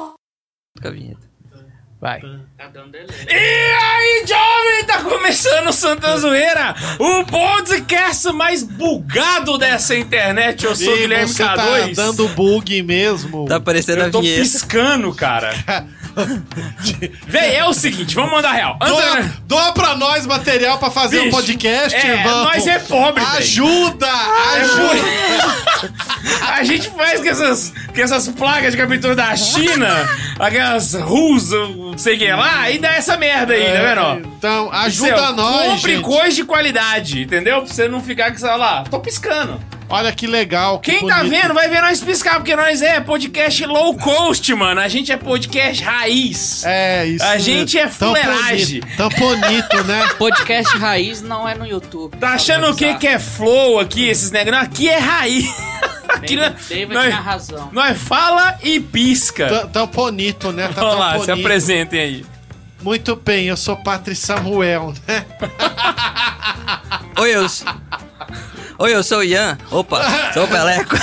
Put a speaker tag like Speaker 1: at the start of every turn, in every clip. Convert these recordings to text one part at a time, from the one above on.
Speaker 1: música, a vinheta. Vai.
Speaker 2: Tá dando delay.
Speaker 3: E aí, jovem, tá começando o Santa Zoeira, o podcast mais bugado dessa internet. Eu sou o
Speaker 4: Ih,
Speaker 3: Guilherme
Speaker 4: você tá
Speaker 3: K2.
Speaker 4: dando bug mesmo.
Speaker 1: Tá aparecendo
Speaker 3: Eu
Speaker 1: a
Speaker 3: tô
Speaker 1: vinheta.
Speaker 3: piscando, cara. Véi, é o seguinte, vamos mandar real. Antes
Speaker 4: Doa,
Speaker 3: da-
Speaker 4: doa pra nós material pra fazer um
Speaker 3: Bicho,
Speaker 4: podcast,
Speaker 3: é,
Speaker 4: vamos.
Speaker 3: nós é pobre, velho. É
Speaker 4: Ajuda! Ajuda!
Speaker 3: A gente faz com essas, com essas plagas de captura da China, aquelas RUS, não sei o que lá, e dá essa merda aí, tá vendo? ó?
Speaker 4: Então, ajuda
Speaker 3: Seu,
Speaker 4: nós,
Speaker 3: Compre
Speaker 4: gente.
Speaker 3: coisa de qualidade, entendeu? Pra você não ficar com essa lá. Tô piscando.
Speaker 4: Olha que legal, que
Speaker 3: Quem tá
Speaker 4: bonito.
Speaker 3: vendo vai ver nós piscar, porque nós é podcast low cost, mano. A gente é podcast raiz.
Speaker 4: É, isso.
Speaker 3: A
Speaker 4: mesmo.
Speaker 3: gente é
Speaker 4: Tão
Speaker 3: fuleiragem.
Speaker 4: bonito, Tão bonito, né?
Speaker 2: Podcast raiz não é no YouTube.
Speaker 3: Tá achando o que que é flow aqui, esses negócios? Não, aqui é raiz. aqui é-
Speaker 2: David,
Speaker 3: nós,
Speaker 2: David
Speaker 3: nós-
Speaker 2: tinha razão.
Speaker 3: nós fala e pisca.
Speaker 4: Tão, tão bonito, né? Tá
Speaker 3: Olha
Speaker 4: tão
Speaker 3: lá, se
Speaker 4: bonito.
Speaker 3: apresentem aí.
Speaker 4: Muito bem, eu sou Patri Samuel, né?
Speaker 1: Oi, eu... Oi, eu sou o Ian. Opa, sou o Peleco.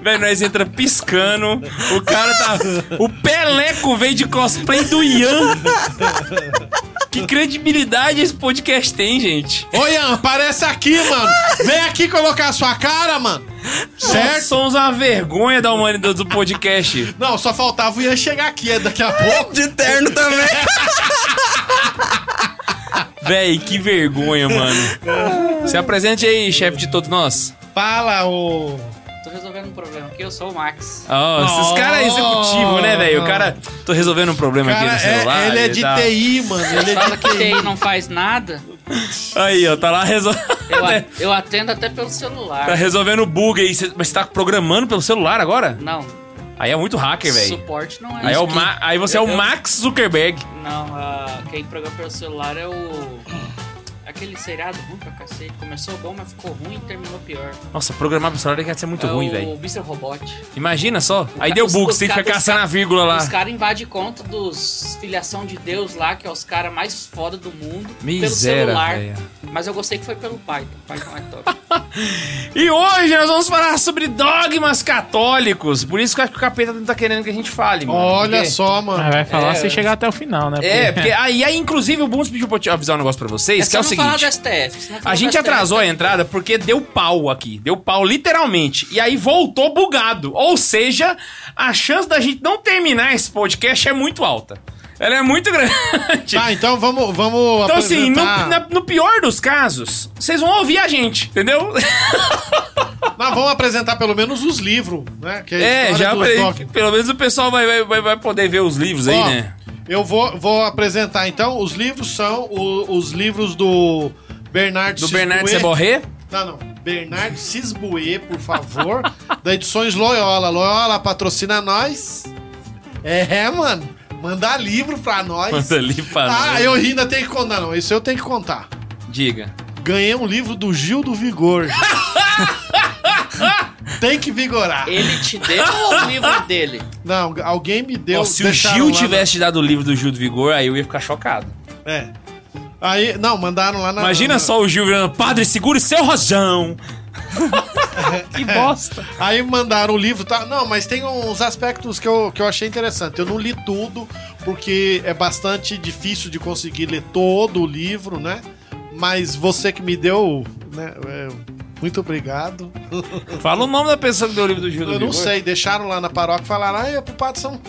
Speaker 3: Velho, nós entra piscando. O cara tá. O Peleco veio de cosplay do Ian. Que credibilidade esse podcast tem, gente.
Speaker 4: Ô, Ian, aparece aqui, mano. Vem aqui colocar a sua cara, mano.
Speaker 3: Nós
Speaker 4: Certo?
Speaker 3: somos uma vergonha da humanidade do podcast.
Speaker 4: Não, só faltava o Ian chegar aqui, é daqui a pouco.
Speaker 1: De terno também.
Speaker 3: Véi, que vergonha, mano. Se apresente aí, chefe de todos nós.
Speaker 4: Fala, ô.
Speaker 2: Tô resolvendo um problema aqui, eu sou o Max.
Speaker 3: Ó, esses
Speaker 4: Oh.
Speaker 3: caras é executivo, né, velho? O cara. Tô resolvendo um problema aqui
Speaker 4: Cara,
Speaker 3: no celular. tá-
Speaker 4: é, ele é
Speaker 3: e
Speaker 4: de
Speaker 3: tal.
Speaker 4: TI, mano. Ele é
Speaker 2: Fala
Speaker 4: de
Speaker 2: que
Speaker 4: TI.
Speaker 2: TI não faz nada,
Speaker 3: Aí, ó, tá lá resolvendo.
Speaker 2: eu, a- eu atendo até pelo celular.
Speaker 3: Tá resolvendo bug aí. Cê- Mas você tá programando pelo celular agora?
Speaker 2: Não,
Speaker 3: Aí é muito hacker, velho.
Speaker 2: suporte não é
Speaker 3: Aí, é o
Speaker 2: isso.
Speaker 3: Ma- aí você é
Speaker 2: Eu-
Speaker 3: o Max Zuckerberg.
Speaker 2: Não, ah, quem programa pelo celular é o. Aquele seriado ruim pra cacete. Começou bom, mas ficou ruim e terminou pior.
Speaker 3: Nossa, programar pro celular deve ser muito
Speaker 2: é
Speaker 3: ruim,
Speaker 2: o
Speaker 3: velho.
Speaker 2: Mr. Robot.
Speaker 3: Imagina só. Aí
Speaker 2: ca-
Speaker 3: deu
Speaker 2: os-
Speaker 3: bug,
Speaker 2: os
Speaker 3: você tem que
Speaker 2: ca-
Speaker 3: ficar
Speaker 2: os
Speaker 3: caçando
Speaker 2: ca-
Speaker 3: a vírgula lá.
Speaker 2: Os caras invadem conta dos filiação de Deus lá, que é os caras mais foda do mundo. pelo
Speaker 3: Miséria,
Speaker 2: celular.
Speaker 3: velho.
Speaker 2: Mas eu gostei que foi pelo Python. Python é top.
Speaker 3: E hoje nós vamos falar sobre dogmas católicos. Por isso que eu acho que o capeta não tá querendo que a gente fale, mano.
Speaker 4: Olha
Speaker 3: Porque-
Speaker 4: só, mano. Tá,
Speaker 5: Ah, vai falar
Speaker 2: É,
Speaker 5: se
Speaker 2: eu-
Speaker 5: chegar até o final, né?
Speaker 3: É, porque aí, aí inclusive o Bundes pediu pra eu te avisar um negócio pra vocês, que é o
Speaker 2: só não falar
Speaker 3: seguinte.
Speaker 2: do STF. se não falar
Speaker 3: A
Speaker 2: do
Speaker 3: gente
Speaker 2: STF,
Speaker 3: atrasou a entrada porque deu pau aqui. Deu pau literalmente. E aí voltou bugado. Ou seja, a chance da gente não terminar esse podcast é muito alta. Ela é muito grande.
Speaker 4: Tá, é, então vamos, vamos
Speaker 3: Então, assim, no,
Speaker 4: apresentar...
Speaker 3: na- no pior dos casos, vocês vão ouvir a gente, entendeu?
Speaker 4: Mas vamos apresentar pelo menos os livros, né? Que a
Speaker 3: É,
Speaker 4: história
Speaker 3: já
Speaker 4: do
Speaker 3: pre-
Speaker 4: Doc.
Speaker 3: pelo menos o pessoal vai, vai- vai, vai poder ver os livros aí,
Speaker 4: Ó,
Speaker 3: né?
Speaker 4: Eu vou, vou apresentar, então. Os livros são o- os livros do Bernardo
Speaker 3: Do Bernardo
Speaker 4: Cisbué.
Speaker 3: Seborré.
Speaker 4: Tá, Não, não. Bernardo Cisbué, por favor. da Edições Loyola. Loyola patrocina nós. É, mano. Mandar livro pra nós.
Speaker 3: Manda ali pra
Speaker 4: ah,
Speaker 3: nós.
Speaker 4: eu ainda tenho que contar. Não, isso eu tenho que contar.
Speaker 3: Diga.
Speaker 4: Ganhei um livro do Gil do Vigor. Tem que vigorar.
Speaker 2: Ele te deu o livro é dele.
Speaker 4: Não, alguém me deu.
Speaker 3: Ó, se o
Speaker 4: deixaram
Speaker 3: Gil
Speaker 4: lá na-
Speaker 3: tivesse te dado o livro do Gil do Vigor, aí eu ia ficar chocado.
Speaker 4: É. Aí, não, mandaram lá na.
Speaker 3: Imagina
Speaker 4: na-
Speaker 3: só o Gil virando, padre, segure seu rojão.
Speaker 5: Que bosta.
Speaker 4: Aí mandaram o livro, tá? Não, mas tem uns aspectos que eu, que eu achei interessante. Eu não li tudo, porque é bastante difícil de conseguir ler todo o livro, né? Mas você que me deu, né? é, muito obrigado.
Speaker 3: Fala o nome da pessoa que deu o livro do Gil do
Speaker 4: Eu não
Speaker 3: Vigor.
Speaker 4: sei, deixaram lá na paróquia e falaram, ah, é pro Padre São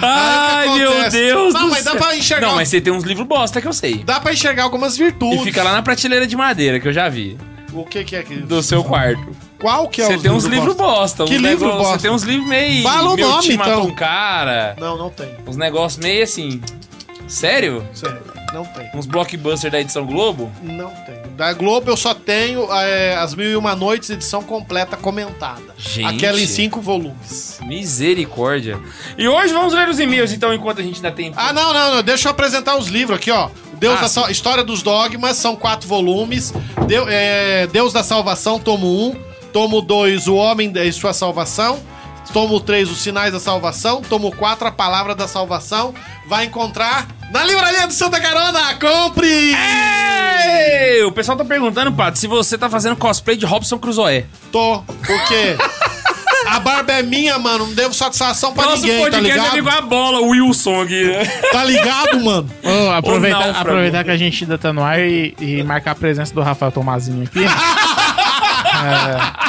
Speaker 3: Ai,
Speaker 4: Aí o que
Speaker 3: meu
Speaker 4: acontece?
Speaker 3: Deus
Speaker 4: Não,
Speaker 3: do
Speaker 4: mas dá
Speaker 3: céu.
Speaker 4: pra enxergar. um
Speaker 3: Não, mas você tem uns livros bosta que eu sei.
Speaker 4: Dá pra enxergar algumas virtudes.
Speaker 3: E fica lá na prateleira de madeira, que eu já vi.
Speaker 4: O que que é que...
Speaker 3: Do seu quarto.
Speaker 4: Qual que é
Speaker 3: Você
Speaker 4: os
Speaker 3: tem uns livros
Speaker 4: bosta?
Speaker 3: bosta.
Speaker 4: Que
Speaker 3: uns
Speaker 4: livro
Speaker 3: negócio-
Speaker 4: bosta?
Speaker 3: Você tem uns livros meio...
Speaker 4: Fala o
Speaker 3: meu
Speaker 4: nome,
Speaker 3: time matou
Speaker 4: então.
Speaker 3: um cara.
Speaker 4: Não, não tem.
Speaker 3: Uns negócios meio assim... Sério?
Speaker 4: Sério, não tem.
Speaker 3: Uns blockbusters da edição Globo?
Speaker 4: Não tem. Da Globo eu só tenho é, As Mil e Uma Noites, edição completa comentada.
Speaker 3: Gente.
Speaker 4: Aquela em cinco volumes.
Speaker 3: Misericórdia. E hoje vamos ler os e-mails, então, enquanto a gente ainda tem...
Speaker 4: Ah, não, não, não. Deixa eu apresentar os livros aqui, ó. Deus
Speaker 3: Ah,
Speaker 4: da Sa- História dos Dogmas, são quatro volumes. Deu- é, Deus da Salvação, tomo um. Tomo dois, O Homem e Sua Salvação. Tomo três, Os Sinais da Salvação. Tomo quatro, A Palavra da Salvação. Vai encontrar na Livraria do Santa Carona. Compre!
Speaker 3: É! Ei, o pessoal tá perguntando, Pato, se você tá fazendo cosplay de Robson Crusoe.
Speaker 4: Tô, porque A barba é minha, mano. Não devo satisfação pra
Speaker 3: Nosso
Speaker 4: ninguém, tá
Speaker 3: podcast é
Speaker 4: ligado?
Speaker 3: igual a bola, o Wilson aqui. né?
Speaker 4: Tá ligado, mano?
Speaker 5: Ô, aproveitar,
Speaker 3: náufrago.
Speaker 5: aproveitar que a gente ainda tá no ar e, e marcar a presença do Rafael Tomazinho aqui. É.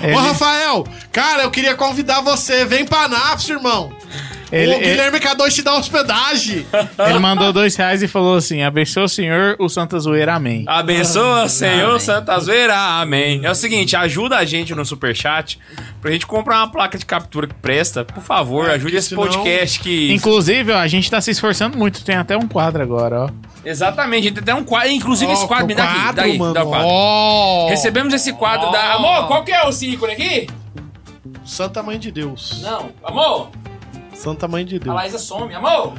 Speaker 5: Ele-
Speaker 4: Ô, Rafael, cara, eu queria convidar você. Vem pra Anápolis, irmão.
Speaker 5: Ele-
Speaker 4: o Guilherme K2 te dá hospedagem.
Speaker 5: Ele mandou dois reais e falou assim: abençoe o senhor, o Santa Zoeira, amém.
Speaker 3: Ah,
Speaker 4: Ah,
Speaker 3: Abençoa, Senhor,
Speaker 1: amém.
Speaker 3: Santa Zoeira, amém. É o seguinte, ajuda a gente no Superchat pra gente comprar uma placa de captura que presta. Por favor,
Speaker 4: É,
Speaker 3: ajude
Speaker 4: porque
Speaker 3: esse
Speaker 4: senão-
Speaker 3: podcast que...
Speaker 5: Inclusive, ó, a gente tá se esforçando muito, tem até um quadro agora, ó.
Speaker 3: Exatamente, gente, tem até um quadro, inclusive esse
Speaker 4: Ó,
Speaker 3: quadro, me dá aqui, dá aí, dá o quadro.
Speaker 4: Ó.
Speaker 3: Recebemos esse quadro da... Amor, qual que é o ícone aqui?
Speaker 4: Santa Mãe de Deus.
Speaker 3: Não, amor,
Speaker 4: Santa Mãe de
Speaker 3: a
Speaker 4: Deus.
Speaker 3: Laísa some, amor.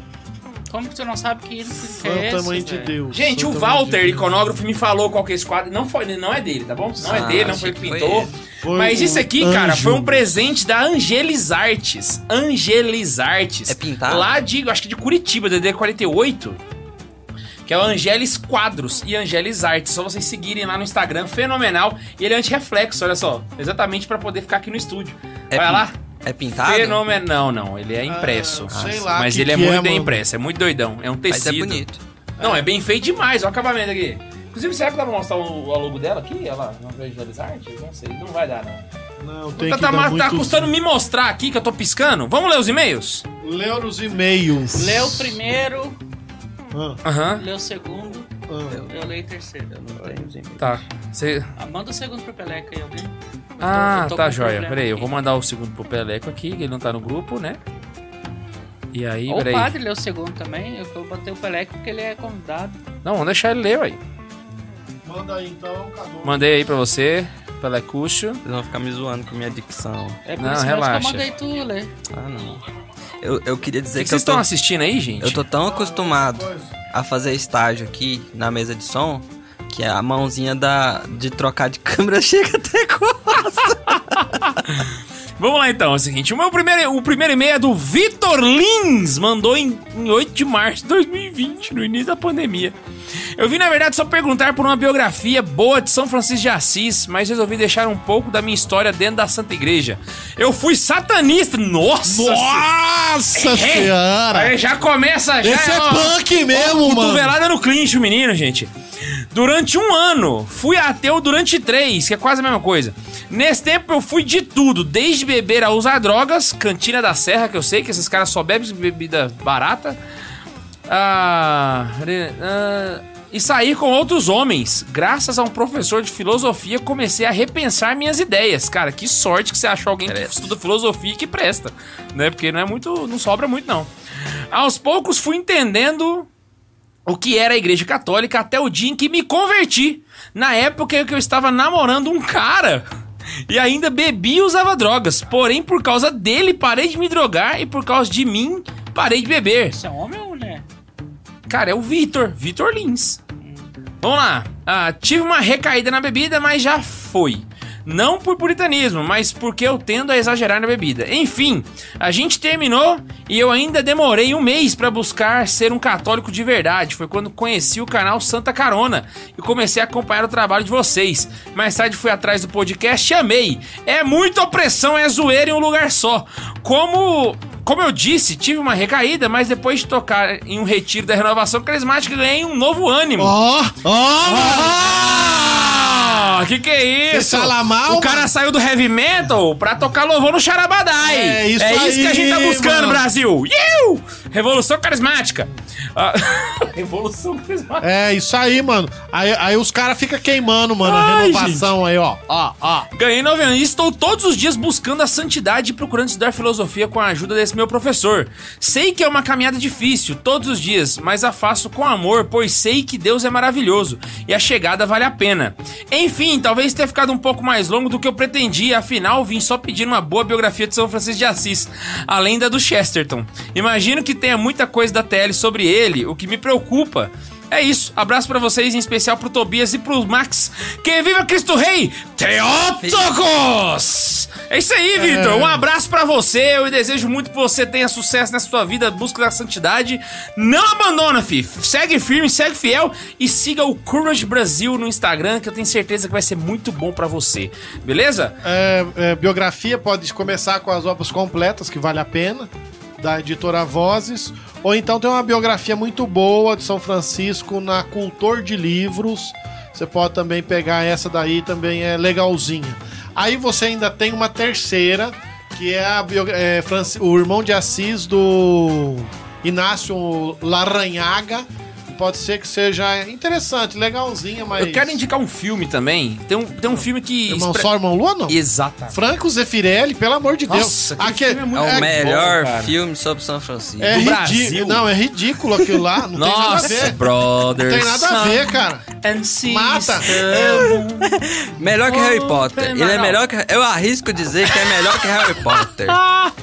Speaker 2: Como que você não sabe que ele que é
Speaker 4: Santa
Speaker 2: esse,
Speaker 4: Mãe de
Speaker 2: velho?
Speaker 4: Deus.
Speaker 3: Gente,
Speaker 4: Santa
Speaker 3: o
Speaker 4: Mãe
Speaker 3: Walter,
Speaker 4: de Deus.
Speaker 3: iconógrafo, me falou qual que é esse quadro. Não, foi, não é dele, tá bom? Não é
Speaker 1: Ah,
Speaker 3: dele, não foi
Speaker 1: achei
Speaker 3: o
Speaker 1: que
Speaker 3: que
Speaker 1: foi
Speaker 3: pintou.
Speaker 1: ele.
Speaker 4: Foi
Speaker 3: Mas
Speaker 4: um
Speaker 3: isso aqui, cara,
Speaker 4: anjo.
Speaker 3: foi um presente da Angelis Artes. Angelis Artes.
Speaker 1: É pintado?
Speaker 3: Lá de, acho que de Curitiba, DD48. Que é o Angelis Quadros e Angelis Artes. Só vocês seguirem lá no Instagram, fenomenal. E ele é anti-reflexo, olha só. Exatamente pra poder ficar aqui no estúdio.
Speaker 1: É
Speaker 3: Vai
Speaker 1: pin-
Speaker 3: lá.
Speaker 1: É pintado?
Speaker 3: Fenomenal, não. Ele é impresso.
Speaker 4: Ah, sei lá
Speaker 3: Mas
Speaker 4: que
Speaker 3: ele é
Speaker 4: que é,
Speaker 3: muito bem
Speaker 4: mano.
Speaker 3: impresso, é muito doidão. É um
Speaker 1: Mas
Speaker 3: tecido.
Speaker 1: é bonito.
Speaker 3: Não, é bem feito demais, olha o acabamento aqui. Inclusive, será que dá pra mostrar o, o logo dela aqui? Ela não vai visualizar artes? Não sei, não vai dar, não.
Speaker 4: Não, tem
Speaker 3: tá,
Speaker 4: que
Speaker 3: tá-
Speaker 4: dar
Speaker 3: tá
Speaker 4: muito...
Speaker 3: custando me mostrar aqui que eu tô piscando? Vamos ler os e-mails?
Speaker 4: Ler os e-mails.
Speaker 2: Lê o primeiro,
Speaker 4: Ah,
Speaker 3: Aham,
Speaker 2: lê o segundo,
Speaker 4: ah.
Speaker 2: eu leio o terceiro.
Speaker 3: tá. Cê-
Speaker 2: Ah, manda o segundo pro Peleca aí, alguém. Eu tô-
Speaker 3: Ah,
Speaker 2: eu tô
Speaker 3: tá,
Speaker 2: com um
Speaker 3: joia.
Speaker 2: problema
Speaker 3: Peraí, eu
Speaker 2: aqui.
Speaker 3: vou mandar o segundo pro Peleco aqui, que ele não tá no grupo, né? E aí,
Speaker 2: Ou o
Speaker 3: peraí.
Speaker 2: padre lê o segundo também, eu eu botei o Peleca porque ele é convidado.
Speaker 3: Não, vamos deixar ele ler, ué.
Speaker 4: Manda aí, então, Cadu.
Speaker 3: Mandei aí pra você, Pelecucho.
Speaker 1: Vocês vão ficar me zoando com minha dicção.
Speaker 2: É por
Speaker 3: Não,
Speaker 2: isso
Speaker 3: relaxa.
Speaker 2: mesmo que eu mandei tu ler.
Speaker 1: Ah, não. Eu, eu
Speaker 3: O que
Speaker 1: queria dizer
Speaker 3: que
Speaker 1: que, eu
Speaker 3: vocês
Speaker 1: tô,
Speaker 3: estão
Speaker 4: assim?
Speaker 3: assistindo aí, gente?
Speaker 1: eu tô tão acostumado a fazer estágio aqui na mesa de som que a mãozinha da, de trocar de câmera chega até quase.
Speaker 3: Vamos lá então, é o seguinte, o meu primeiro, o primeiro e-mail é do Vitor Lins, mandou em, em 8 de março de 2020, no início da pandemia. Eu vim, na verdade, só perguntar por uma biografia boa de São Francisco de Assis, mas resolvi deixar um pouco da minha história dentro da Santa Igreja. Eu fui satanista, nossa!
Speaker 4: Nossa
Speaker 3: É.
Speaker 4: senhora!
Speaker 3: Aí já começa, já
Speaker 4: Esse é
Speaker 3: ó,
Speaker 4: punk mesmo, mano.
Speaker 3: Cotovelada no clinch, o menino, gente. Durante um ano, fui ateu durante três, que é quase a mesma coisa. Nesse tempo eu fui de tudo, desde beber a usar drogas, cantina da serra, que eu sei que esses caras só bebem bebida barata. Ah, re- ah, e sair com outros homens. Graças a um professor de filosofia, comecei a repensar minhas ideias. Cara, que sorte que você achou alguém que
Speaker 1: Presta.
Speaker 3: estuda filosofia e que presta, né? Porque não é muito, não sobra muito não. Aos poucos fui entendendo o que era a igreja católica até o dia em que me converti. Na época em que eu estava namorando um cara. E ainda bebi e usava drogas. Porém, por causa dele, parei de me drogar e por causa de mim, parei de beber.
Speaker 2: Você é homem ou mulher?
Speaker 3: Cara, é o Vitor, Vitor Lins. Vamos lá. Ah, tive uma recaída na bebida, mas já foi. Não por puritanismo, mas porque eu tendo a exagerar na bebida. Enfim, a gente terminou e eu ainda demorei um mês pra buscar ser um católico de verdade. Foi quando conheci o canal Santa Carona e comecei a acompanhar o trabalho de vocês. Mais tarde fui atrás do podcast e amei. É muita opressão, é zoeira em um lugar só. Como como eu disse, tive uma recaída, mas depois de tocar em um retiro da renovação carismática, ganhei um novo ânimo.
Speaker 4: Ó, ó!
Speaker 3: Ah, que que é isso?
Speaker 4: Você fala mal,
Speaker 3: o cara
Speaker 4: mano?
Speaker 3: saiu do heavy metal pra tocar louvor no Charabadai.
Speaker 4: É isso
Speaker 3: que a
Speaker 4: aí,
Speaker 3: gente tá buscando,
Speaker 4: mano.
Speaker 3: Brasil. Iu! Revolução carismática. Ah, Revolução carismática.
Speaker 4: É isso aí, mano. Aí, aí os caras ficam queimando, mano. a
Speaker 3: Ai,
Speaker 4: renovação aí, ó. Ó, ó.
Speaker 3: Ganhei nove anos e estou todos os dias buscando a santidade e procurando estudar filosofia com a ajuda desse meu professor. Sei que é uma caminhada difícil, todos os dias, mas a faço com amor, pois sei que Deus é maravilhoso e a chegada vale a pena. Enfim, talvez tenha ficado um pouco mais longo do que eu pretendia, afinal vim só pedir uma boa biografia de São Francisco de Assis, além da do Chesterton. Imagino que tenha muita coisa da TL sobre ele, o que me preocupa. É isso. Abraço pra vocês, em especial pro Tobias e pro Max. Que viva Cristo Rei Teótocos! É isso aí, Vitor. Um abraço pra você. Eu desejo muito que você tenha sucesso nessa sua vida, busca da santidade. Não abandona, fi. Segue firme, segue fiel e siga o Courage Brasil no Instagram, que eu tenho certeza que vai ser muito bom pra você. Beleza?
Speaker 4: É, é, biografia pode começar com as obras completas, que vale a pena, da editora Vozes. Ou então tem uma biografia muito boa de São Francisco na Cultor de Livros. Você pode também pegar essa daí, também é legalzinha. Aí você ainda tem uma terceira, que é, a bio- é, Franci- o irmão de Assis do Inácio Laranhaga. Pode ser que seja interessante, legalzinha, mas.
Speaker 3: Eu quero indicar um filme também. Tem um, tem um filme que.
Speaker 4: É Irmão
Speaker 3: expre-
Speaker 4: só, irmão Lua, não?
Speaker 3: Exatamente.
Speaker 4: Franco Zeffirelli, pelo amor de Deus.
Speaker 3: Nossa, aquele filme é muito-
Speaker 1: É o
Speaker 4: é-
Speaker 1: melhor
Speaker 3: cara.
Speaker 1: filme sobre São Francisco.
Speaker 4: É
Speaker 3: do
Speaker 4: ridículo.
Speaker 3: Brasil.
Speaker 4: Não, é ridículo aquilo lá. Não tem nada a
Speaker 3: Nossa,
Speaker 4: ver.
Speaker 3: brother.
Speaker 4: Não tem nada a ver, cara. Mata. É,
Speaker 1: Melhor que Harry Potter. Ele é
Speaker 3: Não.
Speaker 1: melhor que. Eu arrisco dizer que é melhor que Harry Potter.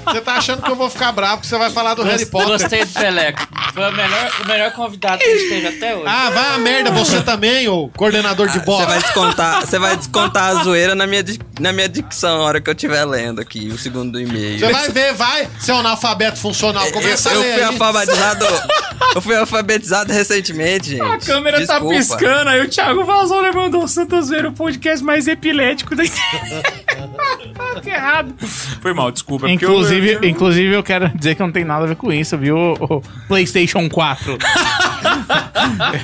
Speaker 4: Você tá achando que eu vou ficar bravo que você vai falar do Harry Potter.
Speaker 2: Gostei do Peleco. Foi o melhor, o melhor convidado que a gente teve até hoje.
Speaker 4: Ah, vai a merda, você também, ô coordenador de
Speaker 1: Você vai
Speaker 4: bola.
Speaker 1: descontar, você vai descontar a zoeira na minha, di- na minha dicção na hora que eu estiver lendo aqui, o segundo e-mail.
Speaker 4: Você vai ver, vai, seu analfabeto funcional.
Speaker 1: eu,
Speaker 4: Começa a
Speaker 1: É, eu
Speaker 4: ler
Speaker 1: fui
Speaker 4: aí.
Speaker 1: alfabetizado. eu fui alfabetizado recentemente, gente.
Speaker 3: A câmera tá
Speaker 1: Desculpa.
Speaker 3: piscando, aí o Thiago Vazão levantou o Santos Ver, o podcast mais epilético da internet. que errado. Foi mal, desculpa. é porque eu-
Speaker 5: Inclusive,
Speaker 3: eu-
Speaker 5: inclusive, eu quero dizer que não tem nada a ver com isso, viu, o- o PlayStation 4.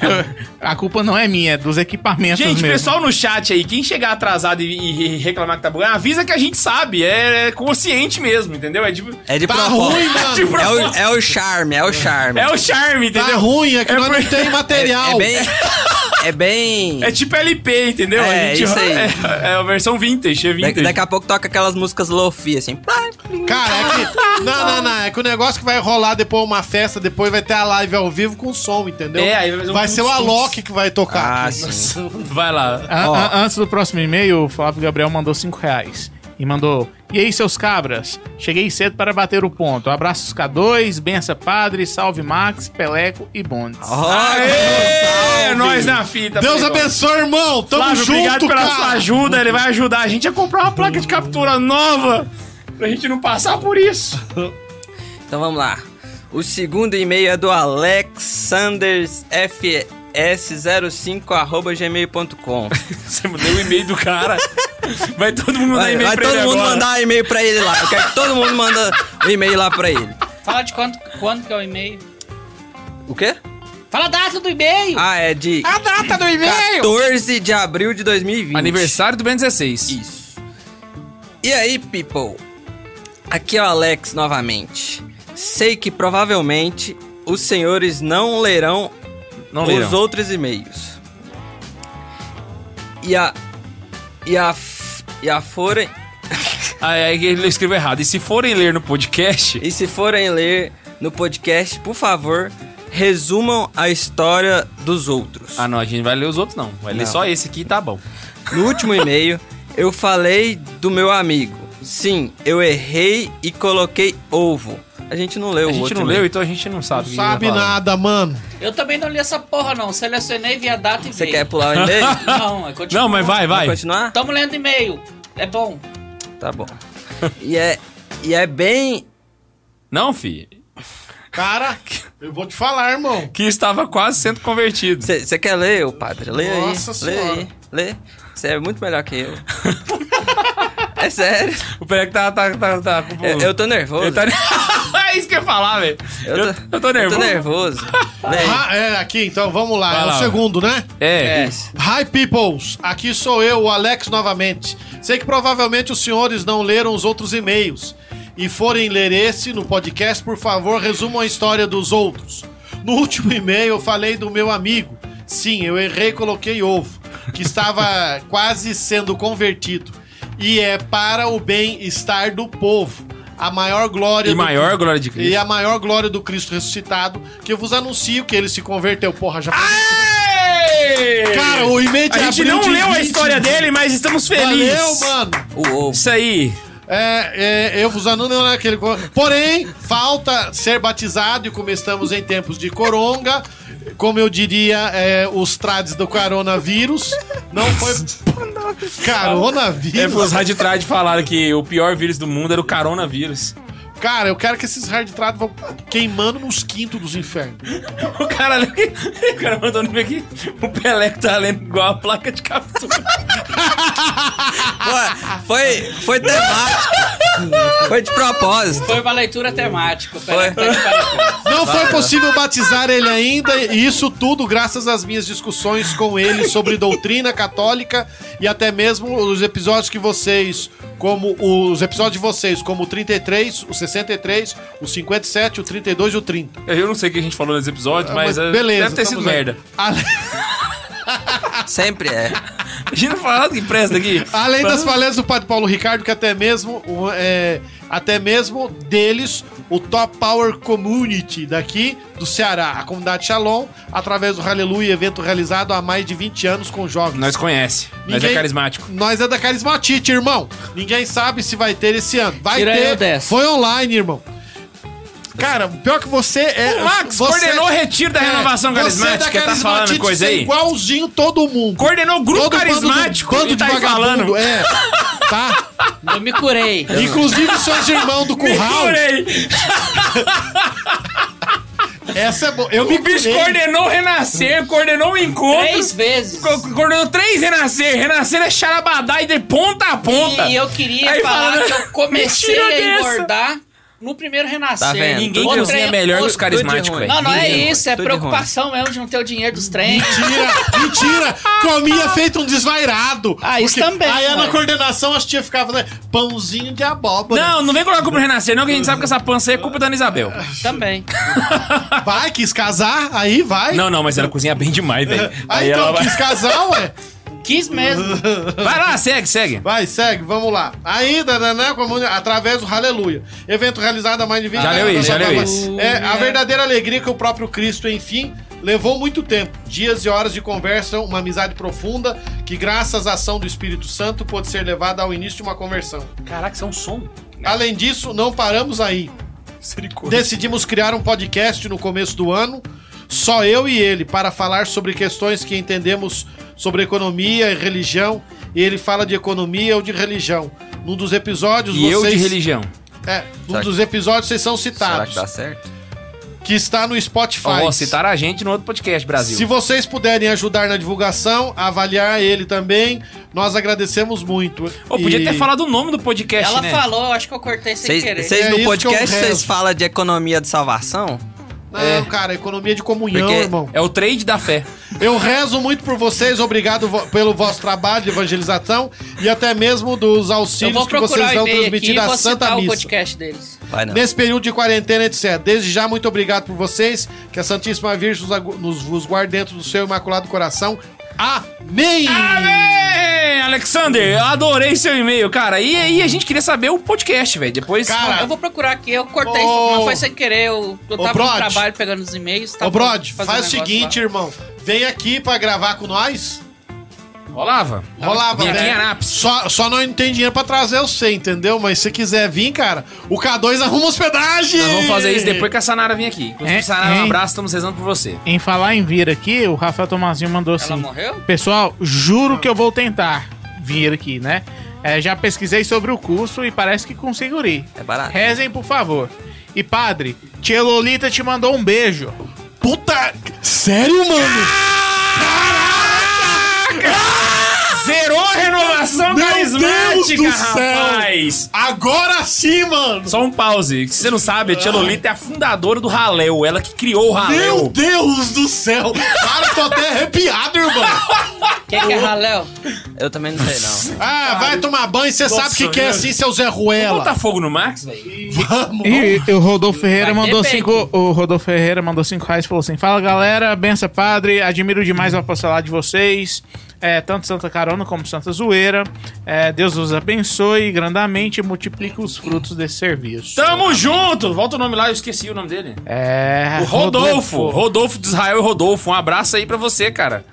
Speaker 5: Eu- a culpa não é minha, é dos equipamentos
Speaker 3: Gente,
Speaker 5: mesmo.
Speaker 3: pessoal no chat aí, quem chegar atrasado e, e reclamar que tá bugando, avisa que a gente sabe, é, é consciente mesmo, entendeu? É, de,
Speaker 1: É de
Speaker 4: Tá
Speaker 1: propósito.
Speaker 4: ruim, mano.
Speaker 3: Tipo,
Speaker 1: É o, é o charme, é o charme.
Speaker 3: é o charme,
Speaker 4: Tá
Speaker 3: entendeu?
Speaker 4: ruim, é que
Speaker 3: É
Speaker 4: nós não
Speaker 3: por-
Speaker 4: tem material.
Speaker 1: É bem. É bem.
Speaker 3: É tipo LP, entendeu?
Speaker 1: É,
Speaker 3: a gente,
Speaker 1: isso aí.
Speaker 3: É, é a versão vintage, é
Speaker 1: Da-
Speaker 3: vintage.
Speaker 1: daqui a pouco toca aquelas músicas lofi, assim.
Speaker 4: Tá Cara, é que. Não, não, não. É que o negócio que vai rolar depois uma festa, depois vai ter a live ao vivo com som, entendeu?
Speaker 3: É, aí vai fazer um
Speaker 4: vai ser o
Speaker 3: tuts, tuts.
Speaker 4: Alok que vai tocar.
Speaker 1: Ah, sim.
Speaker 3: Vai lá.
Speaker 5: An-
Speaker 1: Ó.
Speaker 5: an- antes do próximo e-mail, o Flávio Gabriel mandou 5 reais. E mandou: E aí, seus cabras? Cheguei cedo para bater o ponto. Abraços K2, bença padre, salve Max, Peleco e Bondes.
Speaker 1: Ó,
Speaker 3: É,
Speaker 1: salve.
Speaker 3: nós na fita.
Speaker 4: Deus
Speaker 3: pegou.
Speaker 4: abençoe, irmão. Tamo
Speaker 3: Flávio,
Speaker 4: junto,
Speaker 3: obrigado pela
Speaker 4: cara.
Speaker 3: sua ajuda. Ele vai ajudar a gente a comprar uma placa de captura nova pra gente não passar por isso.
Speaker 1: Então vamos lá. O segundo e-mail é do alexandersfs05@gmail.com.
Speaker 3: Você mandou o e-mail do cara. Vai todo mundo mandar
Speaker 1: Vai,
Speaker 3: e-mail
Speaker 1: vai
Speaker 3: pra
Speaker 1: todo
Speaker 3: ele
Speaker 1: mundo
Speaker 3: agora.
Speaker 1: mandar e-mail pra ele lá. Eu quero que todo mundo manda um e-mail lá pra ele.
Speaker 2: Fala de quanto, quando que é o e-mail.
Speaker 1: O quê?
Speaker 2: Fala a data do e-mail!
Speaker 1: Ah, é de
Speaker 4: A data do e-mail.
Speaker 1: 14 de abril de 2020.
Speaker 3: Aniversário do Ben 16.
Speaker 1: Isso. E aí, people? Aqui é o Alex novamente. Sei que provavelmente os senhores não lerão
Speaker 3: Não
Speaker 1: os
Speaker 3: leram.
Speaker 1: outros e-mails. E a. E a. f- E a forem.
Speaker 3: Aí aí Ah, é ele escreveu errado. E se forem ler no podcast...
Speaker 1: E se forem ler no podcast, por favor, resumam a história dos outros.
Speaker 3: Ah, não, a gente vai ler os outros, não. Vai ler
Speaker 1: Não.
Speaker 3: só esse aqui e tá bom.
Speaker 1: No último e-mail, eu falei do meu amigo. Sim, eu errei e coloquei ovo. A gente não leu
Speaker 3: a
Speaker 1: o
Speaker 3: gente
Speaker 1: outro
Speaker 3: não
Speaker 1: e-mail.
Speaker 3: leu, então a gente não sabe. o que
Speaker 4: Sabe
Speaker 3: ele vai falar.
Speaker 4: nada, mano.
Speaker 2: Eu também não li essa porra, não. Selecionei via data e
Speaker 1: Você quer
Speaker 2: veio.
Speaker 1: pular o e-mail?
Speaker 2: Não, é continua.
Speaker 3: Não, mas vai, vai.
Speaker 1: continuar?
Speaker 2: Tamo lendo e-mail. É bom.
Speaker 1: Tá bom. E é, e é bem.
Speaker 3: Não, fi.
Speaker 4: Cara, eu vou te falar, irmão.
Speaker 3: Que estava quase sendo convertido.
Speaker 1: Você quer ler, ô padre? Lê aí.
Speaker 4: Nossa
Speaker 1: lê
Speaker 4: Senhora.
Speaker 1: aí. Lê. Você é muito melhor que eu. é sério.
Speaker 3: O Pereira que tá... tá, tá, tá com-
Speaker 1: Eu, É, eu tô nervoso.
Speaker 3: Ele tá- é isso que eu ia falar, velho. Eu, eu tô nervoso.
Speaker 1: Eu tô nervoso. Lê aí.
Speaker 4: Ah, é, aqui então, vamos lá.
Speaker 3: Vai
Speaker 4: é o
Speaker 3: lá.
Speaker 4: segundo, né?
Speaker 3: É.
Speaker 1: É.
Speaker 4: Hi, peoples! Aqui sou eu, o Alex, novamente. Sei que provavelmente os senhores não leram os outros e-mails. E forem ler esse no podcast, por favor, resumam a história dos outros. No último e-mail eu falei do meu amigo. Sim, eu errei e coloquei ovo, que estava quase sendo convertido. E é para o bem-estar do povo. A maior glória
Speaker 3: E
Speaker 4: do
Speaker 3: maior glória de Cristo.
Speaker 4: e a maior glória do Cristo ressuscitado, que eu vos anuncio que ele se converteu. Porra,
Speaker 3: Ah,
Speaker 4: já.
Speaker 3: Ei!
Speaker 4: Cara, o e-mail de
Speaker 3: a gente
Speaker 4: abril
Speaker 3: não
Speaker 4: de
Speaker 3: leu a
Speaker 4: 20.
Speaker 3: história dele, mas estamos felizes.
Speaker 4: Valeu, mano.
Speaker 1: O ovo.
Speaker 3: Isso aí.
Speaker 4: É, é, eu vos anuncio naquele. co- Porém, falta ser batizado e como estamos em tempos de coronga, como eu diria, é, os trades do coronavírus, não foi.
Speaker 3: É, os
Speaker 4: Coronavírus?
Speaker 3: raditrades falaram que o pior vírus do mundo era o coronavírus.
Speaker 4: Cara, eu quero que esses raditrados vão queimando nos quintos dos infernos.
Speaker 3: O cara, o cara mandou no aqui. O Peleco tá lendo igual a placa de captura.
Speaker 1: Ué, foi, foi temático. Foi de propósito.
Speaker 2: Foi uma leitura temática.
Speaker 1: Foi.
Speaker 2: Peraí, tá de parabéns.
Speaker 4: Não
Speaker 3: Ah.
Speaker 4: foi possível batizar ele ainda, e isso tudo graças às minhas discussões com ele sobre doutrina católica e até mesmo os episódios que vocês, como os episódios de vocês, como o 33, o 63, o 57, o 32 e o 30.
Speaker 3: Eu não sei o que a gente falou nesse episódio,
Speaker 4: Ah,
Speaker 3: mas, eh, deve ter sido
Speaker 4: estamos aí.
Speaker 3: merda.
Speaker 4: Ale-
Speaker 1: Sempre é.
Speaker 3: Imagina falar que presta aqui.
Speaker 4: Além das palestras do Padre Paulo Ricardo, que até mesmo, o, é, até mesmo deles, o Top Power Community daqui do Ceará, a comunidade Shalom, através do Hallelujah, evento realizado há mais de 20 anos com jovens.
Speaker 3: Nós conhece, mas é
Speaker 4: Ninguém-
Speaker 3: carismático.
Speaker 4: Nós é da Carismatite, irmão. Ninguém sabe se vai ter esse ano. Vai
Speaker 2: Tira eu
Speaker 4: ter.
Speaker 2: dessa.
Speaker 4: Foi online, irmão. Cara, pior que você é.
Speaker 3: O Max
Speaker 4: você-
Speaker 3: coordenou o retiro da renovação
Speaker 4: você é da
Speaker 3: carismática, tá falando
Speaker 4: Carismatite,
Speaker 3: coisa
Speaker 4: você é
Speaker 3: aí?
Speaker 4: Igualzinho todo mundo.
Speaker 3: Coordenou o grupo
Speaker 4: Todo bando de-
Speaker 3: carismático
Speaker 4: bando
Speaker 3: e
Speaker 4: de
Speaker 3: tá aí
Speaker 4: vagabundo,
Speaker 3: falando.
Speaker 4: É. Tá?
Speaker 2: Eu me curei.
Speaker 4: Inclusive os seus irmãos do curral.
Speaker 3: Curei.
Speaker 4: Essa é boa. Eu me
Speaker 3: O é- bicho
Speaker 4: curei.
Speaker 3: coordenou o renascer, coordenou o encontro.
Speaker 2: Três vezes.
Speaker 3: Co- Coordenou três renascer. Renascer é charabadá e de ponta a ponta.
Speaker 2: E eu queria
Speaker 3: Aí
Speaker 2: falar
Speaker 3: falando-
Speaker 2: que eu comecei
Speaker 3: Mentira
Speaker 2: a
Speaker 3: dessa.
Speaker 2: engordar no primeiro renascer.
Speaker 1: Tá vendo?
Speaker 3: Ninguém
Speaker 2: Outro
Speaker 3: cozinha
Speaker 2: treino-
Speaker 3: melhor que os
Speaker 2: outro-
Speaker 3: carismáticos,
Speaker 1: ruim.
Speaker 3: velho.
Speaker 2: Não, não é
Speaker 1: Ninguém,
Speaker 2: isso. É
Speaker 1: tudo de ruim.
Speaker 2: preocupação mesmo de não ter o dinheiro dos trens.
Speaker 4: Mentira, mentira. Comia feito um desvairado.
Speaker 2: Ah, isso
Speaker 4: Porque
Speaker 2: também,
Speaker 4: Aí na
Speaker 2: mano.
Speaker 4: coordenação as tias ficavam fazendo pãozinho de abóbora.
Speaker 3: Não, não vem colocar culpa no renascer, não, que a gente sabe que essa pança aí é culpa da Ana Isabel.
Speaker 2: Também.
Speaker 4: Vai, quis casar, aí vai.
Speaker 3: Não, não, mas ela cozinha bem demais, velho.
Speaker 4: Ah,
Speaker 3: Aí
Speaker 4: então,
Speaker 3: ela vai.
Speaker 4: quis casar, ué.
Speaker 2: Quis mesmo.
Speaker 3: Vai lá, segue, segue.
Speaker 4: Vai, segue, vamos lá. Ainda, né, né, como- através do Aleluia. Evento realizado há mais de 20
Speaker 3: Já leu isso, já leu
Speaker 2: isso.
Speaker 4: É, a verdadeira alegria que o próprio Cristo, enfim, levou muito tempo. Dias e horas de conversa, uma amizade profunda, que graças à ação do Espírito Santo pode ser levada ao início de uma conversão.
Speaker 3: Caraca, isso é um som.
Speaker 4: Além disso, não paramos aí.
Speaker 3: Misericórdia.
Speaker 4: Decidimos criar um podcast no começo do ano, só eu e ele, para falar sobre questões que entendemos sobre economia e religião. E ele fala de economia ou de religião. Num dos episódios,
Speaker 3: E eu de religião.
Speaker 4: É, num
Speaker 1: Será
Speaker 4: dos episódios vocês são
Speaker 1: Será
Speaker 4: citados.
Speaker 1: que
Speaker 4: Que,
Speaker 1: dá certo?
Speaker 4: está no Spotify.
Speaker 3: Ó, citaram a gente no outro podcast, Brasil.
Speaker 4: Se vocês puderem ajudar na divulgação, avaliar ele também, nós agradecemos muito.
Speaker 3: Ô, podia
Speaker 4: E-
Speaker 3: ter falado o nome do podcast,
Speaker 2: Ela
Speaker 3: né?
Speaker 2: falou, acho que eu cortei sem querer.
Speaker 4: É
Speaker 1: Vocês
Speaker 4: isso que
Speaker 1: no
Speaker 4: eu
Speaker 1: podcast
Speaker 4: rezo.
Speaker 1: vocês falam de economia de salvação?
Speaker 4: Não, cara, economia de comunhão,
Speaker 1: Porque-
Speaker 4: irmão.
Speaker 3: É o trade da fé.
Speaker 4: Eu rezo muito por vocês, obrigado vo- pelo vosso trabalho de evangelização e até mesmo dos
Speaker 2: Eu
Speaker 4: auxílios
Speaker 2: vou
Speaker 4: que vocês
Speaker 2: procurar o
Speaker 4: dão
Speaker 2: e-mail aqui e
Speaker 4: transmitindo à
Speaker 2: vou
Speaker 4: Santa
Speaker 2: citar o
Speaker 4: Missa.
Speaker 2: podcast deles.
Speaker 1: Vai não.
Speaker 4: Nesse período de quarentena, etc. Desde já, muito obrigado por vocês. Que a Santíssima Virgem nos, agu- nos, vos guarde dentro do seu imaculado coração. Amém!
Speaker 3: Amém! É, Alexander, eu adorei seu e-mail, cara. E aí a gente queria saber o podcast, velho. Depois.
Speaker 4: Cara,
Speaker 2: Eu vou procurar aqui, eu cortei,
Speaker 4: Ô,
Speaker 2: não foi sem querer, eu, eu
Speaker 4: ô,
Speaker 2: tava
Speaker 4: Brod.
Speaker 2: no trabalho pegando os e-mails. tá
Speaker 4: Ô,
Speaker 2: tava
Speaker 4: Brod,
Speaker 2: fazendo
Speaker 4: faz o
Speaker 2: um negócio
Speaker 4: seguinte,
Speaker 2: lá.
Speaker 4: irmão. Vem aqui pra gravar com nós.
Speaker 3: Rolava.
Speaker 2: Tá.
Speaker 4: Rolava, né?
Speaker 3: Vem aqui em
Speaker 4: velho.
Speaker 3: Anápolis.
Speaker 4: Só, só não tem dinheiro pra trazer o você, entendeu? Mas se quiser vir, cara, o K2 arruma hospedagem!
Speaker 3: Nós vamos fazer isso depois que a Sanara vir aqui. Inclusive,
Speaker 5: É,
Speaker 3: Sanara, um
Speaker 5: hein?
Speaker 3: abraço, estamos rezando por você.
Speaker 5: Em falar em vir aqui, o Rafael Tomazinho mandou assim.
Speaker 2: Ela morreu?
Speaker 5: Pessoal,
Speaker 1: Hum.
Speaker 5: juro que eu vou tentar vir aqui, né? É, já pesquisei sobre o curso e parece que consigo ir.
Speaker 1: É barato.
Speaker 5: Rezem, por favor. E padre, tia Lolita te mandou um beijo.
Speaker 4: Puta! Sério, mano?
Speaker 3: Zerou a renovação
Speaker 4: Meu Deus
Speaker 3: carismática,
Speaker 4: do céu!
Speaker 3: rapaz!
Speaker 4: Agora sim, mano!
Speaker 3: Só um pause. Se você não sabe, a Tia Lolita é a fundadora do Raleu. Ela que criou o
Speaker 4: Meu
Speaker 3: Raleu.
Speaker 4: Deus do céu! Cara, tô até arrepiado, irmão!
Speaker 2: Quem que é Raléo?
Speaker 1: Eu também não sei, não.
Speaker 4: Ah, vai tomar banho, você sabe o que, que é
Speaker 3: meu
Speaker 4: assim, seu Zé
Speaker 3: Vamos botar
Speaker 4: Ruela.
Speaker 3: fogo no Max, velho?
Speaker 4: Tipo, Vamos!
Speaker 5: E, e o Rodolfo Ferreira
Speaker 2: Vai ter
Speaker 5: mandou
Speaker 2: peito.
Speaker 5: cinco. O Rodolfo Ferreira mandou cinco reais e falou assim: Fala galera, benção padre, admiro demais o apostolado de vocês. É, tanto Santa Carona como Santa Zoeira. É, Deus os abençoe grandemente e multiplique os frutos desse serviço.
Speaker 3: Tamo junto! Volta o nome lá, eu esqueci o nome dele.
Speaker 5: É.
Speaker 3: O Rodolfo. Rodolfo de Israel e Rodolfo. Um abraço aí pra você, cara.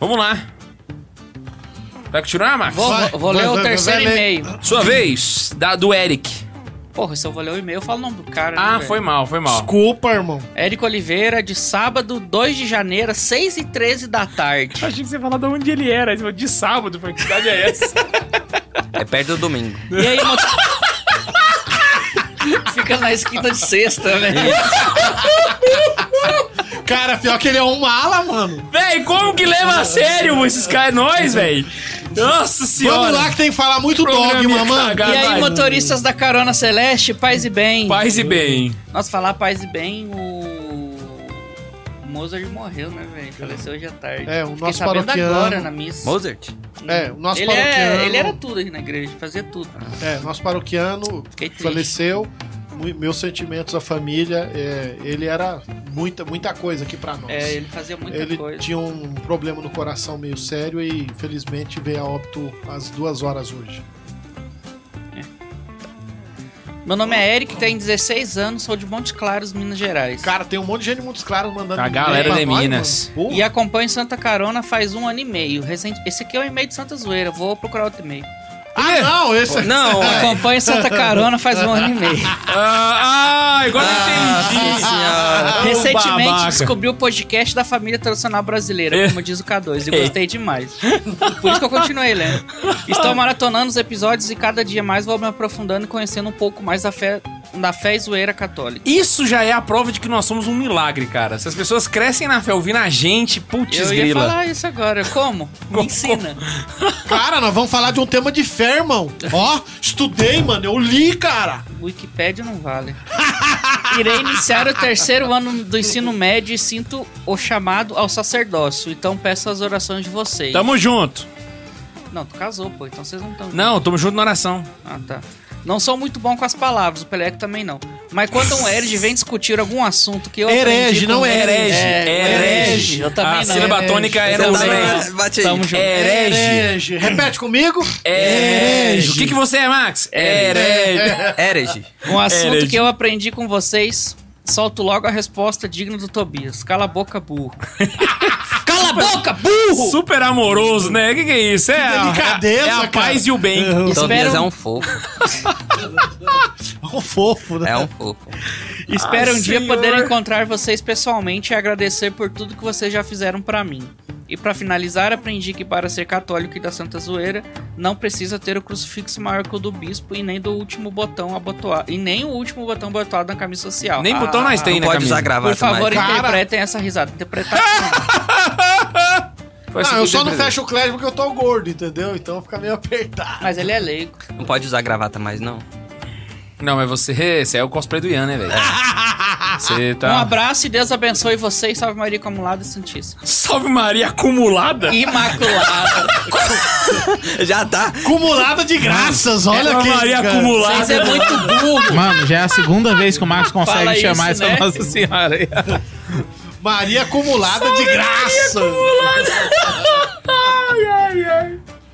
Speaker 3: Vamos lá. Vai continuar, Max?
Speaker 2: Vou,
Speaker 4: Vai,
Speaker 2: vou- vou
Speaker 4: vai,
Speaker 2: ler
Speaker 4: vai,
Speaker 2: o
Speaker 4: vai,
Speaker 2: terceiro
Speaker 4: vai ler.
Speaker 2: e-mail.
Speaker 3: Sua vez, da do Eric.
Speaker 2: Porra, se eu vou ler o e-mail, eu falo o nome do cara. né,
Speaker 3: Ah,
Speaker 2: velho?
Speaker 3: foi mal, foi mal.
Speaker 4: Desculpa, irmão.
Speaker 2: Érico Oliveira, de sábado, 2 de janeiro, 6 e 13 da tarde.
Speaker 3: Achei que você ia falar de onde ele era. De sábado, foi que cidade é essa?
Speaker 1: É perto do domingo.
Speaker 2: E aí, moto... Fica na esquina de sexta, né?
Speaker 4: Cara, pior que ele é um mala, mano.
Speaker 3: véi, como que leva a sério esses caras? Nós, véi. Nossa senhora.
Speaker 4: Vamos lá que é tem que falar muito
Speaker 3: Programa tá
Speaker 4: dogma,
Speaker 3: ia
Speaker 4: mano.
Speaker 2: E
Speaker 3: cagar.
Speaker 2: aí, motoristas da carona celeste, paz e bem.
Speaker 3: Paz e bem.
Speaker 2: Nossa, falar paz e bem, o. O Mozart morreu, né, velho? Faleceu hoje à tarde.
Speaker 4: É, o
Speaker 2: Fiquei
Speaker 4: nosso
Speaker 2: sabendo
Speaker 4: paroquiano.
Speaker 2: agora na missa.
Speaker 1: Mozart?
Speaker 4: É, o nosso
Speaker 2: ele,
Speaker 4: paroquiano.
Speaker 2: é, ele era tudo aqui na igreja, fazia tudo.
Speaker 4: É, nosso paroquiano
Speaker 2: Fiquei triste.
Speaker 4: faleceu. Mu- Meus sentimentos à família. é, ele era muita, muita coisa aqui pra nós.
Speaker 2: É, ele fazia muita
Speaker 4: ele
Speaker 2: coisa.
Speaker 4: tinha um problema no coração meio sério e, infelizmente, veio a óbito às duas horas hoje.
Speaker 2: Meu nome é Eric, tenho 16 anos, sou de Montes Claros, Minas Gerais.
Speaker 4: Cara, tem um monte de gente muito claro mandando.
Speaker 3: A
Speaker 4: e-mail
Speaker 3: galera
Speaker 4: pra
Speaker 3: de
Speaker 4: nós,
Speaker 3: Minas.
Speaker 4: mano. Pô,
Speaker 2: E acompanho Santa Carona faz um ano e meio. Recente... Esse aqui é o e-mail de Santa Zoeira, vou procurar outro e-mail.
Speaker 4: Ah, não, esse
Speaker 1: Não, é.
Speaker 2: Acompanho Santa Carona faz um ano e meio.
Speaker 3: Ah, ah, agora
Speaker 1: Nossa
Speaker 3: eu entendi.
Speaker 1: senhora.
Speaker 3: Ah,
Speaker 2: Recentemente
Speaker 3: babaca.
Speaker 2: descobri o podcast da família tradicional brasileira,
Speaker 3: É.
Speaker 2: como diz o K2, e
Speaker 3: É.
Speaker 2: gostei demais. Por isso que eu continuei lendo. Estou maratonando os episódios e cada dia mais vou me aprofundando e conhecendo um pouco mais da fé, da fé e zoeira católica.
Speaker 3: Isso já é a prova de que nós somos um milagre, cara. Se as pessoas crescem na fé ouvindo a gente, putz
Speaker 2: Eu ia
Speaker 3: grila.
Speaker 2: falar isso agora. Como? Me
Speaker 3: Como?
Speaker 2: ensina.
Speaker 4: é- cara, nós vamos falar de um tema de fé, irmão. Ó, estudei, mano, eu li, cara.
Speaker 2: Wikipédia não vale. Irei iniciar o terceiro ano do ensino médio e sinto o chamado ao sacerdócio. Então peço as orações de vocês.
Speaker 3: Tamo junto.
Speaker 2: Não, tu casou, pô. Então vocês não estão.
Speaker 3: Não, tamo junto na oração.
Speaker 2: Ah, tá. Não sou muito bom com as palavras, o Pelec também não. Mas quando um herege vem discutir algum assunto que eu
Speaker 4: Herege,
Speaker 2: aprendi com
Speaker 4: não
Speaker 2: um
Speaker 4: é
Speaker 2: herege.
Speaker 3: herege, herege.
Speaker 2: Eu também
Speaker 3: A
Speaker 2: não.
Speaker 3: sílaba
Speaker 2: herege.
Speaker 3: tônica é
Speaker 2: Eu
Speaker 3: no
Speaker 1: um
Speaker 2: também
Speaker 3: silêncio.
Speaker 2: não.
Speaker 1: Bate aí.
Speaker 2: Tamo junto.
Speaker 3: Herege.
Speaker 4: Herege. Repete comigo.
Speaker 3: Herege. O que, que você é, Max?
Speaker 2: É
Speaker 3: Herege.
Speaker 1: Herege.
Speaker 2: Um assunto
Speaker 3: é Herege.
Speaker 2: que eu aprendi com vocês, solto logo a resposta digna do Tobias. Cala a boca, burro. Cala a boca, burro!
Speaker 3: Super amoroso, né? O que, que é isso? É, a-
Speaker 4: delicadeza,
Speaker 3: é a
Speaker 4: cara.
Speaker 3: paz e o bem.
Speaker 1: Tobias
Speaker 2: Espero-
Speaker 1: é um fofo.
Speaker 4: Um fofo, né?
Speaker 1: É um fofo.
Speaker 2: Espero
Speaker 3: Ah,
Speaker 2: um dia
Speaker 3: senhor.
Speaker 2: poder encontrar vocês pessoalmente e agradecer por tudo que vocês já fizeram pra mim. E pra finalizar, aprendi que para ser católico e da Santa Zoeira, não precisa ter o crucifixo maior que o do bispo e nem do último botão abotoado. E nem o último botão abotoado na camisa social. Ah,
Speaker 3: Nem botão nós tem,
Speaker 1: Não
Speaker 3: né,
Speaker 1: pode
Speaker 3: camisa?
Speaker 1: usar gravata
Speaker 2: Por
Speaker 1: mais.
Speaker 2: favor,
Speaker 4: Cara-
Speaker 2: interpretem essa risada. Interpretação.
Speaker 3: Faz
Speaker 4: Não, eu só não
Speaker 3: sentido.
Speaker 4: fecho o Clash porque eu tô gordo, entendeu? Então fica meio apertado.
Speaker 2: Mas ele é leigo.
Speaker 1: Não pode usar gravata mais, não.
Speaker 3: Não, mas você, você é o cosplay do Ian, né, velho? Você
Speaker 2: Um
Speaker 3: tá.
Speaker 2: abraço e Deus abençoe vocês. Salve Maria Acumulada e Santíssima.
Speaker 3: Salve Maria acumulada!
Speaker 2: Imaculada.
Speaker 1: Já tá.
Speaker 4: Acumulada de graças, olha
Speaker 3: Ela
Speaker 4: aqui.
Speaker 3: É Maria
Speaker 4: cara.
Speaker 3: acumulada.
Speaker 2: Vocês é muito burro.
Speaker 5: Mano, já é a segunda vez que o Marcos
Speaker 2: Fala
Speaker 5: consegue
Speaker 2: isso,
Speaker 5: chamar essa
Speaker 2: né?
Speaker 5: Nossa Senhora aí.
Speaker 4: Maria acumulada de graça.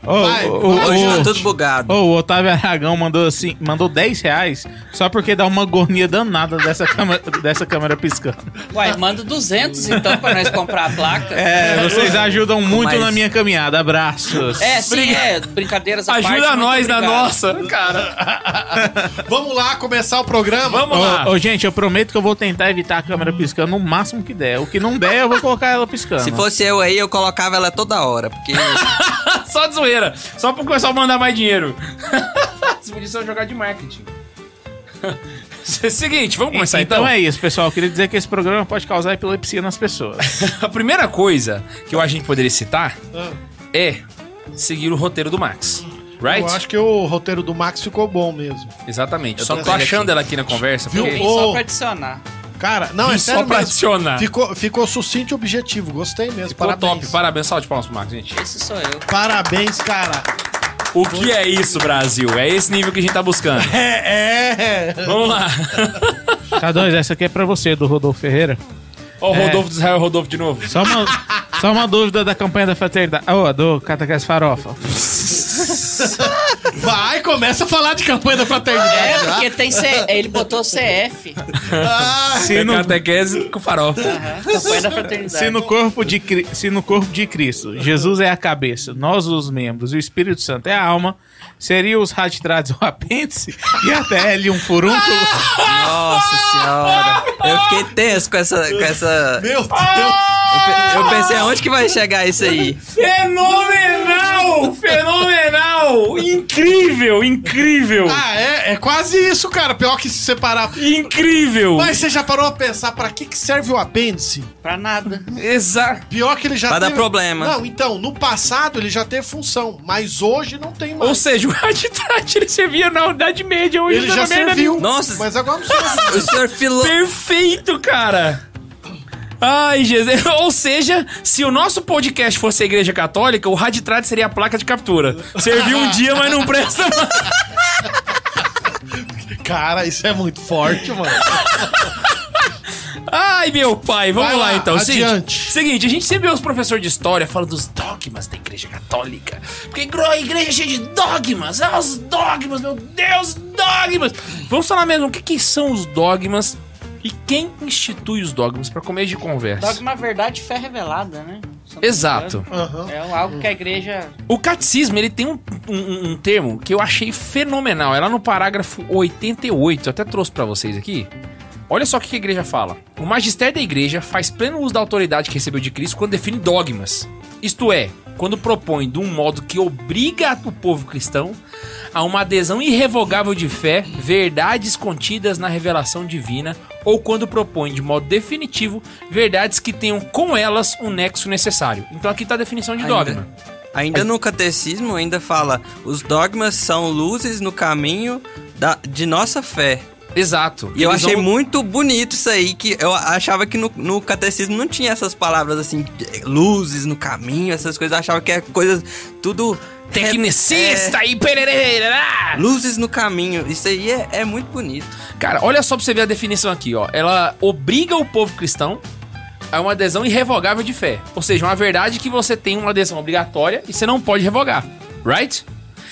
Speaker 5: Ô,
Speaker 4: Vai,
Speaker 5: ô,
Speaker 4: vai,
Speaker 5: ô,
Speaker 1: Hoje tá
Speaker 5: ô,
Speaker 1: tudo bugado.
Speaker 5: ô, o Otávio Aragão mandou assim, mandou 10 reais só porque dá uma agonia danada dessa câmera, dessa câmera piscando.
Speaker 2: Uai, manda 200 então pra nós comprar a placa.
Speaker 5: É, vocês ajudam muito
Speaker 1: Mas-
Speaker 5: na minha caminhada. Abraços.
Speaker 2: É, sim, é. Brincadeiras à parte, é
Speaker 3: Ajuda
Speaker 2: muito
Speaker 3: nós na
Speaker 2: obrigado.
Speaker 3: nossa, cara.
Speaker 4: Vamos lá começar o programa.
Speaker 3: Vamos lá.
Speaker 5: Ô, ô, gente, eu prometo que eu vou tentar evitar a câmera piscando o máximo que der. O que não der, eu vou colocar ela piscando.
Speaker 1: Se fosse eu aí, eu colocava ela toda hora, porque
Speaker 3: Só de zoeira. Só pro pessoal mandar mais dinheiro. Você podia só jogar de marketing. Seguinte, vamos começar
Speaker 5: então,
Speaker 3: então.
Speaker 5: é isso, pessoal. Eu queria dizer que esse programa pode causar epilepsia nas pessoas.
Speaker 3: A primeira coisa que eu- a gente poderia citar
Speaker 4: Ah,
Speaker 3: é seguir o roteiro do Max. Right?
Speaker 4: Eu acho que o roteiro do Max ficou bom mesmo.
Speaker 3: Exatamente.
Speaker 1: Eu
Speaker 3: só
Speaker 1: tô
Speaker 3: tô achando
Speaker 1: aqui.
Speaker 3: ela aqui na conversa.
Speaker 4: Viu?
Speaker 2: Vim
Speaker 3: Porque...
Speaker 2: só
Speaker 4: Ô.
Speaker 2: pra adicionar.
Speaker 4: Cara, não,
Speaker 3: Vim
Speaker 4: é
Speaker 3: só
Speaker 4: sério
Speaker 3: pra
Speaker 4: mesmo.
Speaker 3: adicionar.
Speaker 4: Ficou, ficou sucinto e objetivo. Gostei mesmo.
Speaker 3: Ficou
Speaker 4: Parabéns.
Speaker 3: top. Parabéns. Salve de palmas pro Max, gente.
Speaker 2: Esse sou eu.
Speaker 4: Parabéns, cara.
Speaker 3: O que é isso, Brasil? É esse nível que a gente tá buscando.
Speaker 4: É, é.
Speaker 3: Vamos lá.
Speaker 5: K2, essa aqui é pra você, do Rodolfo Ferreira.
Speaker 3: Ó, o Rodolfo do Israel, Rodolfo de novo.
Speaker 5: Só uma, só uma dúvida da campanha da fraternidade. Ô, do Catacás Farofa.
Speaker 4: Vai, começa a falar de campanha da fraternidade.
Speaker 2: É,
Speaker 4: já.
Speaker 2: porque tem C... né? ele botou CF.
Speaker 4: Ah,
Speaker 5: Se no,
Speaker 3: É Catequese com farofa.
Speaker 2: Aham, Campanha da fraternidade.
Speaker 5: se no corpo de, Cri- se no corpo de Cristo, Jesus é a cabeça, nós os membros e o Espírito Santo é a alma, seria os raditrados o apêndice e a pele um furúnculo?
Speaker 2: Ah!
Speaker 1: Nossa senhora. Eu fiquei tenso com essa. Com essa...
Speaker 4: meu Deus.
Speaker 3: Ah!
Speaker 1: Eu pe- Eu pensei, aonde que vai chegar isso aí?
Speaker 3: Fenomenal! Fenomenal! Incrível, incrível!
Speaker 4: Ah, é, é quase isso, cara. Pior que se separar.
Speaker 3: Incrível!
Speaker 4: Mas você já parou a pensar pra que, que serve o apêndice?
Speaker 2: Pra nada.
Speaker 3: Exato.
Speaker 4: Pior que ele já
Speaker 1: Pra dar
Speaker 4: teve-
Speaker 1: problema.
Speaker 4: Não, então, no passado ele já teve função, mas hoje não tem
Speaker 3: Ou
Speaker 4: mais.
Speaker 3: seja, o Raditrate ele servia na Idade Média hoje
Speaker 4: ele
Speaker 3: tá
Speaker 4: já
Speaker 3: na merda
Speaker 4: serviu.
Speaker 1: Nossa.
Speaker 4: Mas agora não serve.
Speaker 1: O senhor filou.
Speaker 3: Perfeito, cara! Ai, Jesus. Ou seja, se o nosso podcast fosse a Igreja Católica, o Raditrate seria a placa de captura. Serviu um dia, mas não presta mais.
Speaker 4: Cara, isso é muito forte, mano.
Speaker 3: Ai, meu pai, vamos
Speaker 4: Vai
Speaker 3: lá,
Speaker 4: lá,
Speaker 3: então. Seguinte-
Speaker 4: adiante.
Speaker 3: seguinte, a gente sempre vê os professores de história falando dos dogmas da Igreja Católica. Porque gro- a igreja é cheia de dogmas. Ah, os dogmas, meu Deus, dogmas. Vamos falar mesmo o que, que são os dogmas e quem institui os dogmas para começo de conversa.
Speaker 2: Dogma verdade e fé revelada, né? Se eu não me
Speaker 3: Exato.
Speaker 4: Aham.
Speaker 2: engano. É algo que a igreja.
Speaker 3: O catecismo, ele tem um, um- um termo que eu achei fenomenal. É lá no parágrafo 88, eu até trouxe pra vocês aqui. Olha só o que que a igreja fala. O magistério da igreja faz pleno uso da autoridade que recebeu de Cristo quando define dogmas. Isto é, quando propõe de um modo que obriga o povo cristão a uma adesão irrevogável de fé, verdades contidas na revelação divina, ou quando propõe de modo definitivo verdades que tenham com elas um nexo necessário. Então aqui tá a definição de
Speaker 1: Ainda-
Speaker 3: dogma.
Speaker 1: Ainda no catecismo, ainda fala: os dogmas são luzes no caminho da, de nossa fé.
Speaker 3: Exato.
Speaker 1: E eu
Speaker 3: Eles
Speaker 1: achei
Speaker 3: vão-
Speaker 1: muito bonito isso aí, que eu achava que no, no catecismo não tinha essas palavras assim, de- luzes no caminho, essas coisas. Eu achava que é coisas tudo.
Speaker 3: Tecnicista e pererererá.
Speaker 1: É, luzes no caminho. Isso aí é, é muito bonito.
Speaker 3: Cara, olha só pra você ver a definição aqui, ó. Ela obriga o povo cristão a uma adesão irrevogável de fé. Ou seja, uma verdade que você tem uma adesão obrigatória e você não pode revogar. Right?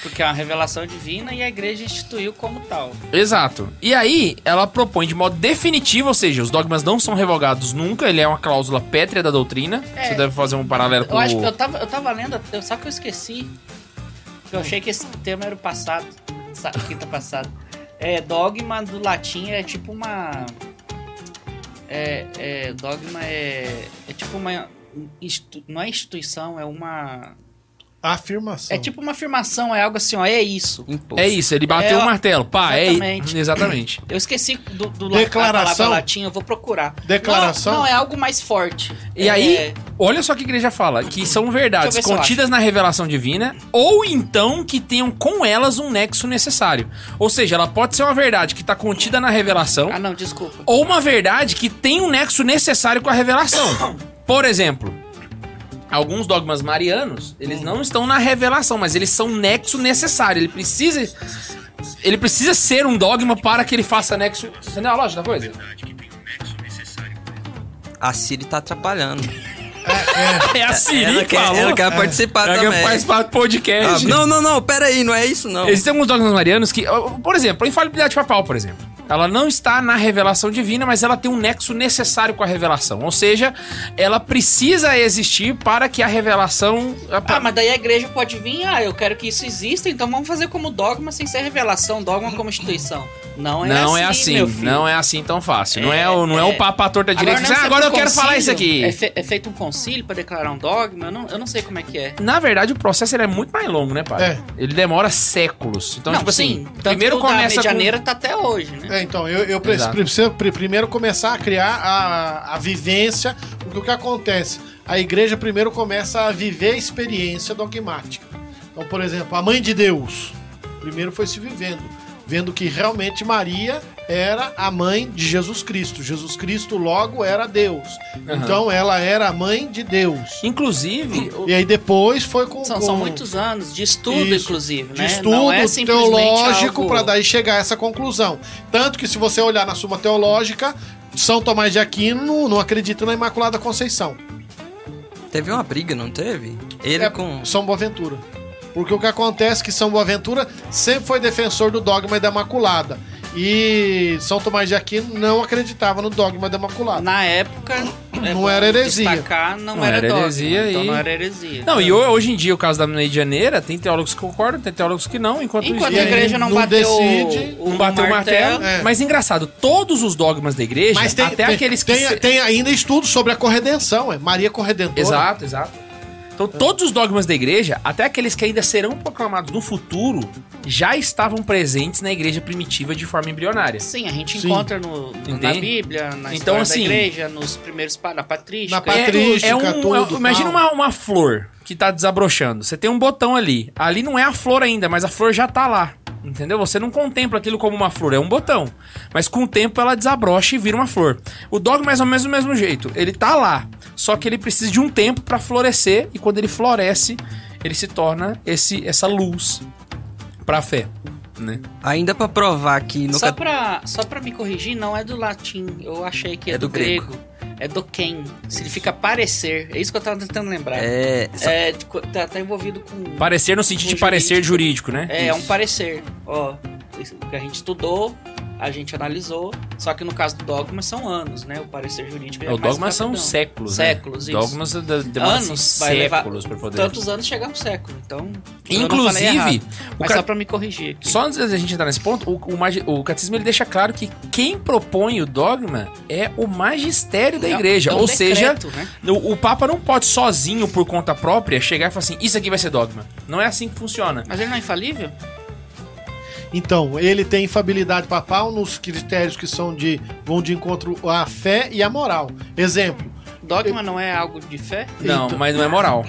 Speaker 2: Porque é uma revelação divina e a igreja instituiu como tal.
Speaker 3: Exato. E aí, ela propõe de modo definitivo, ou seja, os dogmas não são revogados nunca, ele é uma cláusula pétrea da doutrina.
Speaker 2: É.
Speaker 3: Você deve fazer um paralelo com
Speaker 2: Eu acho que
Speaker 3: o...
Speaker 2: eu tava, eu tava lendo, eu- só que eu esqueci. Eu achei que esse tema era o passado. sa- Quinta passada. É, dogma do latim é tipo uma. É, é, dogma é. É tipo uma. institu- Não é instituição, é uma.
Speaker 4: Afirmação.
Speaker 2: É tipo uma afirmação, é algo assim, ó, é isso.
Speaker 1: Imposto.
Speaker 3: É isso, ele bateu
Speaker 2: É,
Speaker 3: o martelo. Pá,
Speaker 2: exatamente.
Speaker 3: é... Exatamente.
Speaker 2: Eu esqueci do, do la-
Speaker 4: Declaração?
Speaker 2: a palavra latim, eu vou procurar.
Speaker 4: Declaração?
Speaker 2: Não, não, é algo mais forte.
Speaker 3: E
Speaker 2: É-
Speaker 3: aí, olha só o que a igreja fala, que são verdades
Speaker 2: Deixa eu ver se eu
Speaker 3: contidas na revelação divina, ou então que tenham com elas um nexo necessário. Ou seja, ela pode ser uma verdade que está contida na revelação,
Speaker 2: Ah, não, desculpa.
Speaker 3: ou uma verdade que tem um nexo necessário com a revelação. Por exemplo, alguns dogmas marianos, eles não estão na revelação, mas eles são um nexo necessário. Ele precisa ele precisa ser um dogma para que ele faça nexo. Você não é a lógica da coisa?
Speaker 1: A Siri tá atrapalhando.
Speaker 3: É a
Speaker 2: assim,
Speaker 1: ela,
Speaker 3: Siri que
Speaker 1: quer, ela
Speaker 3: falou. É,
Speaker 1: quer participar
Speaker 3: Ela
Speaker 1: também.
Speaker 3: quer participar do
Speaker 1: Ah,
Speaker 3: podcast.
Speaker 1: não, não, não, pera aí, não é isso não.
Speaker 3: Existem alguns dogmas marianos que, ó, por exemplo, a infalibilidade papal, por exemplo. Ela não está na revelação divina, mas ela tem um nexo necessário com a revelação. Ou seja, ela precisa existir para que a revelação.
Speaker 2: Ah, mas daí a igreja pode vir, ah, eu quero que isso exista, então vamos fazer como dogma sem ser revelação, dogma como instituição. Não é
Speaker 3: não é
Speaker 2: assim,
Speaker 3: assim,
Speaker 2: meu filho.
Speaker 3: não é assim tão fácil. não é,
Speaker 2: É,
Speaker 3: o, não é,
Speaker 2: é.
Speaker 3: o papo à torta direita.
Speaker 2: não
Speaker 3: Agora,
Speaker 2: é
Speaker 3: ah, agora eu
Speaker 2: feito um
Speaker 3: quero falar
Speaker 2: concílio?
Speaker 3: isso aqui.
Speaker 2: É, fe- é feito um concílio pra declarar um dogma? Eu não, eu não sei como é que é.
Speaker 3: Na verdade, o processo ele é muito mais longo, né, pai?
Speaker 4: É.
Speaker 3: Ele demora séculos. Então,
Speaker 2: não,
Speaker 3: tipo assim,
Speaker 2: tanto
Speaker 3: primeiro
Speaker 2: que o da
Speaker 3: começa com...
Speaker 2: Medianeira tá até hoje, né?
Speaker 4: É, então, eu, eu pre-
Speaker 3: Exato.
Speaker 4: preciso pri- primeiro começar a criar a, a vivência, porque o que acontece? A igreja primeiro começa a viver a experiência dogmática. Então, por exemplo, a mãe de Deus, primeiro foi se vivendo, vendo que realmente Maria era a mãe de Jesus Cristo. Jesus Cristo logo era Deus. Então, ela era a mãe de Deus.
Speaker 3: Inclusive,
Speaker 2: Hum.
Speaker 3: o-
Speaker 4: E aí depois foi com...
Speaker 2: São, são
Speaker 4: com-
Speaker 2: muitos anos de estudo,
Speaker 4: Isso,
Speaker 2: inclusive,
Speaker 4: de
Speaker 2: né?
Speaker 4: estudo
Speaker 2: não é simplesmente
Speaker 4: teológico
Speaker 2: algo-
Speaker 4: para daí chegar a essa conclusão. Tanto que se você olhar na Suma Teológica, São Tomás de Aquino não acredita na Imaculada Conceição.
Speaker 1: Teve uma briga, não teve? Ele
Speaker 4: é
Speaker 1: com.
Speaker 4: São Boaventura. Porque o que acontece é que São Boaventura sempre foi defensor do dogma da Maculada. E São Tomás de Aquino não acreditava no dogma da Maculada.
Speaker 2: Na época. é
Speaker 4: Não
Speaker 2: bom
Speaker 4: era heresia.
Speaker 2: Destacar, não,
Speaker 3: Não
Speaker 2: era,
Speaker 3: era
Speaker 2: dogma,
Speaker 3: heresia
Speaker 2: Então
Speaker 3: e-
Speaker 2: não era heresia.
Speaker 3: Não, e ho- hoje em dia, o caso da Mineira de Janeira, tem teólogos que concordam, tem teólogos que não, enquanto,
Speaker 2: Enquanto
Speaker 4: E
Speaker 2: a
Speaker 4: aí,
Speaker 2: igreja não,
Speaker 4: não
Speaker 2: bateu,
Speaker 4: decide,
Speaker 2: o,
Speaker 3: não Um bateu o martelo.
Speaker 4: é.
Speaker 3: Mas engraçado, todos os dogmas da igreja,
Speaker 4: Mas tem,
Speaker 3: até
Speaker 4: tem-
Speaker 3: aqueles que.
Speaker 4: tem,
Speaker 3: se-
Speaker 4: tem ainda estudos sobre a corredenção, é Maria Corredentora.
Speaker 3: Exato, exato. Então, todos os dogmas da igreja, até aqueles que ainda serão proclamados no futuro, já estavam presentes na igreja primitiva de forma embrionária.
Speaker 2: Sim, a gente
Speaker 4: Sim.
Speaker 2: encontra no, no- na
Speaker 3: Entende?
Speaker 2: Bíblia, na
Speaker 3: Então,
Speaker 2: história
Speaker 3: assim,
Speaker 2: da igreja, nos primeiros pa- na patrística.
Speaker 4: Na patrística, Patrística,
Speaker 3: é, um- é um,
Speaker 4: tudo,
Speaker 3: Imagina
Speaker 4: tal.
Speaker 3: uma, uma flor que tá desabrochando. Você tem um botão ali. Ali não é a flor ainda, mas a flor já tá lá. Entendeu? Você não contempla aquilo como uma flor, é um botão. Mas com o tempo ela desabrocha e vira uma flor. O dogma é mais ou menos do mesmo jeito. Ele tá lá. Só que ele precisa de um tempo pra florescer. E quando ele floresce, ele se torna esse, essa luz pra fé. Né?
Speaker 1: Ainda pra provar que nunca.
Speaker 2: Só, pra, só pra me corrigir, não é do latim. Eu achei que é,
Speaker 1: É do
Speaker 2: do, grego.
Speaker 1: grego.
Speaker 2: É do quem. Significa parecer. É isso que eu tava tentando lembrar.
Speaker 1: É. só-
Speaker 2: É, tipo, tá, tá envolvido com.
Speaker 3: Parecer no sentido
Speaker 2: Com
Speaker 3: de parecer jurídico, né?
Speaker 2: É, é um
Speaker 3: Isso.
Speaker 2: parecer. Ó, isso que a gente estudou, a gente analisou. Só que no caso do dogma são anos, né? O parecer jurídico
Speaker 3: É, o
Speaker 2: mais
Speaker 3: dogma são
Speaker 2: rapidão.
Speaker 3: séculos.
Speaker 2: Séculos,
Speaker 3: né?
Speaker 2: isso.
Speaker 3: Dogmas de- demoram assim,
Speaker 2: Anos, vai levar
Speaker 3: séculos pra poder.
Speaker 2: Tantos anos chegar um século. Então. eu não falei
Speaker 3: Inclusive,
Speaker 2: errado,
Speaker 3: o
Speaker 2: Mas
Speaker 3: ca-
Speaker 2: só pra me corrigir. aqui.
Speaker 3: só antes da gente entrar nesse ponto, o, o magi- o catecismo ele deixa claro que quem propõe o dogma é o magistério da
Speaker 2: É um-
Speaker 3: igreja.
Speaker 2: é um
Speaker 3: ou seja,
Speaker 2: decreto, né?
Speaker 3: o, o Papa não pode sozinho, por conta própria, chegar e falar assim: isso aqui vai ser dogma. Não é assim que funciona.
Speaker 2: Mas ele não é infalível?
Speaker 4: Então, ele tem infabilidade papal nos critérios que são de vão de encontro à fé e à moral. Exemplo.
Speaker 2: Dogma não é algo de fé?
Speaker 3: Não,
Speaker 4: Então-
Speaker 3: mas não é moral.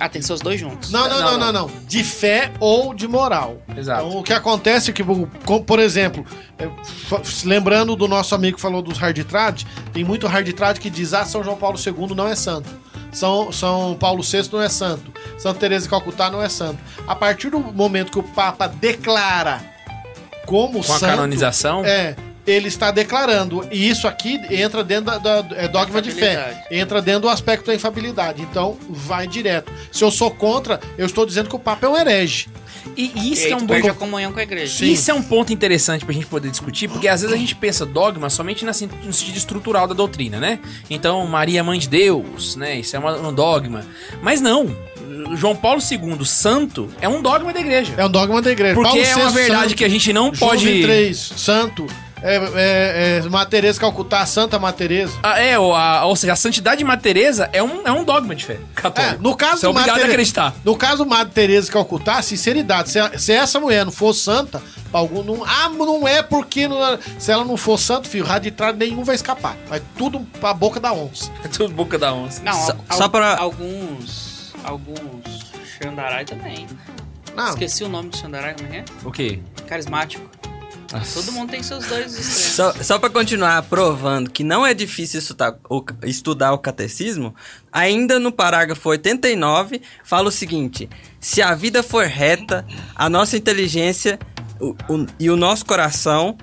Speaker 2: Ah, tem que ser os dois juntos.
Speaker 4: Não, não, não, não, não. De fé ou de moral.
Speaker 3: Exato.
Speaker 4: Então, o que acontece é que, como, por exemplo, é, fa- lembrando do nosso amigo que falou dos hard trad, tem muito hard trad que diz: ah, São João Paulo II não é santo. São, São Paulo VI não é santo. Santa Teresa de Calcutá não é santo. A partir do momento que o Papa declara como
Speaker 3: Com a
Speaker 4: santo,
Speaker 3: canonização.
Speaker 4: é, ele está declarando. E isso aqui entra dentro da, da- é dogma de fé.
Speaker 2: Infabilidade.
Speaker 4: Entra dentro do aspecto da infabilidade. Então, vai direto. Se eu sou contra, eu estou dizendo que o Papa é um herege.
Speaker 3: E
Speaker 2: Isso
Speaker 3: isso é um bom
Speaker 2: perde a comunhão com a igreja.
Speaker 3: Isso é um ponto interessante pra gente poder discutir, porque às vezes a gente pensa dogma somente na sen- no sentido estrutural da doutrina, né? Então, Maria é mãe de Deus, né? Isso é uma- um dogma. Mas não. João Paulo II, santo, é um dogma da igreja.
Speaker 4: É um dogma da igreja.
Speaker 3: Porque
Speaker 4: Paulo
Speaker 3: é uma
Speaker 4: VI,
Speaker 3: verdade
Speaker 4: santo.
Speaker 3: que a gente não
Speaker 4: João
Speaker 3: pode.
Speaker 4: 23, santo. É, é, é, Má Teresa Calcutá, Santa Má Teresa.
Speaker 3: Ah, é, ou, a- ou seja, a santidade de Madre Teresa é um, é um dogma de fé católica.
Speaker 4: É, no caso
Speaker 3: Você é
Speaker 4: do
Speaker 3: obrigado
Speaker 4: Madre
Speaker 3: a
Speaker 4: Teresa-
Speaker 3: acreditar.
Speaker 4: No caso, Madre Teresa de Calcutá, sinceridade, se, a- se essa mulher não for santa, pra algum não, ah, não é porque não- se ela não for santo, filho, raditrado nenhum vai escapar. Vai tudo pra boca da onça.
Speaker 3: É tudo boca da onça.
Speaker 2: Não,
Speaker 1: Só-
Speaker 2: al-
Speaker 1: só
Speaker 2: al-
Speaker 1: pra-
Speaker 2: alguns. Alguns. Xandarai também.
Speaker 4: Não,
Speaker 2: Esqueci o nome do Xandarai, como é?
Speaker 3: O quê?
Speaker 2: Carismático. Todo mundo tem seus dois extremos.
Speaker 1: Só, só para continuar provando que não é difícil estudar o, estudar o catecismo, ainda no parágrafo 89 fala o seguinte: se a vida for reta, a nossa inteligência o- o- e o nosso coração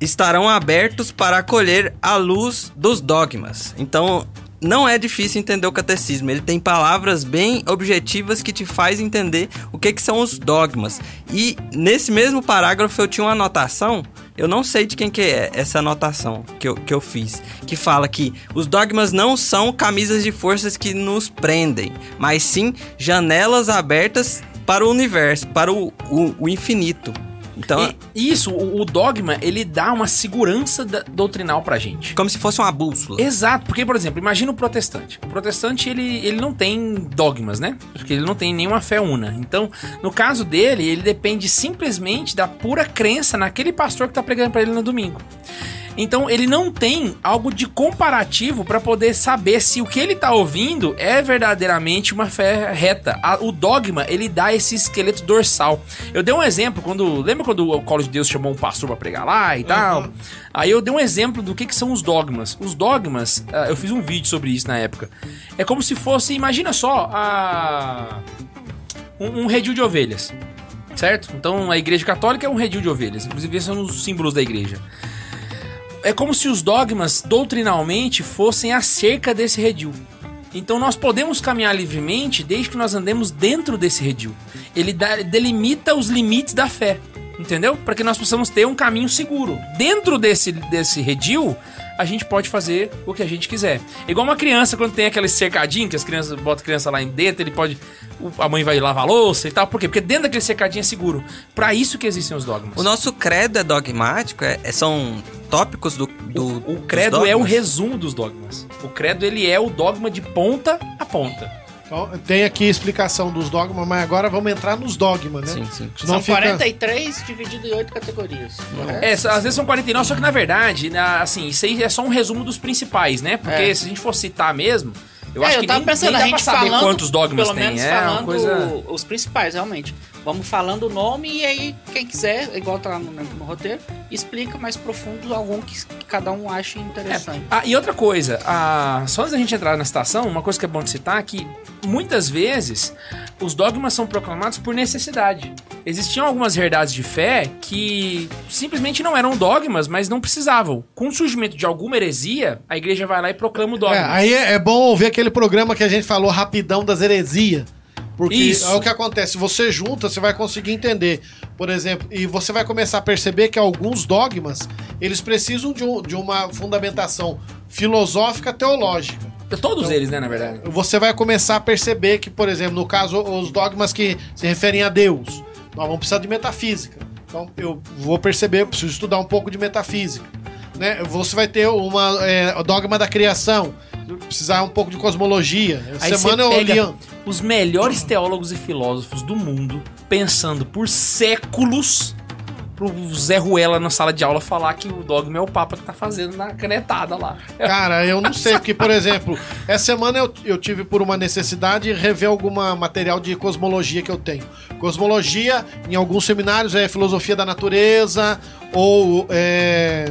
Speaker 1: estarão abertos para acolher a luz dos dogmas. Então, não é difícil entender o catecismo. Ele tem palavras bem objetivas que te faz entender o que, que são os dogmas. E nesse mesmo parágrafo eu tinha uma anotação. Eu não sei de quem que é essa anotação que eu, que eu fiz, que fala que os dogmas não são camisas de forças que nos prendem, mas sim janelas abertas para o universo, para o, o- o infinito. Então,
Speaker 3: E, isso, o, o dogma, ele dá uma segurança da- doutrinal pra gente.
Speaker 1: é como se fosse uma bússola.
Speaker 3: Exato, porque, por exemplo, imagina o protestante. O protestante, ele, ele não tem dogmas, né? Porque ele não tem nenhuma fé una. Então, no caso dele, ele depende simplesmente da pura crença naquele pastor que tá pregando pra ele no domingo. Então, ele não tem algo de comparativo pra poder saber se o que ele tá ouvindo é verdadeiramente uma fé reta. A- o dogma, ele dá esse esqueleto dorsal. Eu dei um exemplo quando. Lembra quando o Colo de Deus chamou um pastor pra pregar lá e tal? Aí eu dei um exemplo do que, que são os dogmas. Os dogmas, ah, eu fiz um vídeo sobre isso na época. É como se fosse, imagina só, a. Um, um redil de ovelhas. Certo? Então a igreja católica é um redil de ovelhas. Inclusive, esses são os símbolos da igreja. É como se os dogmas, doutrinalmente, fossem acerca desse redil. Então nós podemos caminhar livremente desde que nós andemos dentro desse redil. Ele dá- delimita os limites da fé, entendeu? Para que nós possamos ter um caminho seguro. Dentro desse, desse redil, a gente pode fazer o que a gente quiser. É igual uma criança quando tem aquele cercadinho que as crianças botam a criança lá em dentro, ele pode o- a mãe vai lavar a louça e tal. Por quê? Porque dentro daquele cercadinho é seguro. Para isso que existem os dogmas.
Speaker 1: O nosso credo é dogmático? É- é- são tópicos do. do
Speaker 3: O
Speaker 1: dos
Speaker 3: credo é o
Speaker 1: dogmas?
Speaker 3: resumo dos dogmas. O credo ele é o dogma de ponta a ponta.
Speaker 4: Então, tem aqui a explicação dos dogmas, mas agora vamos entrar nos dogmas,
Speaker 1: Sim,
Speaker 4: né?
Speaker 1: sim.
Speaker 3: Tipo,
Speaker 4: Senão
Speaker 2: São
Speaker 4: fica-
Speaker 2: 43 dividido em 8 categorias.
Speaker 3: É, só- às vezes são 49, só que na verdade, na- assim, isso aí é só um resumo dos principais, né? Porque
Speaker 2: É.
Speaker 3: se a gente for citar mesmo, eu
Speaker 2: É,
Speaker 3: acho que
Speaker 2: tava
Speaker 3: nem, nem dá pra saber quantos dogmas
Speaker 2: pelo
Speaker 3: tem.
Speaker 2: menos
Speaker 3: é uma
Speaker 2: falando
Speaker 3: coisa...
Speaker 2: os principais, realmente. Vamos falando o nome e aí quem quiser, igual tá lá no, no roteiro, explica mais profundo algum que, que cada um ache interessante.
Speaker 3: Ah, e outra coisa, a- só antes da gente entrar na citação, uma coisa que é bom de citar é que muitas vezes os dogmas são proclamados por necessidade. Existiam algumas verdades de fé que simplesmente não eram dogmas, mas não precisavam. Com o surgimento de alguma heresia, a igreja vai lá e proclama o dogma.
Speaker 4: É, aí é, é bom ouvir aquele programa que a gente falou rapidão das heresias. Porque
Speaker 3: Isso.
Speaker 4: é o que acontece. Você junta, você vai conseguir entender. Por exemplo, e você vai começar a perceber que alguns dogmas, eles precisam de, um- de uma fundamentação filosófica teológica.
Speaker 3: Todos
Speaker 4: Então,
Speaker 3: eles,
Speaker 4: é.
Speaker 3: né, na verdade.
Speaker 4: Você vai começar a perceber que, por exemplo, no caso, os dogmas que se referem a Deus, nós vamos precisar de metafísica. Então, eu vou perceber, eu preciso estudar um pouco de metafísica. Né? Você vai ter uma é, o dogma da criação, precisar um pouco de cosmologia.
Speaker 3: Aí
Speaker 4: Semana eu
Speaker 3: você pega-
Speaker 4: li
Speaker 3: Os melhores teólogos e filósofos do mundo pensando por séculos pro Zé Ruela na sala de aula falar que o dogma é o Papa que tá fazendo na canetada lá.
Speaker 4: Cara, eu não sei, porque, por exemplo, essa semana eu, eu tive por uma necessidade rever algum material de cosmologia que eu tenho. Cosmologia, em alguns seminários, é filosofia da natureza, ou é.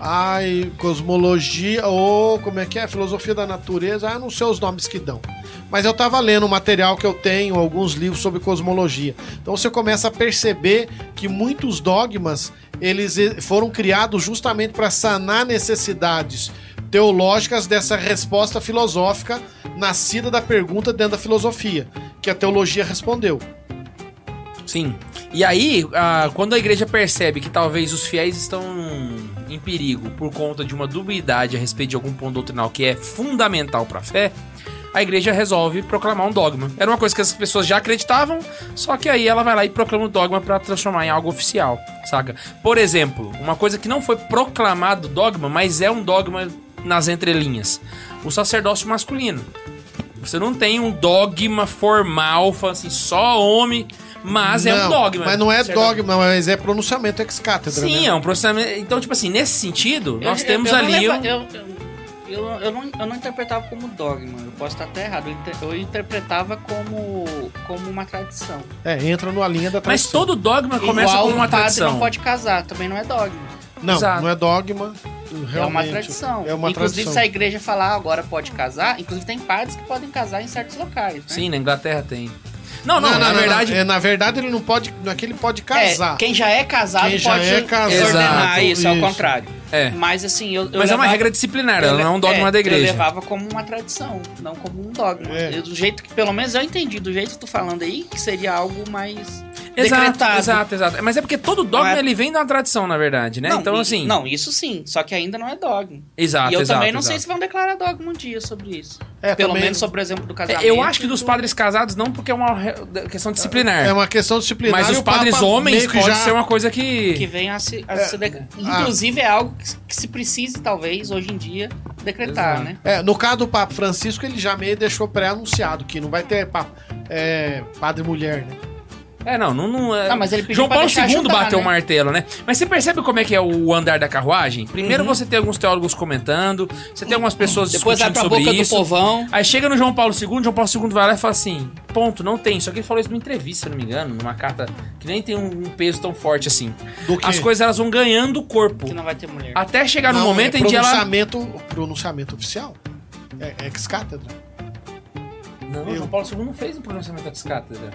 Speaker 4: Ai, cosmologia, ou como é que é? Filosofia da natureza, ah, não sei os nomes que dão. Mas eu tava lendo o material que eu tenho, alguns livros sobre cosmologia. Então você começa a perceber que muitos dogmas eles eh, foram criados justamente para sanar necessidades teológicas dessa resposta filosófica nascida da pergunta dentro da filosofia, que a teologia respondeu.
Speaker 3: Sim. E aí, ah, quando a igreja percebe que talvez os fiéis estão em perigo por conta de uma dubiedade a respeito de algum ponto doutrinal que é fundamental pra fé, a igreja resolve proclamar um dogma. Era uma coisa que as pessoas já acreditavam, só que aí ela vai lá e proclama o dogma pra transformar em algo oficial, saca? Por exemplo, uma coisa que não foi proclamado dogma, mas é um dogma nas entrelinhas. O sacerdócio masculino. Você não tem um dogma formal, falando assim, só homem, mas é um
Speaker 4: Não,
Speaker 3: dogma.
Speaker 4: Mas não é
Speaker 3: Certo?
Speaker 4: dogma, mas é pronunciamento ex cátedra.
Speaker 3: Sim,
Speaker 4: né?
Speaker 3: é um processamento. Então, tipo assim, nesse sentido, nós
Speaker 2: Eu-
Speaker 3: temos
Speaker 2: eu, eu não
Speaker 3: ali.
Speaker 2: leva-
Speaker 3: um-
Speaker 2: eu, eu, eu, eu não, eu não interpretava como dogma, eu posso estar até errado. Eu, inter- eu interpretava como, como uma tradição.
Speaker 4: é, entra numa linha da
Speaker 3: Mas
Speaker 4: tradição.
Speaker 3: todo dogma começa
Speaker 2: Igual
Speaker 3: com uma
Speaker 2: o padre não
Speaker 3: tradição.
Speaker 2: pode casar, também não é dogma.
Speaker 4: Não,
Speaker 3: Exato.
Speaker 4: não é dogma. Realmente,
Speaker 2: é uma tradição.
Speaker 4: É uma
Speaker 2: inclusive,
Speaker 4: tradição.
Speaker 2: se a igreja falar "Ah, agora pode casar, inclusive tem padres que podem casar em certos locais. Né?
Speaker 3: Sim, na Inglaterra tem. Não, não, na verdade.
Speaker 4: é, na verdade, ele não pode. Não é que ele pode
Speaker 2: É,
Speaker 4: casar.
Speaker 2: quem já é casado
Speaker 4: Quem já
Speaker 2: pode
Speaker 4: é casado.
Speaker 2: ordenar
Speaker 4: Exato,
Speaker 2: isso, ao
Speaker 4: isso.
Speaker 2: contrário.
Speaker 3: É.
Speaker 2: Mas assim, eu, eu
Speaker 3: Mas é uma
Speaker 2: levava-
Speaker 3: regra disciplinar,
Speaker 2: eu
Speaker 3: ela
Speaker 2: le-
Speaker 3: não é um dogma
Speaker 2: é,
Speaker 3: da
Speaker 2: Eu
Speaker 3: igreja.
Speaker 2: levava como uma tradição, não como um dogma.
Speaker 4: É.
Speaker 2: Eu- do jeito que, pelo menos eu entendi, do jeito que tu falando aí, que seria algo mais
Speaker 3: Exato,
Speaker 2: decretado.
Speaker 3: exato, exato. Mas é porque todo dogma
Speaker 2: Mas-
Speaker 3: ele vem de uma tradição, na verdade, né?
Speaker 2: Não,
Speaker 3: então,
Speaker 2: e-
Speaker 3: assim.
Speaker 2: Não, isso sim, só que ainda não é dogma.
Speaker 3: Exato,
Speaker 2: e eu
Speaker 3: exato,
Speaker 2: também não
Speaker 3: exato.
Speaker 2: sei se vão declarar dogma um dia sobre isso.
Speaker 4: É,
Speaker 2: pelo
Speaker 4: também-
Speaker 2: menos sobre o exemplo do casamento.
Speaker 3: É, Eu acho que dos
Speaker 2: do-
Speaker 3: padres casados não, porque é uma re- questão disciplinar.
Speaker 4: É uma questão disciplinar.
Speaker 3: Mas
Speaker 4: e
Speaker 3: os
Speaker 4: o Papa
Speaker 3: padres homens
Speaker 4: meio que
Speaker 3: pode
Speaker 4: já-
Speaker 3: ser uma coisa que.
Speaker 2: que vem a se, a se de-
Speaker 4: Ah.
Speaker 2: Inclusive, é algo que, que se precise, talvez, hoje em dia, decretar,
Speaker 3: Exato.
Speaker 2: né?
Speaker 4: É, no caso do Papa Francisco, ele já meio deixou pré-anunciado que não vai ter papa, é, padre mulher, né?
Speaker 3: É, não, não, não é.
Speaker 2: Ah, mas ele pediu
Speaker 3: João
Speaker 2: pra
Speaker 3: Paulo II
Speaker 2: deixar ajudar,
Speaker 3: bateu o
Speaker 2: né?
Speaker 3: martelo, né? Mas você percebe como é que é o andar da carruagem? Primeiro
Speaker 2: Uhum.
Speaker 3: você tem alguns teólogos comentando, você tem algumas pessoas
Speaker 2: Depois vai
Speaker 3: discutindo
Speaker 2: pra
Speaker 3: sobre
Speaker 2: boca
Speaker 3: isso.
Speaker 2: do povão.
Speaker 3: Aí chega no João Paulo II, João Paulo II vai lá e fala assim: ponto, não tem. Só que ele falou isso numa entrevista, se não me engano, numa carta que nem tem um um peso tão forte assim.
Speaker 4: Do que
Speaker 3: As coisas elas vão ganhando corpo.
Speaker 2: Que não vai ter mulher.
Speaker 3: Até chegar no
Speaker 4: Não,
Speaker 3: momento
Speaker 4: é
Speaker 3: em que ela.
Speaker 4: pronunciamento, pronunciamento oficial. É, é ex-cátedra.
Speaker 3: Não, João Paulo II não fez um pronunciamento de cátedra.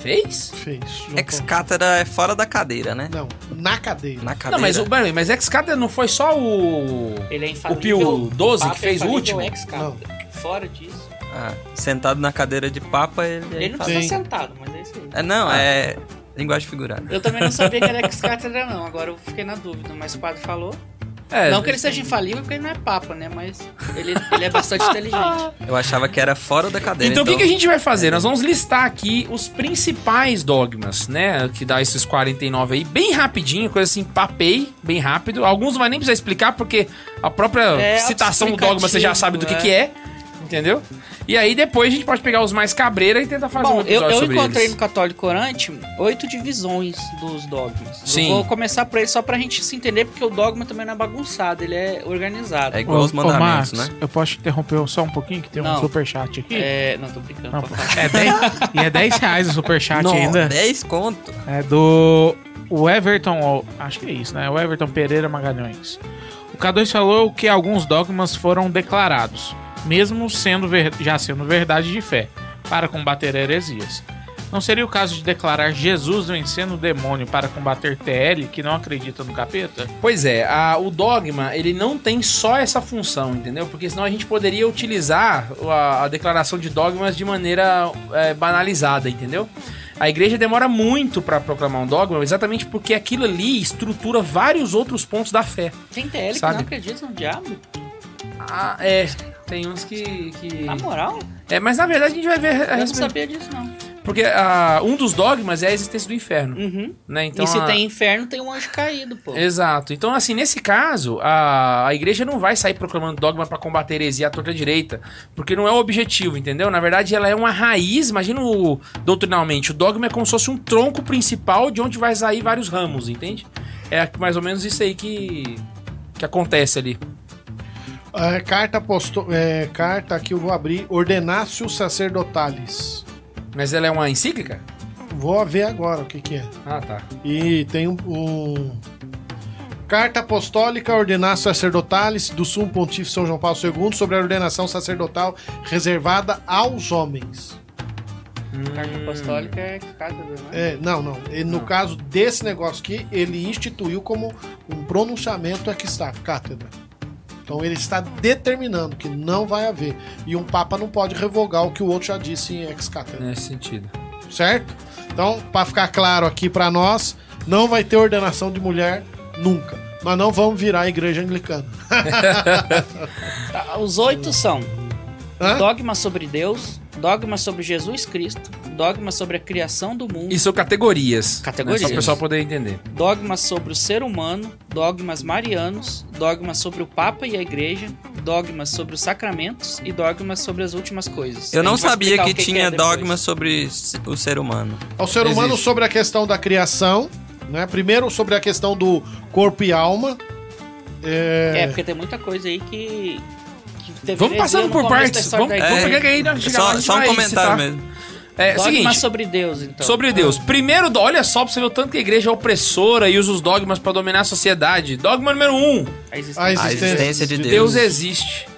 Speaker 3: Fez?
Speaker 4: Fez. João Paulo.
Speaker 1: Ex-cátedra é fora da cadeira, né?
Speaker 4: Não, na cadeira.
Speaker 1: Na cadeira.
Speaker 3: Não, mas, o- peraí, mas ex-cátedra não foi só o.
Speaker 2: Ele é
Speaker 3: O Pio
Speaker 2: infalível.
Speaker 3: XII
Speaker 2: Papa é
Speaker 3: que fez o
Speaker 2: infalível
Speaker 3: último?
Speaker 2: ex-cátedra. fora disso.
Speaker 1: Ah, sentado na cadeira de papa, ele.
Speaker 2: Ele não
Speaker 1: fala-
Speaker 2: precisa
Speaker 4: Sim.
Speaker 2: estar sentado, mas é isso aí.
Speaker 1: É,
Speaker 3: Ah.
Speaker 1: não, é linguagem figurada.
Speaker 2: Eu também não sabia que é era ex-cátedra, não. Agora eu fiquei na dúvida, mas o padre falou.
Speaker 3: É,
Speaker 2: não que ele seja infalível, porque ele não é papa, né? Mas ele, ele é bastante
Speaker 3: um
Speaker 2: inteligente.
Speaker 1: Eu achava que era fora da cadeira.
Speaker 3: Então o que, que a gente vai fazer? Nós vamos listar aqui os principais dogmas, né? Que dá esses 49 aí, bem rapidinho, coisa assim, papei, bem rápido. Alguns não vai nem precisar explicar, porque a própria
Speaker 2: É
Speaker 3: citação do dogma você já sabe do que,
Speaker 2: é.
Speaker 3: que é, entendeu? E aí depois a gente pode pegar os mais cabreira e tentar fazer um
Speaker 2: Bom, eu,
Speaker 3: episódio
Speaker 2: eu
Speaker 3: sobre
Speaker 2: encontrei
Speaker 3: eles.
Speaker 2: no Católico Orante oito divisões dos dogmas.
Speaker 3: Sim.
Speaker 2: Eu vou começar por ele só pra gente se entender, porque o dogma também não é bagunçado, ele é organizado.
Speaker 1: É igual os mandamentos, né?
Speaker 5: Eu posso te interromper só um pouquinho, que tem um
Speaker 2: Não.
Speaker 5: superchat aqui?
Speaker 2: É, não, tô brincando.
Speaker 5: Não,
Speaker 2: pode
Speaker 5: pô.
Speaker 2: falar.
Speaker 5: É 10, e é 10 reais o superchat
Speaker 1: Não,
Speaker 5: ainda.
Speaker 1: 10 conto.
Speaker 5: É do o Everton, ó, acho que é isso, né? O Everton Pereira Magalhães. O K2 falou que alguns dogmas foram declarados, mesmo sendo ver- já sendo verdade de fé, para combater heresias. Não seria o caso de declarar Jesus vencendo o demônio para combater TL, que não acredita no capeta?
Speaker 3: Pois é, a- o dogma, ele não tem só essa função, entendeu? Porque senão a gente poderia utilizar a, a declaração de dogmas de maneira é, banalizada, entendeu? A igreja demora muito para proclamar um dogma, exatamente porque aquilo ali estrutura vários outros pontos da fé.
Speaker 2: Tem TL que
Speaker 3: Sabe?
Speaker 2: não acredita no diabo?
Speaker 3: Ah, é. Tem uns que. que-
Speaker 2: Na moral,
Speaker 3: É, mas na verdade a gente vai ver a
Speaker 2: Tá eu não
Speaker 3: É, respeito.
Speaker 2: sabia disso, não.
Speaker 3: Porque ah, um dos dogmas é a existência do inferno,
Speaker 2: Uhum.
Speaker 3: né? Então,
Speaker 2: e se
Speaker 3: a-
Speaker 2: tem inferno, tem um anjo caído, pô.
Speaker 3: Exato. Então, assim, nesse caso, a, a igreja não vai sair proclamando dogma pra combater heresia à torta direita, porque não é o objetivo, entendeu? Na verdade, ela é uma raiz, imagina o, doutrinalmente, o dogma é como se fosse um tronco principal de onde vai sair vários ramos, entende? É mais ou menos isso aí que, que acontece ali.
Speaker 4: É, carta, aposto- é, carta aqui eu vou abrir. Ordenácio Sacerdotalis.
Speaker 3: Mas ela é uma encíclica?
Speaker 4: Vou ver agora o que, que é.
Speaker 3: Ah, tá.
Speaker 4: E tem um. um- Carta Apostólica Ordenácio Sacerdotalis do Sumo Pontífice São João Paulo II sobre a ordenação sacerdotal reservada aos homens.
Speaker 2: Carta apostólica é ex-cátedra, né?
Speaker 4: É, não, não. E No caso desse negócio aqui, ele instituiu como um pronunciamento é que está, cátedra. Então ele está determinando que não vai haver. E um Papa não pode revogar o que o outro já disse em ex-cátedra,
Speaker 3: Nesse sentido.
Speaker 4: certo? Então, para ficar claro aqui para nós, não vai ter ordenação de mulher nunca. Mas não vamos virar a igreja anglicana.
Speaker 2: Ah, Os oito são
Speaker 4: Hã?
Speaker 2: dogma sobre Deus, dogma sobre Jesus Cristo, dogma sobre a criação do mundo,
Speaker 3: E são categorias.
Speaker 2: Categorias.
Speaker 3: Né? Só o pessoal poder entender.
Speaker 2: dogma sobre o ser humano, dogmas marianos, dogma sobre o Papa e a Igreja, dogmas sobre os sacramentos e dogmas sobre as últimas coisas.
Speaker 1: Eu
Speaker 2: A
Speaker 1: não
Speaker 2: gente vai
Speaker 1: sabia
Speaker 2: explicar
Speaker 1: que,
Speaker 2: o é
Speaker 1: tinha
Speaker 2: depois.
Speaker 1: dogma sobre se- o ser humano.
Speaker 4: Ao Então, ser humano
Speaker 3: Existe.
Speaker 4: sobre a questão da criação, né? Primeiro sobre a questão do corpo e alma.
Speaker 2: É, porque tem muita coisa aí que. que teve
Speaker 3: Vamos
Speaker 2: heresia
Speaker 3: passando
Speaker 2: no
Speaker 3: por
Speaker 2: começo um da
Speaker 3: partes.
Speaker 2: história
Speaker 3: Vamos,
Speaker 2: da
Speaker 3: vamos
Speaker 1: É.
Speaker 3: pegar que aí. nós chegamos lá, a
Speaker 1: Só,
Speaker 3: gente
Speaker 1: só um
Speaker 3: vai
Speaker 1: comentário
Speaker 3: citar.
Speaker 1: mesmo.
Speaker 3: É,
Speaker 2: Dogma
Speaker 3: seguinte.
Speaker 2: sobre Deus, então.
Speaker 3: Sobre Deus. Primeiro, do- olha só pra você ver o tanto que a igreja é opressora e usa os dogmas pra dominar a sociedade. Dogma número um:
Speaker 2: A existência.
Speaker 4: A
Speaker 1: A
Speaker 4: existência
Speaker 1: existência de
Speaker 4: de
Speaker 3: Deus, é
Speaker 1: Deus.
Speaker 3: existe.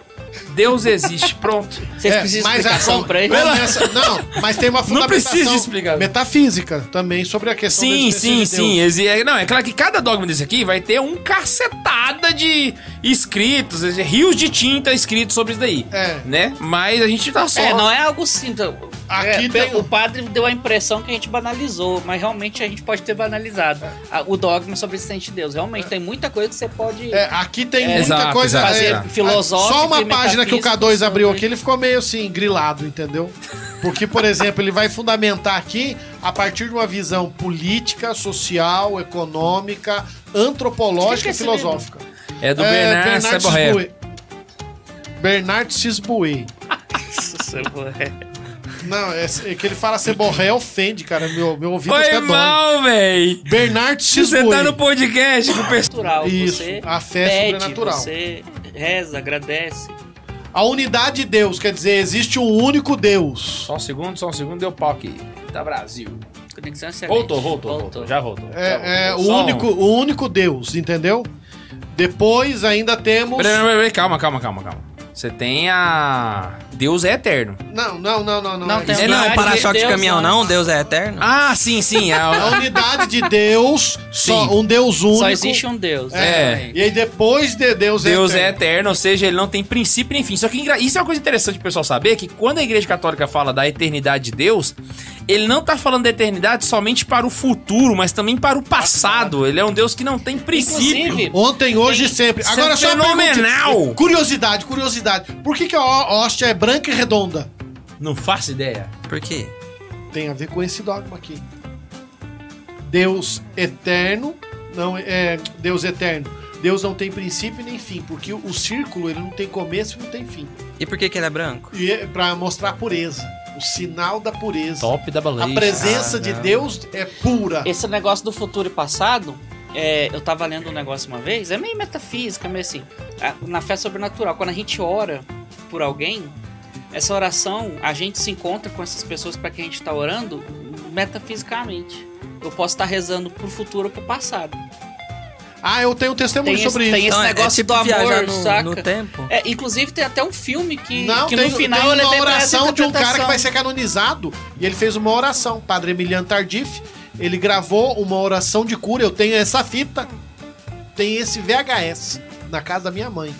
Speaker 3: Deus existe. Pronto.
Speaker 2: É. Vocês precisam de explicação
Speaker 4: É, a-
Speaker 2: pra ele?
Speaker 4: começa- não, mas tem uma fundamentação
Speaker 3: precisa de explicar.
Speaker 4: metafísica também sobre a questão
Speaker 3: Sim,
Speaker 4: da existência
Speaker 3: sim,
Speaker 4: de Deus.
Speaker 3: sim. exi- é- Não, é claro que cada dogma desse aqui vai ter um cacetada de escritos, exi- rios de tinta escritos sobre isso daí.
Speaker 4: É.
Speaker 3: Né? Mas a gente tá só.
Speaker 2: É, não é algo simples.
Speaker 4: Aqui
Speaker 2: É,
Speaker 4: tem- um-
Speaker 2: O padre deu a impressão que a gente banalizou, mas realmente a gente pode ter banalizado a- o dogma sobre a existência de Deus. Realmente tem muita coisa que você pode
Speaker 4: É, aqui tem muita
Speaker 3: Exato,
Speaker 4: coisa
Speaker 3: exato,
Speaker 4: é,
Speaker 2: exato. Filosófica
Speaker 4: Só
Speaker 2: e
Speaker 4: uma página que o K2
Speaker 2: metafísica né?
Speaker 4: abriu
Speaker 2: sobre-
Speaker 4: aqui, ele ficou meio assim, grilado, entendeu? Porque, por exemplo, ele vai fundamentar aqui a partir de uma visão política, social, econômica,
Speaker 2: De
Speaker 4: antropológica
Speaker 2: quem
Speaker 4: e
Speaker 2: que é esse
Speaker 4: filosófica.
Speaker 3: É do Bernard Saborré.
Speaker 4: Sisbué. Bernard Sisbué.
Speaker 2: é
Speaker 4: Não, é, é que ele fala Seborré ofende, cara. Meu, meu ouvido
Speaker 3: Foi
Speaker 4: fica dói.
Speaker 3: mal, véi.
Speaker 4: Bernard
Speaker 3: Você tá no
Speaker 4: Sisbué.
Speaker 3: podcast com o pessoal.
Speaker 2: natural.
Speaker 4: Isso,
Speaker 2: você
Speaker 4: a fé é
Speaker 2: pede,
Speaker 4: sobrenatural.
Speaker 2: Você reza, agradece.
Speaker 4: A unidade de Deus, quer dizer, existe um único Deus.
Speaker 3: Só um segundo, só um segundo, deu pau aqui. Tá Brasil.
Speaker 2: Conexão excelente.
Speaker 3: Voltou, voltou, voltou, Já voltou. já voltou.
Speaker 4: É, é, o,
Speaker 3: Só um-
Speaker 4: único, o único Deus, entendeu? Depois ainda temos.
Speaker 3: Peraí, peraí, peraí, calma, calma, calma, calma. Você tem a. Deus é eterno.
Speaker 4: Não, não, não, não, não.
Speaker 2: Não,
Speaker 4: é
Speaker 2: tem-
Speaker 4: isso.
Speaker 1: É, não,
Speaker 2: Deus,
Speaker 1: para-choque de
Speaker 2: Deus,
Speaker 1: caminhão
Speaker 2: não.
Speaker 1: não, Deus é eterno.
Speaker 3: Ah, sim, sim. é
Speaker 4: É a
Speaker 3: o-
Speaker 4: unidade de Deus, só
Speaker 3: Sim.
Speaker 4: um Deus único.
Speaker 2: Só existe um Deus.
Speaker 4: É.
Speaker 3: É.
Speaker 4: E aí depois de Deus,
Speaker 3: Deus é eterno, ou seja, ele não tem princípio nem fim. Só que engra- isso é uma coisa interessante pro pessoal saber, que quando a igreja católica fala da eternidade de Deus, ele não tá falando da eternidade somente para o futuro, mas também para o passado. Ele é um Deus que não tem princípio.
Speaker 2: Inclusive,
Speaker 4: Ontem, hoje e sempre.
Speaker 3: Isso é
Speaker 4: Agora só uma
Speaker 3: fenomenal.
Speaker 4: pergunta. Curiosidade, curiosidade. Por que, que a hó- hóstia é branca e redonda?
Speaker 3: Não faço ideia.
Speaker 1: Por quê?
Speaker 4: Tem a ver com esse dogma aqui. Deus eterno, não é Deus eterno. Deus não tem princípio nem fim, porque o o círculo ele não tem começo e não tem fim.
Speaker 1: E por que que ele é branco?
Speaker 4: E é para mostrar a pureza, o sinal da pureza.
Speaker 3: Top da
Speaker 4: A
Speaker 3: balança.
Speaker 2: Ah,
Speaker 4: presença de Deus é pura.
Speaker 2: esse negócio do futuro e passado, é, eu tava lendo um negócio uma vez, é meio metafísica, meio assim. a- Na fé sobrenatural, quando a gente ora por alguém, essa oração, a gente se encontra com essas pessoas para quem a gente tá orando metafisicamente. Eu posso estar rezando pro futuro ou pro passado.
Speaker 4: Ah, eu tenho um
Speaker 2: Tem
Speaker 4: testemunho
Speaker 2: esse,
Speaker 4: sobre
Speaker 2: tem
Speaker 4: isso.
Speaker 2: esse negócio do
Speaker 1: Então, é tipo viajar
Speaker 2: amor,
Speaker 1: no,
Speaker 2: saca?
Speaker 1: no tempo.
Speaker 2: É, inclusive tem até um filme que,
Speaker 4: Não,
Speaker 2: que
Speaker 4: tem, um-
Speaker 2: no final
Speaker 4: tem
Speaker 2: eu levei
Speaker 4: uma
Speaker 2: pra essa
Speaker 4: oração de um cara que
Speaker 2: interpretação.
Speaker 4: vai ser canonizado e ele fez uma oração. Padre Emiliano Tardif, ele gravou uma oração de cura. Eu tenho essa fita, tem esse VHS na casa da minha mãe.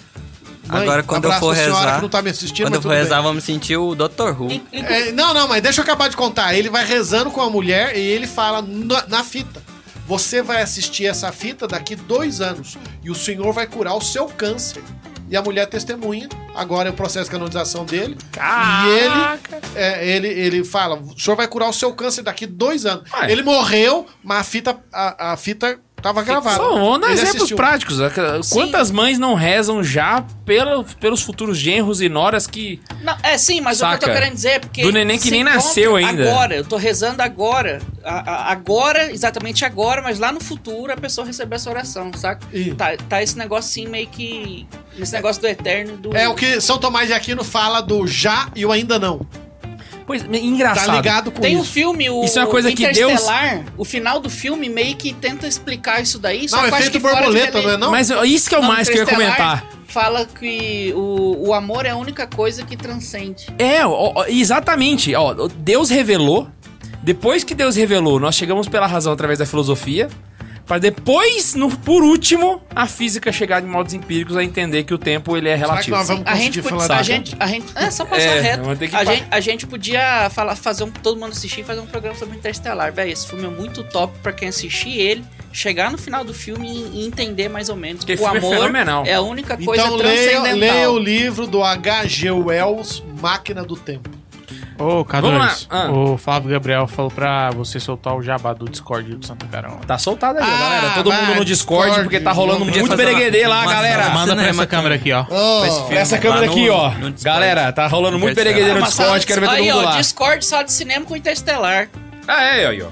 Speaker 4: Mãe,
Speaker 1: Agora, quando eu
Speaker 4: abraço
Speaker 1: for
Speaker 4: pra senhora
Speaker 1: rezar-
Speaker 4: que não tá me assistindo,
Speaker 1: Quando eu
Speaker 4: mas
Speaker 1: for
Speaker 4: tudo bem.
Speaker 1: rezar, vamos sentir o Dr. Who.
Speaker 2: Inc- inclusive,
Speaker 4: É, não, não, mas deixa eu acabar de contar. Ele vai rezando com a mulher e ele fala na, na fita. Você vai assistir essa fita daqui dois anos e o senhor vai curar o seu câncer. E a mulher testemunha, agora é o processo de canonização dele.
Speaker 3: Ah,
Speaker 4: E ele, é, ele, ele fala: o senhor vai curar o seu câncer daqui dois anos.
Speaker 3: Ué.
Speaker 4: Ele morreu, mas a fita, a, a fita tava gravada.
Speaker 3: Só, vamos dar
Speaker 4: Ele
Speaker 3: exemplos
Speaker 4: assistiu.
Speaker 3: práticos. Quantas mães não rezam já pelo- pelos futuros genros e noras que.
Speaker 2: Não, é sim, mas o que eu
Speaker 3: Saca?
Speaker 2: tô querendo dizer é porque.
Speaker 3: Do neném que
Speaker 2: se
Speaker 3: nem
Speaker 2: encontra
Speaker 3: nasceu ainda.
Speaker 2: Agora, eu tô rezando agora. a- a- agora, exatamente agora, mas lá no futuro a pessoa receber essa oração, saca?
Speaker 4: Ih.
Speaker 2: Tá, tá esse negócio assim meio que. Esse negócio do eterno e do.
Speaker 4: É o que São Tomás de Aquino fala do já e o ainda não.
Speaker 3: Pois,
Speaker 4: Tá
Speaker 3: engraçado.
Speaker 4: ligado com
Speaker 2: Ah, Tem um o
Speaker 4: isso.
Speaker 2: filme, o
Speaker 3: Isso é uma coisa que Deus-
Speaker 2: Interestelar, o final do filme meio que tenta explicar isso daí, só
Speaker 4: Não,
Speaker 2: que eu acho
Speaker 4: efeito
Speaker 2: que fora de
Speaker 4: borboleta,
Speaker 2: rele-
Speaker 4: não é não?
Speaker 3: Mas isso que é o
Speaker 2: Não,
Speaker 3: mais que eu ia
Speaker 2: Interestelar
Speaker 3: comentar.
Speaker 2: Fala que o, o amor é a única coisa que transcende.
Speaker 3: É, ó, ó, exatamente. Ó, Deus revelou. Depois que Deus revelou, nós chegamos pela razão através da filosofia. Pra depois, no, por último, a física chegar de modos empíricos a entender que o tempo ele é
Speaker 4: Será que
Speaker 3: relativo.
Speaker 4: nós vamos
Speaker 2: A
Speaker 4: conseguir
Speaker 2: gente, podia,
Speaker 4: falar
Speaker 2: a,
Speaker 4: disso?
Speaker 2: gente, a gente. É, só passar
Speaker 3: É, vamos ter que
Speaker 2: reto. A
Speaker 3: pa-
Speaker 2: gente, a gente podia falar, fazer um, todo mundo assistir e fazer um programa sobre Interstellar. Véi, esse filme é muito top pra quem assistir ele, chegar no final do filme e, e entender mais ou menos.
Speaker 3: Porque
Speaker 2: o
Speaker 3: filme é
Speaker 2: amor
Speaker 3: fenomenal.
Speaker 2: é, a única coisa
Speaker 4: Então leia,
Speaker 2: transcendental.
Speaker 4: leia o livro do H.G. Wells, Máquina do Tempo.
Speaker 5: Ô,
Speaker 3: Vamos
Speaker 5: K2,
Speaker 3: lá. Ah.
Speaker 5: o Flávio Gabriel falou pra você soltar o jabá do Discord do Santa Carol.
Speaker 3: Tá soltado aí, ó,
Speaker 4: Ah,
Speaker 3: galera. Todo
Speaker 4: vai,
Speaker 3: mundo no Discord,
Speaker 4: Discord,
Speaker 3: porque tá rolando
Speaker 4: vamos
Speaker 1: Podia
Speaker 3: muito
Speaker 1: fazer uma-
Speaker 3: bereguedê lá,
Speaker 1: uma-
Speaker 3: galera.
Speaker 1: uma-
Speaker 5: Manda pra
Speaker 1: Cinema
Speaker 5: essa
Speaker 1: com-
Speaker 5: câmera aqui, ó.
Speaker 1: com
Speaker 4: Oh.
Speaker 1: esse filme.
Speaker 3: Essa
Speaker 1: Lá
Speaker 3: câmera
Speaker 1: no-
Speaker 3: aqui, ó.
Speaker 1: no Discord.
Speaker 3: Galera, tá rolando muito
Speaker 1: Interstellar.
Speaker 3: bereguedê no
Speaker 2: Mas só-
Speaker 3: Discord. Quero ver todo
Speaker 2: aí,
Speaker 3: mundo
Speaker 2: ó,
Speaker 3: lá.
Speaker 2: Discord só de cinema com Interstellar.
Speaker 3: Ah, é, aí, ó.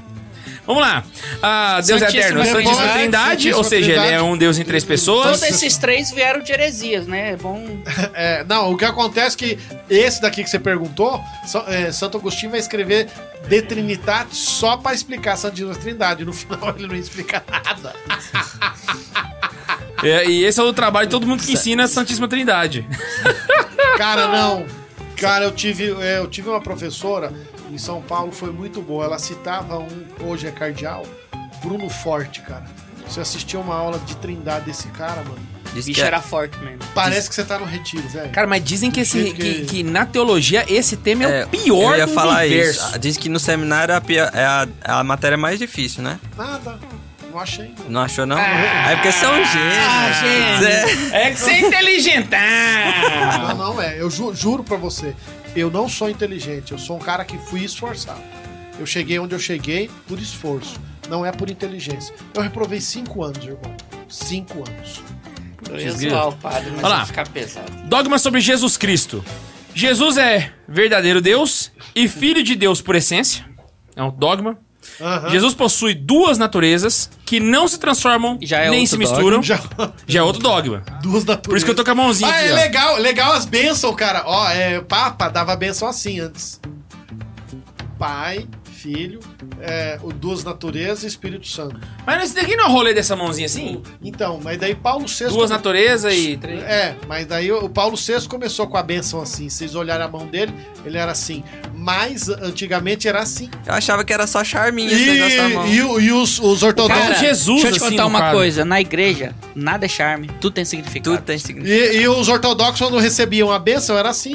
Speaker 3: Vamos lá. Ah, Deus
Speaker 2: Santíssima
Speaker 3: Eterno, Santíssima
Speaker 4: Trindade,
Speaker 3: Trindade, ou
Speaker 4: Santíssima
Speaker 3: seja, ele
Speaker 4: Trindade.
Speaker 3: é um Deus em três pessoas.
Speaker 2: Todos esses três vieram de heresias, né? É bom.
Speaker 4: É, não, o que acontece é que esse daqui que você perguntou, só- é, Santo Agostinho vai escrever De Trinitate só pra explicar Santíssima Trindade. No final ele não explica nada.
Speaker 3: É, e esse é o trabalho de todo mundo que ensina a Santíssima Trindade.
Speaker 4: Cara, não. Cara, eu tive, é, eu tive uma professora em São Paulo, foi muito boa. Ela citava um, hoje é cardeal, Bruno Forte, cara. Você assistiu uma aula de Trindade desse cara, mano.
Speaker 1: Diz que
Speaker 2: Bicho
Speaker 1: é-
Speaker 2: era forte mesmo.
Speaker 4: Parece que você tá no retiro, velho.
Speaker 3: Cara, mas dizem que, esse,
Speaker 4: jeito que-
Speaker 3: que, que na teologia esse tema é,
Speaker 1: é,
Speaker 3: o pior
Speaker 1: eu ia
Speaker 3: do
Speaker 1: falar
Speaker 3: universo.
Speaker 1: isso. Ah, Diz que no seminário é a, pia- é a- é a matéria mais difícil, né?
Speaker 4: Nada. Não achei.
Speaker 1: Não achou, não? é porque são gênios. Zé.
Speaker 3: Ah, É que você é inteligentão.
Speaker 4: Não, não é. Eu ju- juro pra você, eu não sou inteligente. Eu sou um cara que fui esforçado. Eu cheguei onde eu cheguei por esforço, não é por inteligência. Eu reprovei cinco anos, irmão. Cinco anos.
Speaker 2: Eu ia
Speaker 3: Desgrilo.
Speaker 2: zoar o padre, mas
Speaker 3: Olha lá.
Speaker 2: ia ficar pesado.
Speaker 3: Dogma sobre Jesus Cristo. Jesus é verdadeiro Deus e filho de Deus por essência. É um dogma.
Speaker 4: Aham.
Speaker 3: Jesus possui duas naturezas que não se transformam
Speaker 2: Já é
Speaker 3: nem
Speaker 2: outro
Speaker 3: se
Speaker 2: dogma.
Speaker 3: misturam.
Speaker 4: Já,
Speaker 3: Já é outro dogma.
Speaker 4: duas da
Speaker 3: Por isso que eu tô com a mãozinha
Speaker 4: Ah,
Speaker 3: aqui,
Speaker 4: é
Speaker 3: ó.
Speaker 4: legal, legal as bênçãos, cara. Ó, é, Papa dava bênção assim antes. Pai, Filho, é, o Duas Naturezas e Espírito Santo.
Speaker 3: Mas esse daqui não é o rolê dessa mãozinha assim?
Speaker 4: Então, mas daí Paulo VI...
Speaker 3: Duas naturezas e três.
Speaker 4: É, mas daí o Paulo VI começou com a bênção assim. Se vocês olharem a mão dele, ele era assim. Mas antigamente era assim.
Speaker 1: É, Eu achava que era só charminho esse negócio da mão.
Speaker 4: E, e, o- e os, os ortodoxos.
Speaker 3: Cara, Jesus
Speaker 2: Deixa eu te
Speaker 3: assim
Speaker 2: contar
Speaker 3: no
Speaker 2: uma
Speaker 3: quadro.
Speaker 2: coisa. Na igreja, nada é charme. Tudo tem significado.
Speaker 1: Tudo tem significado.
Speaker 4: E, e os ortodoxos, quando recebiam a bênção, era assim.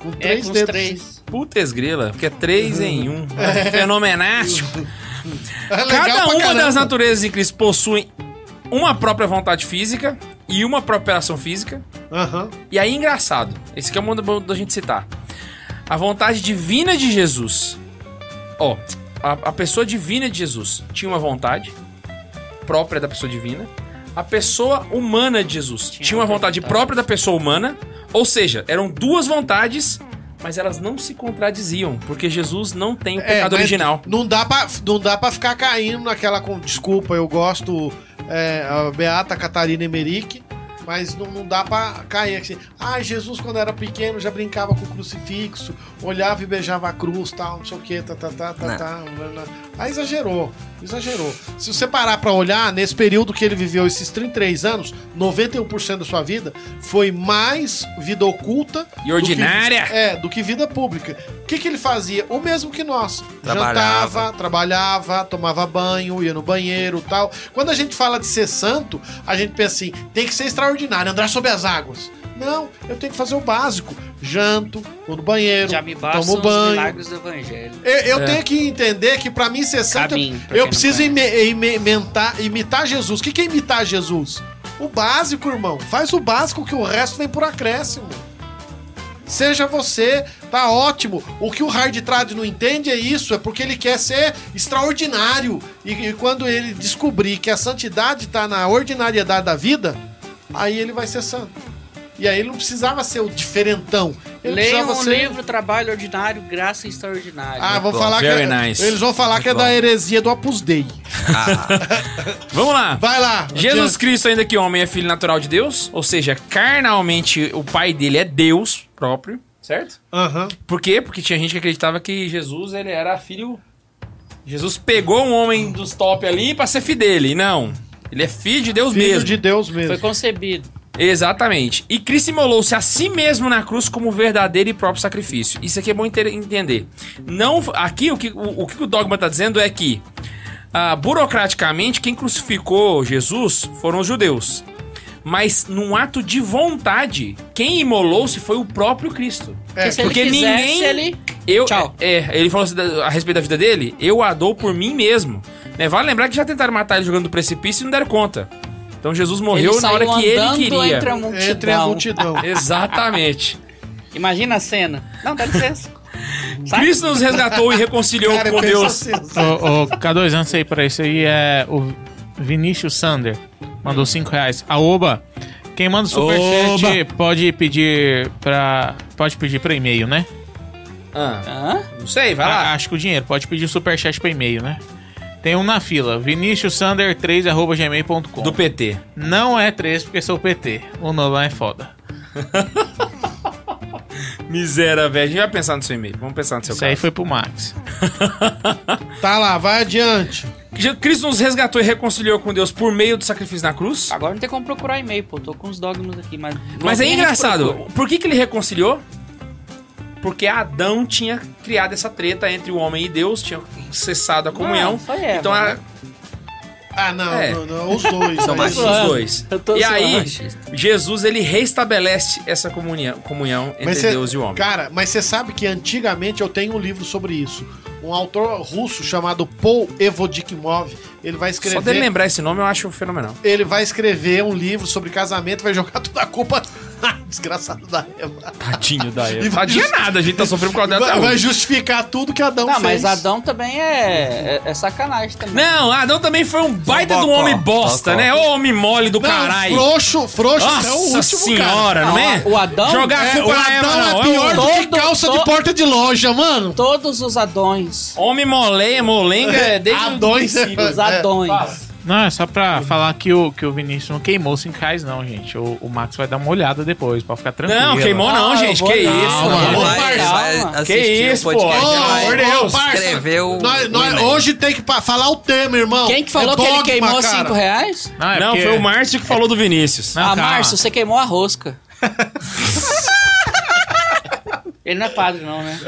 Speaker 4: Com
Speaker 2: É,
Speaker 4: três
Speaker 2: com os
Speaker 4: dedos.
Speaker 2: três.
Speaker 3: Putz grila, porque é três em um. Fenomenástico.
Speaker 4: É legal
Speaker 3: Cada
Speaker 4: pra
Speaker 3: uma
Speaker 4: caramba.
Speaker 3: das naturezas em Cristo possui uma própria vontade física e uma própria ação física.
Speaker 4: Aham.
Speaker 3: E aí, engraçado, esse aqui é um mundo bom da gente citar. A vontade divina de Jesus. Ó, a, a pessoa divina de Jesus tinha uma vontade própria da pessoa divina. A pessoa humana de Jesus tinha, uma vontade, própria da pessoa humana. Ou seja, eram duas vontades, mas elas não se contradiziam, porque Jesus não tem o
Speaker 4: É,
Speaker 3: pecado
Speaker 4: mas
Speaker 3: original.
Speaker 4: Não dá, pra, não dá pra ficar caindo naquela. com- desculpa, eu gosto. é, a Beata Catarina Emerick. Mas não, não dá pra cair assim. Ah, Jesus, quando era pequeno, já brincava com o crucifixo, olhava e beijava a cruz, tal, não sei o que, tá, tá, tá, tá,
Speaker 1: Não.
Speaker 4: tá. blá, blá. Aí exagerou, exagerou. Se você parar pra olhar, nesse período que ele viveu, esses 33 anos, 91% da sua vida foi mais vida oculta
Speaker 3: E ordinária.
Speaker 4: do que- é, do que vida pública. O que, que ele fazia? O mesmo que nós.
Speaker 1: Trabalhava.
Speaker 4: Jantava, trabalhava, tomava banho, ia no banheiro tal. Quando a gente fala de ser santo, a gente pensa assim, tem que ser extraordinário, andar sobre as águas. Não, eu tenho que fazer o básico. Janto, vou no banheiro,
Speaker 2: Já me
Speaker 4: tomo
Speaker 2: bastam os
Speaker 4: banho.
Speaker 2: milagres do evangelho.
Speaker 4: Eu, eu tenho que entender que pra mim ser santo, eu-
Speaker 2: Caminho, É. pra quem
Speaker 4: eu
Speaker 2: não
Speaker 4: preciso
Speaker 2: conhece.
Speaker 4: ime- ime- imentar- imitar Jesus. O que, que é imitar Jesus? O básico, irmão. Faz o básico que o resto vem por acréscimo. Seja você, tá ótimo. O que o Hard Trad não entende é isso, é porque ele quer ser extraordinário. E, e quando ele descobrir que a santidade tá na ordinariedade da vida, aí ele vai ser santo. E aí ele não precisava ser o diferentão. Ele
Speaker 2: Leiam
Speaker 4: precisava
Speaker 2: um
Speaker 4: ser...
Speaker 2: livro, trabalho ordinário, graça extraordinária.
Speaker 4: Ah, vão
Speaker 1: bom.
Speaker 4: falar que
Speaker 3: Very nice.
Speaker 4: eles vão falar
Speaker 3: Muito
Speaker 4: que é
Speaker 3: bom.
Speaker 4: da heresia do Opus Dei.
Speaker 3: Vamos lá.
Speaker 4: Vai lá.
Speaker 3: Jesus Cristo, ainda que homem, é filho natural de Deus. Ou seja, carnalmente, o pai dele é Deus próprio, certo?
Speaker 4: Aham.
Speaker 3: Por quê? Porque tinha gente que acreditava que Jesus ele era filho. Jesus pegou um homem dos top ali pra ser filho dele. Não. Ele é filho de Deus
Speaker 4: Filho
Speaker 3: mesmo.
Speaker 4: de Deus mesmo.
Speaker 2: Foi concebido.
Speaker 3: Exatamente. E Cristo imolou-se a si mesmo na cruz como verdadeiro e próprio sacrifício. Isso aqui é bom inte- entender. Não, aqui o que o, o que o dogma está dizendo é que, ah, burocraticamente, quem crucificou Jesus foram os judeus. Mas num ato de vontade, quem imolou-se foi o próprio Cristo.
Speaker 4: É,
Speaker 2: se ele
Speaker 3: porque
Speaker 2: quisesse,
Speaker 3: ninguém-
Speaker 2: Ele...
Speaker 3: Eu,
Speaker 2: Tchau.
Speaker 3: É, ele falou assim, da- a respeito da vida dele, eu a dou por mim mesmo. Né, Vale lembrar que já tentaram matar ele jogando do precipício e não deram conta. Então Jesus morreu
Speaker 2: ele
Speaker 3: na hora
Speaker 2: saiu
Speaker 3: que ele
Speaker 2: andando
Speaker 3: queria.
Speaker 2: Entre a multidão.
Speaker 4: Entre a multidão.
Speaker 3: Exatamente.
Speaker 2: Imagina a cena. Não, dá licença. Sai.
Speaker 3: Cristo nos resgatou e reconciliou
Speaker 4: Cara,
Speaker 3: com
Speaker 4: pensa
Speaker 3: Deus.
Speaker 4: assim,
Speaker 5: Ô, ô, K2, antes aí pra isso aí é o Vinícius Sander. Mandou 5 reais. A Oba, quem manda o superchat pode pedir pra. Pode pedir pra e-mail, né?
Speaker 3: Ah,
Speaker 2: Hã?
Speaker 3: não sei, vai
Speaker 5: Ah,
Speaker 3: lá.
Speaker 5: acho que o dinheiro. Pode pedir superchat pra e-mail, né? Tem um na fila, viniciusander3.gmail.com.
Speaker 3: Do PT.
Speaker 5: Não é 3 porque sou PT. O Nolan é foda.
Speaker 3: Miséria, velho. A gente vai pensar no seu e-mail. Vamos pensar no seu
Speaker 5: Isso aí
Speaker 3: caso.
Speaker 5: foi pro Max.
Speaker 4: Tá lá, vai adiante.
Speaker 3: Je- Cristo nos resgatou e reconciliou com Deus por meio do sacrifício na cruz.
Speaker 2: Agora não tem como procurar e-mail, pô. Tô com os dogmas aqui, mas...
Speaker 3: Mas é
Speaker 2: Alguém
Speaker 3: engraçado.
Speaker 2: procura.
Speaker 3: Por que, que ele reconciliou? Porque Adão tinha criado essa treta entre o homem e Deus, tinha cessado a comunhão.
Speaker 2: Não, foi Eva,
Speaker 3: então a-
Speaker 2: né?
Speaker 4: Ah, não,
Speaker 3: É.
Speaker 4: não, não, os dois.
Speaker 3: são
Speaker 4: aí.
Speaker 3: mais os
Speaker 2: zoando.
Speaker 3: dois.
Speaker 2: Eu tô
Speaker 3: E
Speaker 2: zoando.
Speaker 3: aí,
Speaker 1: Machista.
Speaker 3: Jesus ele reestabelece essa comunhão, comunhão entre
Speaker 4: Mas cê-
Speaker 3: Deus e o homem.
Speaker 4: Cara, mas você sabe que antigamente eu tenho um livro sobre isso. Um autor russo chamado Paul Evodikimov, ele vai
Speaker 3: Só dele
Speaker 4: escrever.
Speaker 3: lembrar esse nome eu acho fenomenal.
Speaker 4: Ele vai escrever um livro sobre casamento, vai jogar toda a culpa na desgraçado da Eva.
Speaker 3: Tadinho da
Speaker 4: E vai
Speaker 3: Tadinha nada, a gente tá sofrendo por causa dela até
Speaker 4: Vai, vai
Speaker 3: hoje.
Speaker 4: justificar tudo que Adão
Speaker 2: Não,
Speaker 4: fez.
Speaker 2: mas Adão também é, é, é sacanagem também.
Speaker 3: Não, Adão também foi um baita de um
Speaker 1: bocó,
Speaker 3: homem bosta,
Speaker 1: bocó.
Speaker 3: né? Ô homem mole do
Speaker 4: Não,
Speaker 3: caralho.
Speaker 4: frouxo, frouxo, até o
Speaker 3: Nossa
Speaker 4: último cara.
Speaker 3: senhora, não é?
Speaker 2: Não, o Adão-
Speaker 3: Jogar a
Speaker 4: É,
Speaker 3: culpa
Speaker 4: o
Speaker 3: na Eva,
Speaker 4: Adão
Speaker 3: não.
Speaker 4: é pior
Speaker 3: um
Speaker 4: do que
Speaker 2: Todo-
Speaker 4: calça de
Speaker 2: todo-
Speaker 4: porta de loja, mano.
Speaker 2: Todos os Adões.
Speaker 3: Homem moleia, é molenga, desde um o
Speaker 4: Adões, né?
Speaker 3: princípio.
Speaker 2: Os Adões.
Speaker 5: Não, é só pra falar que o, que o Vinícius não queimou 5 reais, não, gente. O, o Max vai dar uma olhada depois, pra ficar
Speaker 4: é
Speaker 5: tranquilo.
Speaker 3: Não, queimou
Speaker 2: Ah,
Speaker 3: não,
Speaker 2: eu
Speaker 3: gente.
Speaker 2: vou
Speaker 3: Que
Speaker 2: dar
Speaker 3: isso,
Speaker 5: uma
Speaker 3: mano.
Speaker 5: Ô,
Speaker 1: vai, vai
Speaker 2: calma.
Speaker 1: assistir
Speaker 3: Que
Speaker 1: o
Speaker 3: isso,
Speaker 1: podcast,
Speaker 3: pô.
Speaker 1: vai
Speaker 4: Ô, Deus, parça.
Speaker 1: escrever
Speaker 4: Nós-
Speaker 1: o
Speaker 4: nós-
Speaker 1: e-mail.
Speaker 4: hoje tem que pa- falar o tema, irmão.
Speaker 2: Quem que falou
Speaker 4: É
Speaker 2: que ele
Speaker 4: dogma,
Speaker 2: queimou
Speaker 4: cara.
Speaker 2: 5 reais?
Speaker 5: Não, é
Speaker 3: Não,
Speaker 5: porque-
Speaker 3: foi o Márcio que falou do Vinícius.
Speaker 5: Não,
Speaker 2: ah,
Speaker 5: calma.
Speaker 2: Márcio, você queimou a rosca. ele não é padre, não, né?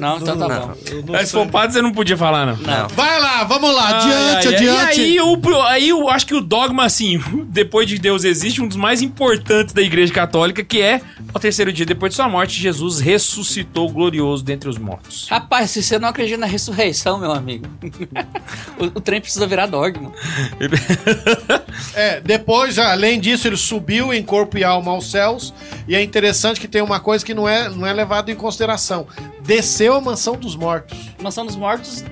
Speaker 2: Não, então tá
Speaker 1: Não.
Speaker 2: bom.
Speaker 3: Mas se for padre, você não podia falar, não.
Speaker 2: Não.
Speaker 4: Vai lá, vamos lá,
Speaker 3: Ai,
Speaker 4: adiante,
Speaker 3: ai, ai. E
Speaker 4: adiante.
Speaker 3: aí, o, aí eu acho que o dogma, assim, depois de Deus existe, um dos mais importantes da Igreja Católica, que é, ao terceiro dia depois de sua morte, Jesus ressuscitou glorioso dentre os mortos.
Speaker 2: Rapaz, se você não acredita na ressurreição, meu amigo, o, o trem precisa virar dogma.
Speaker 4: É, depois, além disso, ele subiu em corpo e alma aos céus. E é interessante que tem uma coisa que não é, não é levada em consideração. Desceu a mansão dos mortos.
Speaker 2: Mansão dos Mortos.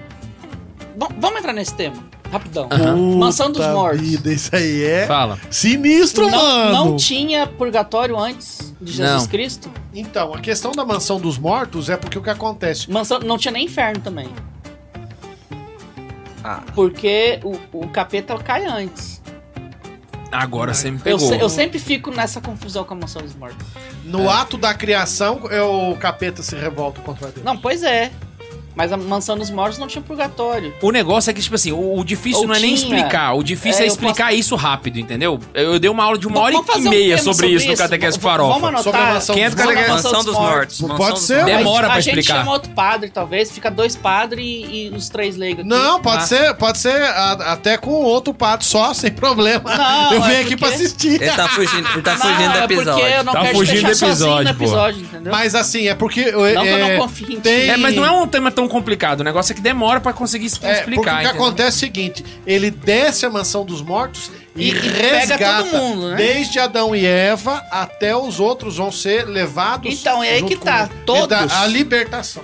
Speaker 2: Bom, vamos entrar nesse tema, rapidão.
Speaker 4: Puta
Speaker 2: Mansão dos Mortos.
Speaker 4: vida, isso aí é
Speaker 3: Fala.
Speaker 4: sinistro,
Speaker 2: Não,
Speaker 4: mano.
Speaker 2: não tinha purgatório antes de Jesus
Speaker 3: Não.
Speaker 2: Cristo?
Speaker 4: Então, a questão da mansão dos mortos é porque o que acontece?
Speaker 2: Mansão, não tinha nem inferno também.
Speaker 1: Ah.
Speaker 2: Porque o, o capeta cai antes.
Speaker 3: Agora você me
Speaker 2: Eu,
Speaker 3: pegou.
Speaker 2: se- eu sempre fico nessa confusão com a mansão dos mortos. É.
Speaker 4: No ato da criação, é o capeta se revolta contra Deus.
Speaker 2: Não, pois é. Mas a mansão dos mortos não tinha purgatório.
Speaker 3: O negócio é que, tipo assim, o, o difícil
Speaker 2: Ou
Speaker 3: não é nem
Speaker 2: tinha.
Speaker 3: explicar. O difícil é,
Speaker 2: É, eu
Speaker 3: explicar isso rápido, entendeu? Eu, eu dei uma aula de uma hora
Speaker 2: Vamos- vamos
Speaker 3: e
Speaker 2: fazer um
Speaker 3: meia
Speaker 2: tema
Speaker 3: sobre, isso no
Speaker 2: isso.
Speaker 3: Catequese
Speaker 2: Vamos-
Speaker 3: Farofa.
Speaker 2: Vamos
Speaker 4: Sobre a
Speaker 2: anotar.
Speaker 4: mansão
Speaker 3: Quem é do
Speaker 2: Vamos na
Speaker 3: Catequese-
Speaker 1: Mansão dos Mortos.
Speaker 4: Pode
Speaker 1: Mansão dos
Speaker 4: ser,
Speaker 1: Mortos.
Speaker 3: Demora.
Speaker 2: a
Speaker 3: pra
Speaker 2: gente
Speaker 3: explicar.
Speaker 2: chama outro padre, talvez. Fica dois padres e, e os três leigos. aqui.
Speaker 4: Não, pode
Speaker 2: Ah.
Speaker 4: ser, pode ser a- até com outro pato só, sem problema.
Speaker 2: Não,
Speaker 4: eu
Speaker 2: é
Speaker 4: venho aqui
Speaker 2: porque-
Speaker 4: pra assistir.
Speaker 1: Ele tá fugindo, ele tá
Speaker 2: Não,
Speaker 1: fugindo do
Speaker 2: é porque
Speaker 1: episódio.
Speaker 2: eu não
Speaker 3: Tá
Speaker 2: quero te
Speaker 3: fugindo
Speaker 2: deixar
Speaker 3: do
Speaker 2: sozinho no
Speaker 3: episódio, pô.
Speaker 2: episódio, entendeu?
Speaker 4: Mas assim, é porque
Speaker 2: não que eu
Speaker 4: é,
Speaker 2: não confie em ti.
Speaker 4: tem-
Speaker 3: É, mas não é um tema tão complicado. O negócio é que demora pra conseguir se
Speaker 4: É, porque o
Speaker 3: explicar.
Speaker 4: que
Speaker 3: entendeu?
Speaker 4: acontece é o seguinte: ele desce a mansão dos mortos e,
Speaker 2: E- e pega
Speaker 4: resgata
Speaker 2: todo mundo, né?
Speaker 4: desde Adão e Eva até os outros vão ser levados.
Speaker 2: Então, é aí
Speaker 4: junto
Speaker 2: que tá,
Speaker 4: com ele.
Speaker 2: todos.
Speaker 4: Ele dá A libertação.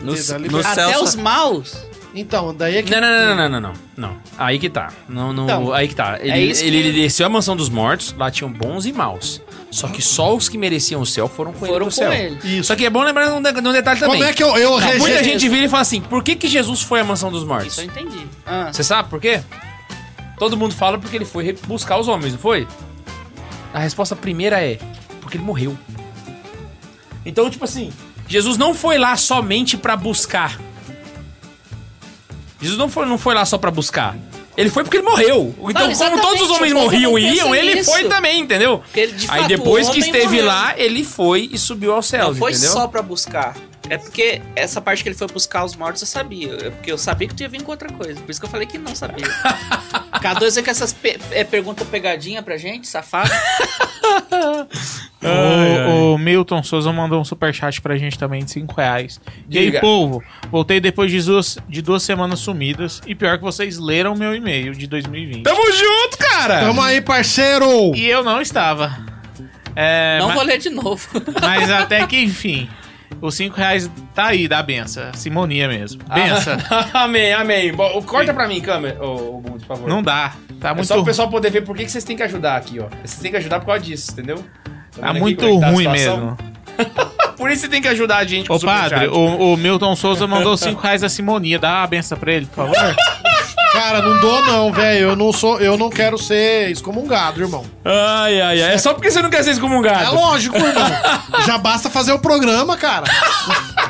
Speaker 1: No,
Speaker 4: Diz ali,
Speaker 1: no
Speaker 2: Até
Speaker 1: céu,
Speaker 2: os maus.
Speaker 4: Então, daí é que
Speaker 3: Não, não, não, não, não, não, não. Aí que tá. Não, não,
Speaker 2: Então,
Speaker 3: aí que tá. Ele,
Speaker 2: é isso
Speaker 3: ele,
Speaker 2: que-
Speaker 3: ele desceu a mansão dos mortos, lá tinham bons e maus. Só que só os que mereciam o céu foram com ele
Speaker 2: Foram
Speaker 3: pro
Speaker 2: com
Speaker 3: céu.
Speaker 2: ele.
Speaker 4: Isso.
Speaker 3: Só que é bom lembrar de um, de um detalhe também.
Speaker 4: Como é que eu, eu rejeito-
Speaker 3: Muita gente vira e fala assim, por que que Jesus foi à mansão dos
Speaker 2: Isso
Speaker 3: mortos?
Speaker 2: eu entendi. Ah,
Speaker 3: Você sabe por quê? Todo mundo fala porque ele foi buscar os homens, não foi? A resposta primeira é porque ele morreu. Então, tipo assim, Jesus não foi lá somente pra buscar. Jesus não foi, não foi lá só pra buscar. Ele foi porque ele morreu. Então, como
Speaker 2: exatamente,
Speaker 3: todos os homens
Speaker 2: o povo
Speaker 3: morriam
Speaker 2: não
Speaker 3: e iam,
Speaker 2: pensa
Speaker 3: ele
Speaker 2: nisso.
Speaker 3: foi também, entendeu?
Speaker 2: porque ele, de
Speaker 3: Aí
Speaker 2: fato,
Speaker 3: depois
Speaker 2: o
Speaker 3: que
Speaker 2: homem
Speaker 3: esteve
Speaker 2: morreu.
Speaker 3: lá, ele foi e subiu aos céus,
Speaker 2: Não foi
Speaker 3: entendeu?
Speaker 2: só pra buscar. É porque essa parte que ele foi buscar os mortos eu sabia. É porque eu sabia que tu ia vir com outra coisa. Por isso que eu falei que não sabia. K2 é com essas pe é, perguntas pegadinha pra gente, safado.
Speaker 5: O, o Milton Souza mandou um superchat pra gente também de 5 reais. E aí,
Speaker 3: Diga.
Speaker 5: povo, voltei depois de duas, de duas semanas sumidas. E pior que vocês leram meu e-mail de 2020.
Speaker 3: Tamo junto, cara!
Speaker 4: Tamo aí, parceiro!
Speaker 5: E eu não estava. É,
Speaker 2: não
Speaker 5: ma-
Speaker 2: vou ler de novo.
Speaker 5: Mas até que enfim. Os 5 reais tá aí, da benção. Simonia mesmo.
Speaker 3: Ah.
Speaker 5: Benção.
Speaker 3: amém, amém. Bom, corta pra mim, câmera. Ô, ô, Bundes, por favor.
Speaker 5: Não dá. Tá
Speaker 3: É
Speaker 5: muito
Speaker 3: só o pessoal poder ver por que, que vocês têm que ajudar aqui, ó. Vocês têm que ajudar por causa disso, entendeu? vendo
Speaker 5: Tá
Speaker 3: aqui
Speaker 5: muito
Speaker 3: como é que tá a
Speaker 5: ruim
Speaker 3: situação?
Speaker 5: mesmo.
Speaker 3: Por isso você tem que ajudar a gente
Speaker 5: Ô padre,
Speaker 3: superchat.
Speaker 5: o, o Milton Souza mandou 5 reais da Simonia. Dá a benção pra ele, por favor.
Speaker 4: Cara, não dou não, velho. Eu não sou, eu não quero ser excomungado, irmão.
Speaker 3: Ai, ai, ai. É só porque você não quer ser
Speaker 4: É
Speaker 3: excomungado.
Speaker 4: lógico, irmão. Já basta fazer o programa, cara.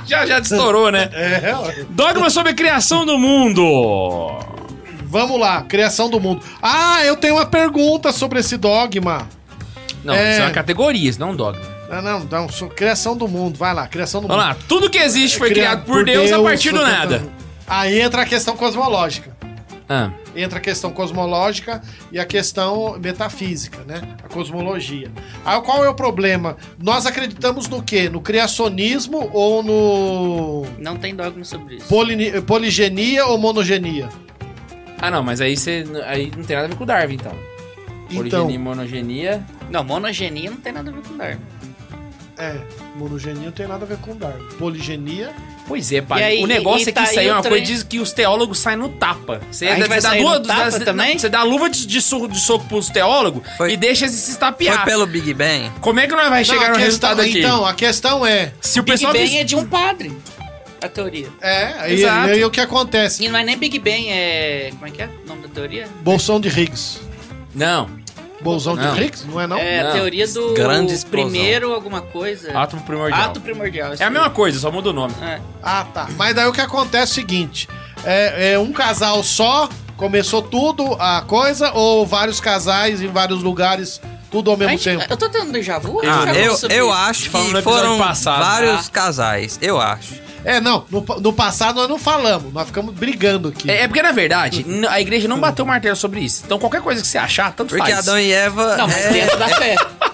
Speaker 3: já, já estourou, né?
Speaker 4: É, ó.
Speaker 3: Dogma sobre a criação do mundo.
Speaker 4: vamos lá, criação do mundo. Ah, eu tenho uma pergunta sobre esse dogma.
Speaker 3: Não,
Speaker 4: É.
Speaker 3: isso é uma categoria, isso não é um dogma.
Speaker 4: Não, não, não, sou- criação do mundo. Vai lá, criação do mundo.
Speaker 3: Vamos lá. Tudo que existe foi É, criado por Deus, a partir do nada.
Speaker 4: Aí entra a questão cosmológica.
Speaker 3: Ah,
Speaker 4: Entra a questão cosmológica e a questão metafísica, né? A cosmologia. Aí qual é o problema? Nós acreditamos no quê? No criacionismo ou no
Speaker 2: Não tem dogma sobre isso.
Speaker 4: polini- poligenia ou monogenia?
Speaker 3: Ah, não, mas aí você. Aí não tem nada a ver com o Darwin, então.
Speaker 4: Então,
Speaker 3: Origenia e monogenia.
Speaker 2: Não, monogenia não tem nada a ver com Darwin.
Speaker 4: é, monogenia não tem nada a ver com Darwin. Poligenia
Speaker 3: Pois é, pai.
Speaker 2: E aí,
Speaker 3: o negócio
Speaker 2: e
Speaker 3: é que
Speaker 2: tá
Speaker 3: isso
Speaker 2: aí
Speaker 3: aí é
Speaker 2: o
Speaker 3: uma
Speaker 2: trem?
Speaker 3: coisa diz que os teólogos saem no tapa. Você,
Speaker 2: A gente
Speaker 3: você
Speaker 2: vai
Speaker 3: dá
Speaker 2: sair
Speaker 3: duas-
Speaker 2: no tapa
Speaker 3: você-
Speaker 2: também?
Speaker 3: Você dá luva de, de, soco- de soco pros teólogos
Speaker 1: Foi-
Speaker 3: e deixa eles se estapear.
Speaker 1: foi pelo Big Bang.
Speaker 3: Como é que nós vamos
Speaker 4: Não,
Speaker 3: chegar
Speaker 4: a
Speaker 3: no
Speaker 4: questão-
Speaker 3: resultado aqui?
Speaker 4: Então, a questão é.
Speaker 3: Se o
Speaker 2: Big
Speaker 3: pessoal...
Speaker 2: Bang
Speaker 3: vis-
Speaker 2: é de um padre, a teoria.
Speaker 4: É, e
Speaker 3: Exato.
Speaker 4: e aí o que acontece?
Speaker 2: E não é nem Big Bang, é... Como é que é o nome da teoria?
Speaker 4: Bolsão de Higgs.
Speaker 2: um
Speaker 3: Não.
Speaker 4: Bolsão
Speaker 3: Não.
Speaker 4: de Higgs? Não é não?
Speaker 2: É,
Speaker 3: Não.
Speaker 2: a teoria do
Speaker 1: Grande explosão.
Speaker 2: primeiro alguma coisa.
Speaker 3: Átomo primordial.
Speaker 2: Ato primordial. isso
Speaker 3: É a
Speaker 2: aí.
Speaker 3: mesma coisa, só muda o nome.
Speaker 2: É.
Speaker 4: Ah, tá. Mas daí o que acontece é o seguinte: é, é um casal só, começou tudo a coisa, ou vários casais em vários lugares, tudo ao
Speaker 2: A
Speaker 4: mesmo
Speaker 2: gente-
Speaker 4: tempo?
Speaker 2: eu tô tendo déjà vu? A gente já
Speaker 1: Ah,
Speaker 2: falou
Speaker 1: eu,
Speaker 2: sobre
Speaker 1: eu
Speaker 2: isso.
Speaker 1: acho
Speaker 3: Falando no
Speaker 1: que
Speaker 3: episódio
Speaker 1: foram
Speaker 3: passado. né?
Speaker 1: vários
Speaker 2: Ah.
Speaker 1: casais, eu acho.
Speaker 4: É, não. No, pa- no passado nós não falamos, nós ficamos brigando aqui.
Speaker 3: É, é porque, na verdade, n- a igreja não bateu o martelo sobre isso. Então, qualquer coisa que você achar, tanto
Speaker 1: Porque
Speaker 3: faz.
Speaker 1: Adão e Eva.
Speaker 2: Não, mas
Speaker 1: é,
Speaker 2: dentro da fé.
Speaker 3: Não,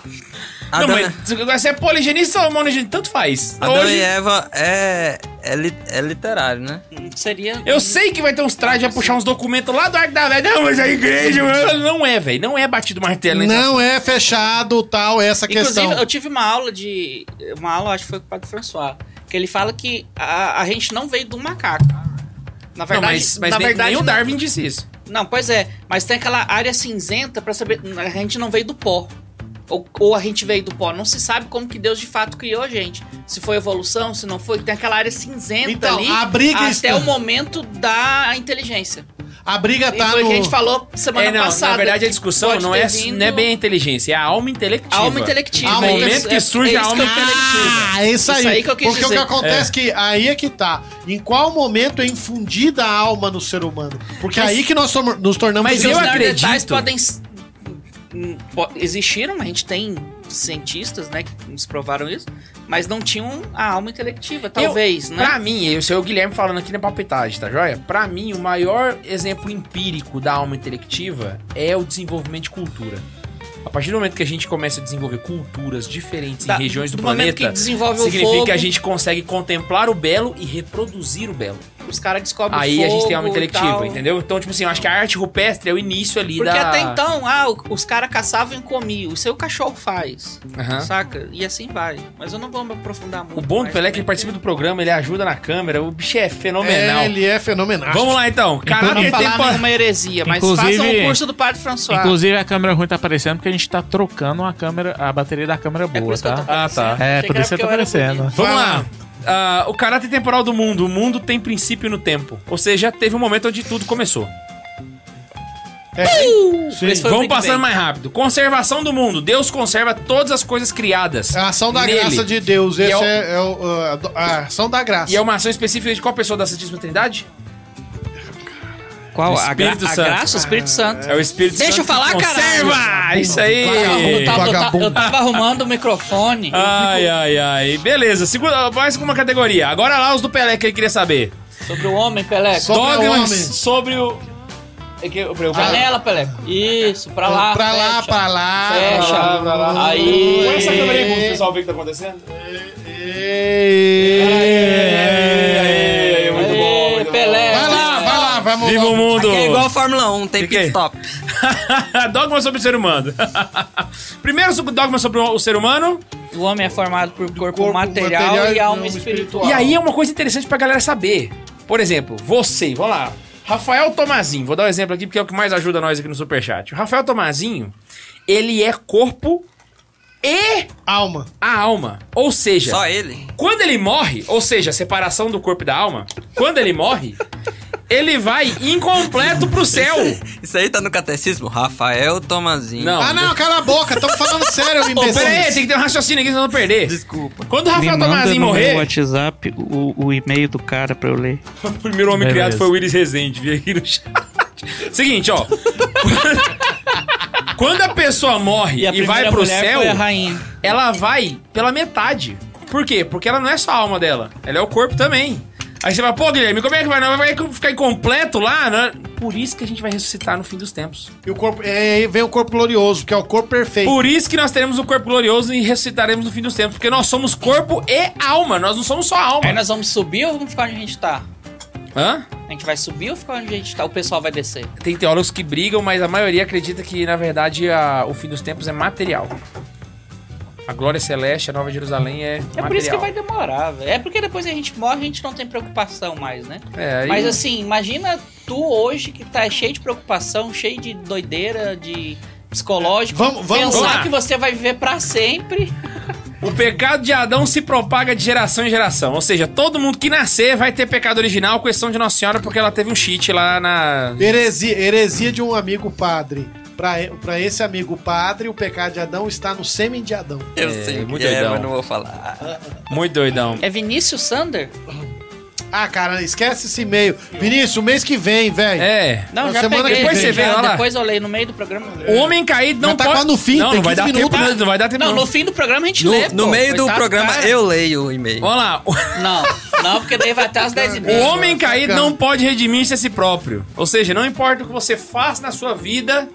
Speaker 1: Adão,
Speaker 3: mas se você é poligenista ou monogenista, tanto faz.
Speaker 1: Adão
Speaker 3: Hoje,
Speaker 1: e Eva é, é, li- é literário, né?
Speaker 2: Seria.
Speaker 3: eu sei que vai ter uns trajes, vai puxar uns documentos lá do Arco da Velha. Não, mas é a igreja... mano, Não é, velho. Não é batido o martelo. nesse
Speaker 4: não é fechado tal é essa
Speaker 2: Inclusive,
Speaker 4: questão.
Speaker 2: eu tive uma aula de. Uma aula, acho que foi com o Padre François. Que ele fala que a, a gente não veio de um macaco. Na
Speaker 3: não,
Speaker 2: verdade,
Speaker 3: mas, mas
Speaker 2: na
Speaker 3: nem,
Speaker 2: verdade,
Speaker 3: nem o
Speaker 2: não-
Speaker 3: Darwin disse isso.
Speaker 2: Não, pois é. Mas tem aquela área cinzenta pra saber. A gente não veio do pó. Ou, ou a gente veio do pó. Não se sabe como que Deus de fato criou a gente. Se foi evolução, se não foi. Tem aquela área cinzenta
Speaker 4: Então,
Speaker 2: ali.
Speaker 4: a briga
Speaker 2: até
Speaker 4: está-
Speaker 2: o momento da inteligência.
Speaker 4: A briga tá
Speaker 2: foi o
Speaker 4: no.
Speaker 2: que a gente falou semana
Speaker 3: É, não,
Speaker 2: passada.
Speaker 3: na verdade, a
Speaker 2: que
Speaker 3: discussão
Speaker 2: pode
Speaker 3: não
Speaker 2: ter
Speaker 3: é,
Speaker 2: vindo
Speaker 3: não é bem a inteligência, é a alma intelectiva.
Speaker 2: Alma intelectiva.
Speaker 4: Alma
Speaker 2: é
Speaker 4: intelectiva.
Speaker 2: isso,
Speaker 3: que
Speaker 2: é-
Speaker 3: surge
Speaker 2: é
Speaker 3: a
Speaker 2: isso
Speaker 3: alma
Speaker 2: que eu quero dizer.
Speaker 4: Ah, é isso aí.
Speaker 2: Isso aí que eu quis
Speaker 4: Porque o
Speaker 2: dizer.
Speaker 4: que acontece é que aí é que tá. Em qual momento é infundida a alma no ser humano? Porque
Speaker 3: Mas-
Speaker 4: aí que nós somos- nos tornamos
Speaker 3: Mas
Speaker 2: Porque
Speaker 3: eu
Speaker 2: os
Speaker 4: deuses.
Speaker 3: acredito-
Speaker 2: neandertais podem. s- hum, po- Existiram, a gente tem cientistas, né, que nos provaram isso, mas não tinham a alma intelectiva, talvez, né?
Speaker 3: Pra mim, eu sou o Guilherme falando aqui na palpitagem, tá joia? Pra mim, o maior exemplo empírico da alma intelectiva é o desenvolvimento de cultura. A partir do momento que a gente começa a desenvolver culturas diferentes
Speaker 2: Da-
Speaker 3: em regiões do,
Speaker 2: momento
Speaker 3: planeta,
Speaker 2: que desenvolve
Speaker 3: significa
Speaker 2: o fogo,
Speaker 3: que a gente consegue contemplar o belo e reproduzir o belo.
Speaker 2: os caras descobrem o
Speaker 3: Aí a gente tem a alma
Speaker 2: fogo e tal.
Speaker 3: intelectiva, entendeu? Então, tipo assim, eu acho que a arte rupestre é o início ali
Speaker 2: Porque
Speaker 3: da...
Speaker 2: até então, ah, o- os caras caçavam e comiam, isso aí o cachorro faz,
Speaker 3: Aham.
Speaker 2: saca? E assim vai. Mas eu não vou me aprofundar muito.
Speaker 3: O bom do
Speaker 2: mais
Speaker 3: Pelé é que
Speaker 2: também,
Speaker 3: ele participa do programa, ele ajuda na câmera, o bicho é fenomenal.
Speaker 4: É, ele é fenomenal.
Speaker 3: Vamos lá então,
Speaker 2: Pra não
Speaker 3: caráter
Speaker 2: falar
Speaker 4: né?
Speaker 3: tempo...
Speaker 2: nenhuma heresia, mas
Speaker 5: Inclusive-
Speaker 2: façam o curso do Padre François.
Speaker 5: Inclusive a câmera ruim tá aparecendo porque a gente tá trocando a câmera, a bateria da câmera
Speaker 2: é por
Speaker 5: boa,
Speaker 2: isso que eu tô
Speaker 5: tá?
Speaker 3: Ah, tá.
Speaker 2: aparecendo.
Speaker 5: É,
Speaker 2: Achei
Speaker 5: por
Speaker 2: que
Speaker 5: isso
Speaker 2: era
Speaker 5: que eu tô
Speaker 2: porque eu era
Speaker 5: aparecendo.
Speaker 2: bonito.
Speaker 3: Vamos
Speaker 4: Fala.
Speaker 3: lá. Ah, o caráter temporal do mundo. O mundo tem princípio no tempo. Ou seja, teve um momento onde tudo começou.
Speaker 4: É,
Speaker 2: Esse foi o
Speaker 3: Vamos
Speaker 2: Big
Speaker 3: passando
Speaker 2: Bang.
Speaker 3: mais rápido. Conservação do mundo. Deus conserva todas as coisas criadas.
Speaker 4: É a ação da
Speaker 3: Nele.
Speaker 4: graça de Deus.
Speaker 3: E
Speaker 4: Esse
Speaker 3: é o-
Speaker 4: é, é o- a do- a ação da graça.
Speaker 3: E é uma ação específica de qual pessoa da Santíssima Trindade?
Speaker 1: Qual?
Speaker 3: a gra- a graça,
Speaker 2: Graça, Espírito Santo.
Speaker 3: É o Espírito
Speaker 2: Deixa eu
Speaker 3: Santo.
Speaker 2: falar,
Speaker 3: que conserva! Isso
Speaker 2: Eu
Speaker 3: aí!
Speaker 2: tava, eu tava-
Speaker 4: Vagabundo. Ah.
Speaker 2: eu tava arrumando o microfone.
Speaker 3: Ai, ai, ai. Beleza, segura, mais uma categoria. Agora lá os do Pelé que ele queria saber.
Speaker 2: Sobre o homem, Peleco.
Speaker 4: Só- Sobre é o
Speaker 3: Dogmas
Speaker 4: homem.
Speaker 3: sobre o. É que eu- peraí, eu-
Speaker 2: Janela, Peleco. Isso, pra lá.
Speaker 4: pra lá,
Speaker 2: fecha.
Speaker 4: pra lá.
Speaker 2: Fecha.
Speaker 4: pra lá, pra lá.
Speaker 2: Aí.
Speaker 3: Põe é essa câmera aí pro pessoal ver o que tá acontecendo.
Speaker 4: Ei.
Speaker 3: Muito bom, muito bom.
Speaker 2: Pelé.
Speaker 4: Vai lá, vai lá, vamos.
Speaker 3: Viva o mundo!
Speaker 1: Aqui é igual a Fórmula 1, tem
Speaker 3: Fiquei.
Speaker 1: pit stop.
Speaker 3: dogma sobre o ser humano. Primeiro sobre- dogma sobre o ser humano.
Speaker 2: O homem é formado por corpo,
Speaker 4: corpo,
Speaker 2: material,
Speaker 4: material
Speaker 2: e
Speaker 4: e
Speaker 2: alma
Speaker 4: alma
Speaker 2: espiritual.
Speaker 3: E aí é uma coisa interessante pra galera saber. Por exemplo, você, vamos lá. Rafael Tomazinho, vou dar um exemplo aqui porque é o que mais ajuda nós aqui no Superchat. O Rafael Tomazinho, ele é corpo e
Speaker 4: Alma.
Speaker 3: a alma. Ou seja,
Speaker 1: Só ele.
Speaker 3: quando ele morre, ou seja, a separação do corpo e da alma, quando ele morre, ele vai incompleto pro céu.
Speaker 1: Isso aí tá no catecismo? Rafael Tomazinho.
Speaker 3: Não.
Speaker 4: Ah, não, cala a boca. Estamos falando sério,
Speaker 3: Ô, peraí,
Speaker 4: imbecil.
Speaker 3: tem que ter um raciocínio aqui, senão eu não perder.
Speaker 1: é Desculpa.
Speaker 3: Quando o
Speaker 6: Me
Speaker 3: Rafael
Speaker 6: manda
Speaker 3: Tomazinho
Speaker 6: no meu
Speaker 3: morrer,
Speaker 6: WhatsApp o, o e-mail do cara pra eu ler.
Speaker 3: O primeiro homem
Speaker 5: Beleza.
Speaker 3: criado foi o Willis Rezende, vi aqui no chat. Seguinte, ó. Quando a pessoa morre
Speaker 2: E a
Speaker 3: e, vai
Speaker 2: primeira
Speaker 3: pro
Speaker 2: mulher
Speaker 3: céu,
Speaker 2: foi a rainha.
Speaker 3: ela vai pela metade. Por quê? Porque ela não é só a alma dela, ela é o corpo também. Aí você fala, pô, Guilherme, como é que vai? Não, vai ficar incompleto lá? né? Por isso que a gente vai ressuscitar no fim dos tempos.
Speaker 4: E o corpo, é, vem o corpo glorioso, que é o corpo perfeito.
Speaker 3: Por isso que nós teremos o corpo glorioso e ressuscitaremos no fim dos tempos. Porque nós somos corpo e alma, nós não somos só
Speaker 2: Aí
Speaker 3: alma.
Speaker 2: nós vamos subir ou vamos ficar onde a gente tá?
Speaker 3: Hã?
Speaker 2: A gente vai subir ou ficar onde a gente tá? O pessoal vai descer.
Speaker 3: Tem teólogos que brigam, mas a maioria acredita que, na verdade, a- o fim dos tempos é material. A glória celeste, a Nova Jerusalém é,
Speaker 2: É
Speaker 3: material.
Speaker 2: por isso que vai demorar, velho. É porque depois a gente morre, a gente não tem preocupação mais, né?
Speaker 3: É, aí-
Speaker 2: Mas assim, imagina tu hoje que tá cheio de preocupação, cheio de doideira, de psicológico.
Speaker 4: Vamos- vamos
Speaker 2: pensar
Speaker 3: lá.
Speaker 2: que você vai viver pra sempre.
Speaker 3: O pecado de Adão se propaga de geração em geração. Ou seja, todo mundo que nascer vai ter pecado original, questão de Nossa Senhora, porque ela teve um cheat lá na.
Speaker 4: Heresia, heresia de um amigo padre. Pra, e- pra esse amigo padre, o pecado de Adão está no sêmen de Adão.
Speaker 1: Eu
Speaker 3: É,
Speaker 1: sei o
Speaker 3: muito
Speaker 1: que é,
Speaker 3: doidão.
Speaker 1: mas não vou falar.
Speaker 3: Muito doidão.
Speaker 2: É Vinícius Sander?
Speaker 4: Ah, cara, esquece esse e-mail. Vinícius, mês que vem, velho.
Speaker 3: É.
Speaker 2: Não,
Speaker 4: Na
Speaker 2: já
Speaker 4: semana
Speaker 2: peguei.
Speaker 4: que vem.
Speaker 2: já,
Speaker 4: Depois
Speaker 3: você vê, olha lá.
Speaker 2: Depois eu leio no meio do programa.
Speaker 3: O homem caído não
Speaker 4: Já tá
Speaker 3: pode.
Speaker 4: quase no fim,
Speaker 3: não,
Speaker 4: tem
Speaker 3: não vai dar
Speaker 4: 15
Speaker 3: tempo.
Speaker 4: minutos. né?
Speaker 3: Não, não vai dar tempo.
Speaker 2: Não, no fim do programa a gente
Speaker 1: No,
Speaker 2: lê,
Speaker 1: no
Speaker 2: pô.
Speaker 1: meio do
Speaker 2: Coitado
Speaker 1: programa,
Speaker 2: cara.
Speaker 1: eu leio o e-mail.
Speaker 3: Olha lá. o-
Speaker 2: Não, não, porque daí vai até as 10 e
Speaker 3: O
Speaker 2: meia.
Speaker 3: homem caído
Speaker 4: cara.
Speaker 3: não pode redimir-se a si próprio. Ou seja, não importa o que você faz na sua vida,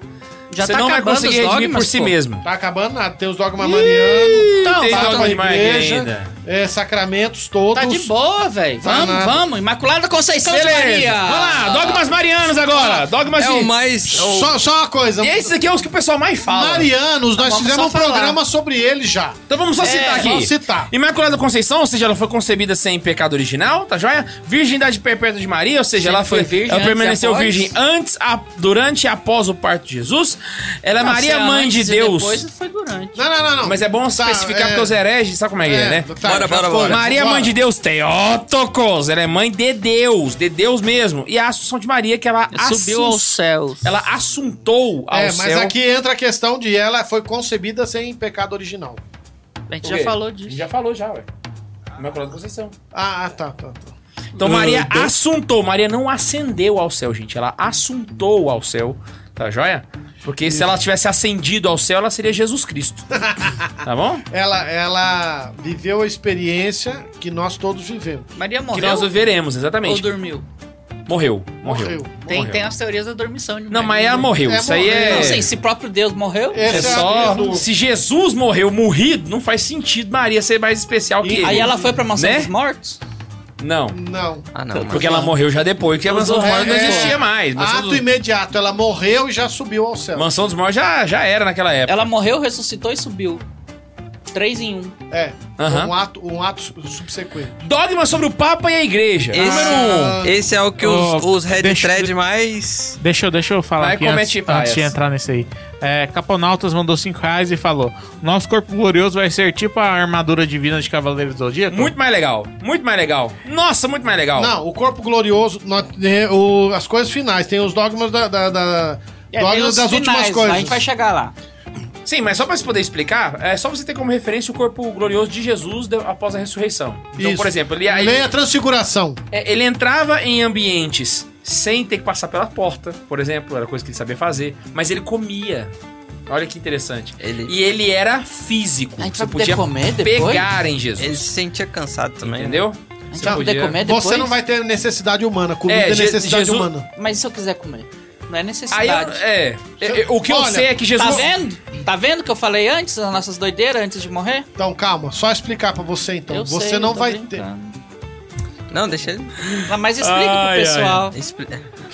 Speaker 2: Já
Speaker 3: você
Speaker 2: tá
Speaker 3: não vai
Speaker 2: acabando
Speaker 3: conseguir
Speaker 2: os
Speaker 3: redimir
Speaker 2: dogmas,
Speaker 3: por si
Speaker 2: pô.
Speaker 3: mesmo.
Speaker 4: Tá acabando nada. Tem os dogmas manianos,
Speaker 2: Então,
Speaker 3: Tem
Speaker 2: tá,
Speaker 4: Papa
Speaker 3: dogma
Speaker 4: da
Speaker 3: de Maria
Speaker 4: igreja,
Speaker 3: ainda.
Speaker 4: é, sacramentos todos.
Speaker 2: tá de boa, velho.
Speaker 4: Tá
Speaker 2: Vamos,
Speaker 4: nada.
Speaker 2: vamos. Imaculada Conceição de Maria.
Speaker 3: Vamos lá, dogmas marianos agora. Dogmas
Speaker 1: é o
Speaker 3: de...
Speaker 1: mais. o-
Speaker 4: Só, só uma coisa.
Speaker 3: E Tá esses aqui é os que o pessoal mais fala.
Speaker 4: Marianos, nós
Speaker 2: Vamos
Speaker 4: fizemos
Speaker 2: só
Speaker 4: um
Speaker 2: falar.
Speaker 4: programa sobre ele já.
Speaker 3: Então vamos só
Speaker 2: É,
Speaker 3: citar aqui.
Speaker 4: vamos citar.
Speaker 3: Imaculada Conceição, ou seja, ela foi concebida sem pecado original, tá joia? Virgindade perpétua de Maria, ou seja,
Speaker 2: Sempre
Speaker 3: ela foi,
Speaker 2: foi virgem
Speaker 3: ela
Speaker 2: antes e
Speaker 3: permaneceu
Speaker 2: após?
Speaker 3: virgem antes, a- durante e após o parto de Jesus. Ela é
Speaker 2: Não,
Speaker 3: Maria
Speaker 2: se é
Speaker 3: Mãe de
Speaker 2: antes e
Speaker 3: Deus.
Speaker 2: Depois tá, foi durante.
Speaker 4: Não, não, não, Tá, não.
Speaker 3: Mas é bom especificar porque os hereges, sabe como é, que é né?
Speaker 1: Bora,
Speaker 4: já
Speaker 1: bora,
Speaker 4: foi,
Speaker 1: bora.
Speaker 4: já
Speaker 3: Maria,
Speaker 4: foi.
Speaker 3: mãe de Deus, Teótocos. Ela é mãe de Deus, de Deus mesmo. E a Assunção de Maria, que ela
Speaker 2: Subiu
Speaker 3: assun-
Speaker 2: aos céus.
Speaker 3: Ela assuntou ao
Speaker 4: É, mas
Speaker 3: céu.
Speaker 4: aqui entra a questão de ela foi concebida sem pecado original.
Speaker 2: A gente
Speaker 3: O quê?
Speaker 2: já falou
Speaker 3: A
Speaker 2: disso.
Speaker 3: gente já falou, já, ué. Imaculada Conceição.
Speaker 4: Ah, ah, tá, tá, tá.
Speaker 3: Então Maria assuntou. Maria não ascendeu ao céu, gente. Ela assuntou ao céu. Tá joia? Porque se ela tivesse ascendido ao céu, ela seria Jesus Cristo. tá bom?
Speaker 4: Ela, ela viveu a experiência que nós todos vivemos.
Speaker 2: Maria
Speaker 3: Que
Speaker 2: morreu
Speaker 3: nós o veremos,
Speaker 2: ou
Speaker 3: exatamente.
Speaker 2: dormiu?
Speaker 3: Morreu. Morreu.
Speaker 4: Morreu.
Speaker 2: Tem,
Speaker 3: Morreu.
Speaker 2: tem as teorias da dormição de
Speaker 3: Não,
Speaker 2: Maria.
Speaker 3: mas ela morreu.
Speaker 4: É,
Speaker 3: Isso aí
Speaker 4: morreu.
Speaker 3: é.
Speaker 2: Não sei, se próprio Deus morreu...
Speaker 3: É
Speaker 4: Essa é a
Speaker 3: só.
Speaker 4: minha dúvida.
Speaker 3: Se Jesus morreu morrido, não faz sentido Maria ser mais especial que ele.
Speaker 2: Aí ela foi pra mansão
Speaker 3: Né?
Speaker 2: dos mortos?
Speaker 3: Não.
Speaker 4: Não.
Speaker 1: Ah, não. Mas...
Speaker 3: Porque ela morreu já depois, porque a Mansão dos
Speaker 4: É,
Speaker 3: Mortos não
Speaker 4: é.
Speaker 3: existia mais. Mansão
Speaker 4: Ato
Speaker 3: dos,
Speaker 4: imediato, ela morreu e já subiu ao céu.
Speaker 3: Mansão dos Mortos já, já era naquela época.
Speaker 2: Ela morreu, ressuscitou e subiu. Três em um.
Speaker 4: É.
Speaker 3: Aham.
Speaker 4: Um ato, um ato su- subsequente.
Speaker 3: Dogma sobre o Papa e a Igreja.
Speaker 1: Esse,
Speaker 3: Número um.
Speaker 1: esse é o que os,
Speaker 5: Oh,
Speaker 1: os Red
Speaker 5: deixa-
Speaker 1: Thread mais.
Speaker 5: Deixa eu, deixa eu falar
Speaker 3: Vai,
Speaker 5: aqui
Speaker 3: comete
Speaker 5: antes, antes de
Speaker 3: vaias.
Speaker 5: entrar nesse aí. É, Caponautas mandou 5 reais e falou: Nosso corpo glorioso vai ser tipo a armadura divina de Cavaleiros do Zodíaco?
Speaker 3: Muito mais legal. Muito mais legal. Nossa, muito mais legal.
Speaker 4: Não, o corpo glorioso, nós- é, o- as coisas finais, tem os dogmas da. da- da-
Speaker 2: É, tem
Speaker 4: dogmas
Speaker 2: os
Speaker 4: das últimas
Speaker 2: finais,
Speaker 4: coisas.
Speaker 2: A gente vai chegar lá.
Speaker 3: Sim, mas só pra você poder explicar, é só você ter como referência o corpo glorioso de Jesus de- após a ressurreição. Então,
Speaker 4: Isso.
Speaker 3: por exemplo, ele, ele-
Speaker 4: Leia a transfiguração.
Speaker 3: É, ele entrava em ambientes sem ter que passar pela porta, por exemplo, era coisa que ele sabia fazer, mas ele comia. Olha que interessante.
Speaker 1: Ele,
Speaker 3: E ele era físico.
Speaker 2: A gente
Speaker 3: Você
Speaker 2: vai poder
Speaker 3: podia
Speaker 2: comer depois?
Speaker 3: pegar em Jesus.
Speaker 1: ele se sentia cansado também. né?
Speaker 3: Entendeu?
Speaker 2: A gente
Speaker 3: Você
Speaker 2: vai poder
Speaker 3: podia-
Speaker 2: comer É depois.
Speaker 4: Você não vai ter necessidade humana. Comida é,
Speaker 3: É, Je-
Speaker 4: necessidade
Speaker 3: Jesus-
Speaker 4: humana.
Speaker 2: Mas e se eu quiser comer? Não é
Speaker 3: Aí eu,
Speaker 2: necessidade.
Speaker 3: é, é, é, o que eu
Speaker 4: Olha,
Speaker 3: sei é que Jesus
Speaker 2: Tá vendo? Tá vendo que eu falei antes, as nossas doideiras, antes de morrer?
Speaker 4: Então, calma, só explicar pra você então.
Speaker 2: eu
Speaker 4: você
Speaker 2: sei,
Speaker 4: não
Speaker 2: tô
Speaker 4: vai ter.
Speaker 2: brincando.
Speaker 1: Não, deixa ele.
Speaker 2: Ah, Mas explica
Speaker 3: Ai,
Speaker 2: pro pessoal.
Speaker 1: expli-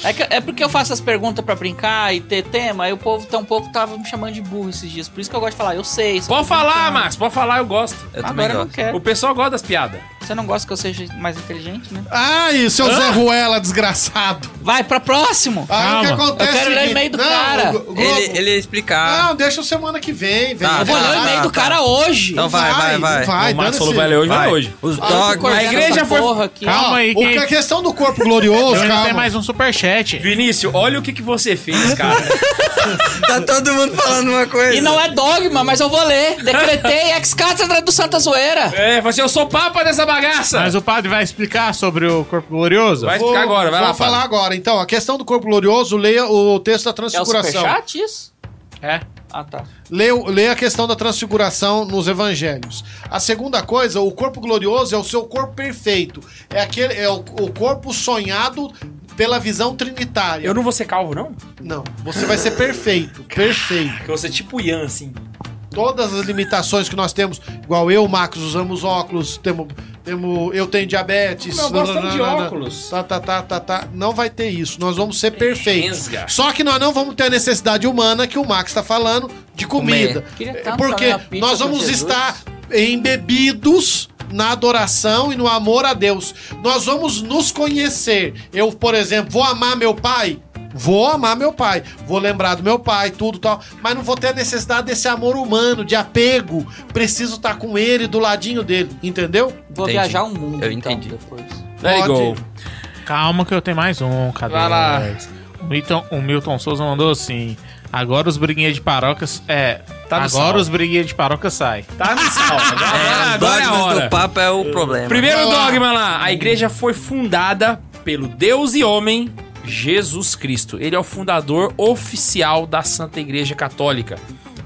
Speaker 2: É, que- é porque eu faço as perguntas pra brincar e ter tema, aí o povo tão pouco tava me chamando de burro esses dias. Por isso que eu gosto de falar, eu sei. só
Speaker 3: Pode
Speaker 2: tô
Speaker 3: falar,
Speaker 2: brincando.
Speaker 3: Max, pode falar, eu gosto.
Speaker 1: Eu também
Speaker 2: Agora eu não
Speaker 1: gosto.
Speaker 2: quero.
Speaker 3: O pessoal gosta das piadas.
Speaker 2: Você não gosta que eu seja mais inteligente, né?
Speaker 4: Ai, Ah, seu Zé Ruela desgraçado.
Speaker 2: Vai, pra próximo!
Speaker 3: Ah,
Speaker 4: Aí o que
Speaker 5: Calma.
Speaker 4: acontece.
Speaker 2: Eu quero
Speaker 4: é o
Speaker 2: ler
Speaker 4: seguinte-
Speaker 2: e-mail do
Speaker 4: Não,
Speaker 2: cara.
Speaker 4: o Globo-
Speaker 1: Ele, ele ia explicar.
Speaker 4: Não, deixa semana que vem, velho.
Speaker 1: Tá,
Speaker 2: eu vou
Speaker 1: tá,
Speaker 2: ler o e-mail
Speaker 1: tá,
Speaker 2: do
Speaker 1: tá.
Speaker 2: cara hoje!
Speaker 1: Então vai, vai, vai.
Speaker 4: Vai,
Speaker 3: o Max
Speaker 4: dane-se.
Speaker 3: falou, vai ler hoje, vai
Speaker 1: Vai.
Speaker 3: hoje.
Speaker 1: Os
Speaker 2: Ah, eu tô
Speaker 1: dogmas. Tá
Speaker 2: cortando
Speaker 3: a igreja
Speaker 2: essa
Speaker 3: foi-
Speaker 2: porra aqui.
Speaker 5: Calma
Speaker 4: Calma aí,
Speaker 5: aí,
Speaker 4: o que
Speaker 5: quem-
Speaker 4: a questão do corpo glorioso,
Speaker 5: Ainda tem
Speaker 4: calma.
Speaker 5: mais um superchat.
Speaker 3: Vinícius, olha o que, que você fez, cara.
Speaker 1: Tá todo mundo falando uma coisa.
Speaker 2: E não é dogma, mas eu vou ler. Decretei ex-cátedra do Santa Zoeira.
Speaker 3: é, você, eu sou papa dessa bagaça.
Speaker 5: Mas o padre vai explicar sobre o corpo glorioso?
Speaker 3: Vai explicar agora, vai
Speaker 4: vou
Speaker 3: lá.
Speaker 4: falar
Speaker 3: fala.
Speaker 4: agora. Então, a questão do corpo glorioso, leia o texto da
Speaker 2: É o
Speaker 4: transfiguração.
Speaker 2: superchat isso?
Speaker 5: É.
Speaker 2: Ah, tá.
Speaker 4: Leia, leia a questão da transfiguração nos evangelhos. A segunda coisa, o corpo glorioso é o seu corpo perfeito. É, aquele, é o, o corpo sonhado pela visão trinitária.
Speaker 3: Eu não vou ser calvo, não?
Speaker 4: Não, você vai ser perfeito. perfeito.
Speaker 3: Que você é tipo Ian, assim.
Speaker 4: Todas as limitações que nós temos, igual eu, Max, usamos óculos, temos. temos eu tenho diabetes.
Speaker 3: Como eu gosto tanto de
Speaker 4: nananana.
Speaker 3: óculos.
Speaker 4: Tá, tá, tá, tá, tá. Não vai ter isso. Nós vamos ser perfeitos.
Speaker 3: Engasga.
Speaker 4: Só que nós não vamos ter a necessidade humana que o Max tá falando de comida.
Speaker 2: Queria
Speaker 4: É
Speaker 2: tanto
Speaker 4: Porque
Speaker 2: comer uma pizza
Speaker 4: nós
Speaker 2: com
Speaker 4: vamos
Speaker 2: Jesus.
Speaker 4: estar embebidos na adoração e no amor a Deus. Nós vamos nos conhecer. Eu, por exemplo, vou amar meu pai? Vou amar meu pai, vou lembrar do meu pai, tudo e tal, mas não vou ter a necessidade desse amor humano, de apego. Preciso estar com ele, do ladinho dele, entendeu?
Speaker 7: Vou
Speaker 1: Entendi.
Speaker 7: viajar o mundo,
Speaker 1: Eu
Speaker 7: então,
Speaker 1: entendi.
Speaker 7: depois.
Speaker 3: There you go.
Speaker 5: Calma que eu tenho mais um, cadê?
Speaker 3: Vai lá.
Speaker 5: O Milton, o Milton Souza mandou assim. Agora os briguinhas de parocas. É.
Speaker 3: Tá no
Speaker 5: agora
Speaker 3: sal.
Speaker 5: os briguinhas de parocas saem.
Speaker 3: Tá no sal. Agora,
Speaker 1: É, os
Speaker 3: agora é a
Speaker 1: dogmas
Speaker 3: hora.
Speaker 1: do Papa é o problema.
Speaker 3: Primeiro
Speaker 4: Vai lá.
Speaker 3: dogma lá. A igreja foi fundada pelo Deus e homem Jesus Cristo. Ele é o fundador oficial da Santa Igreja Católica.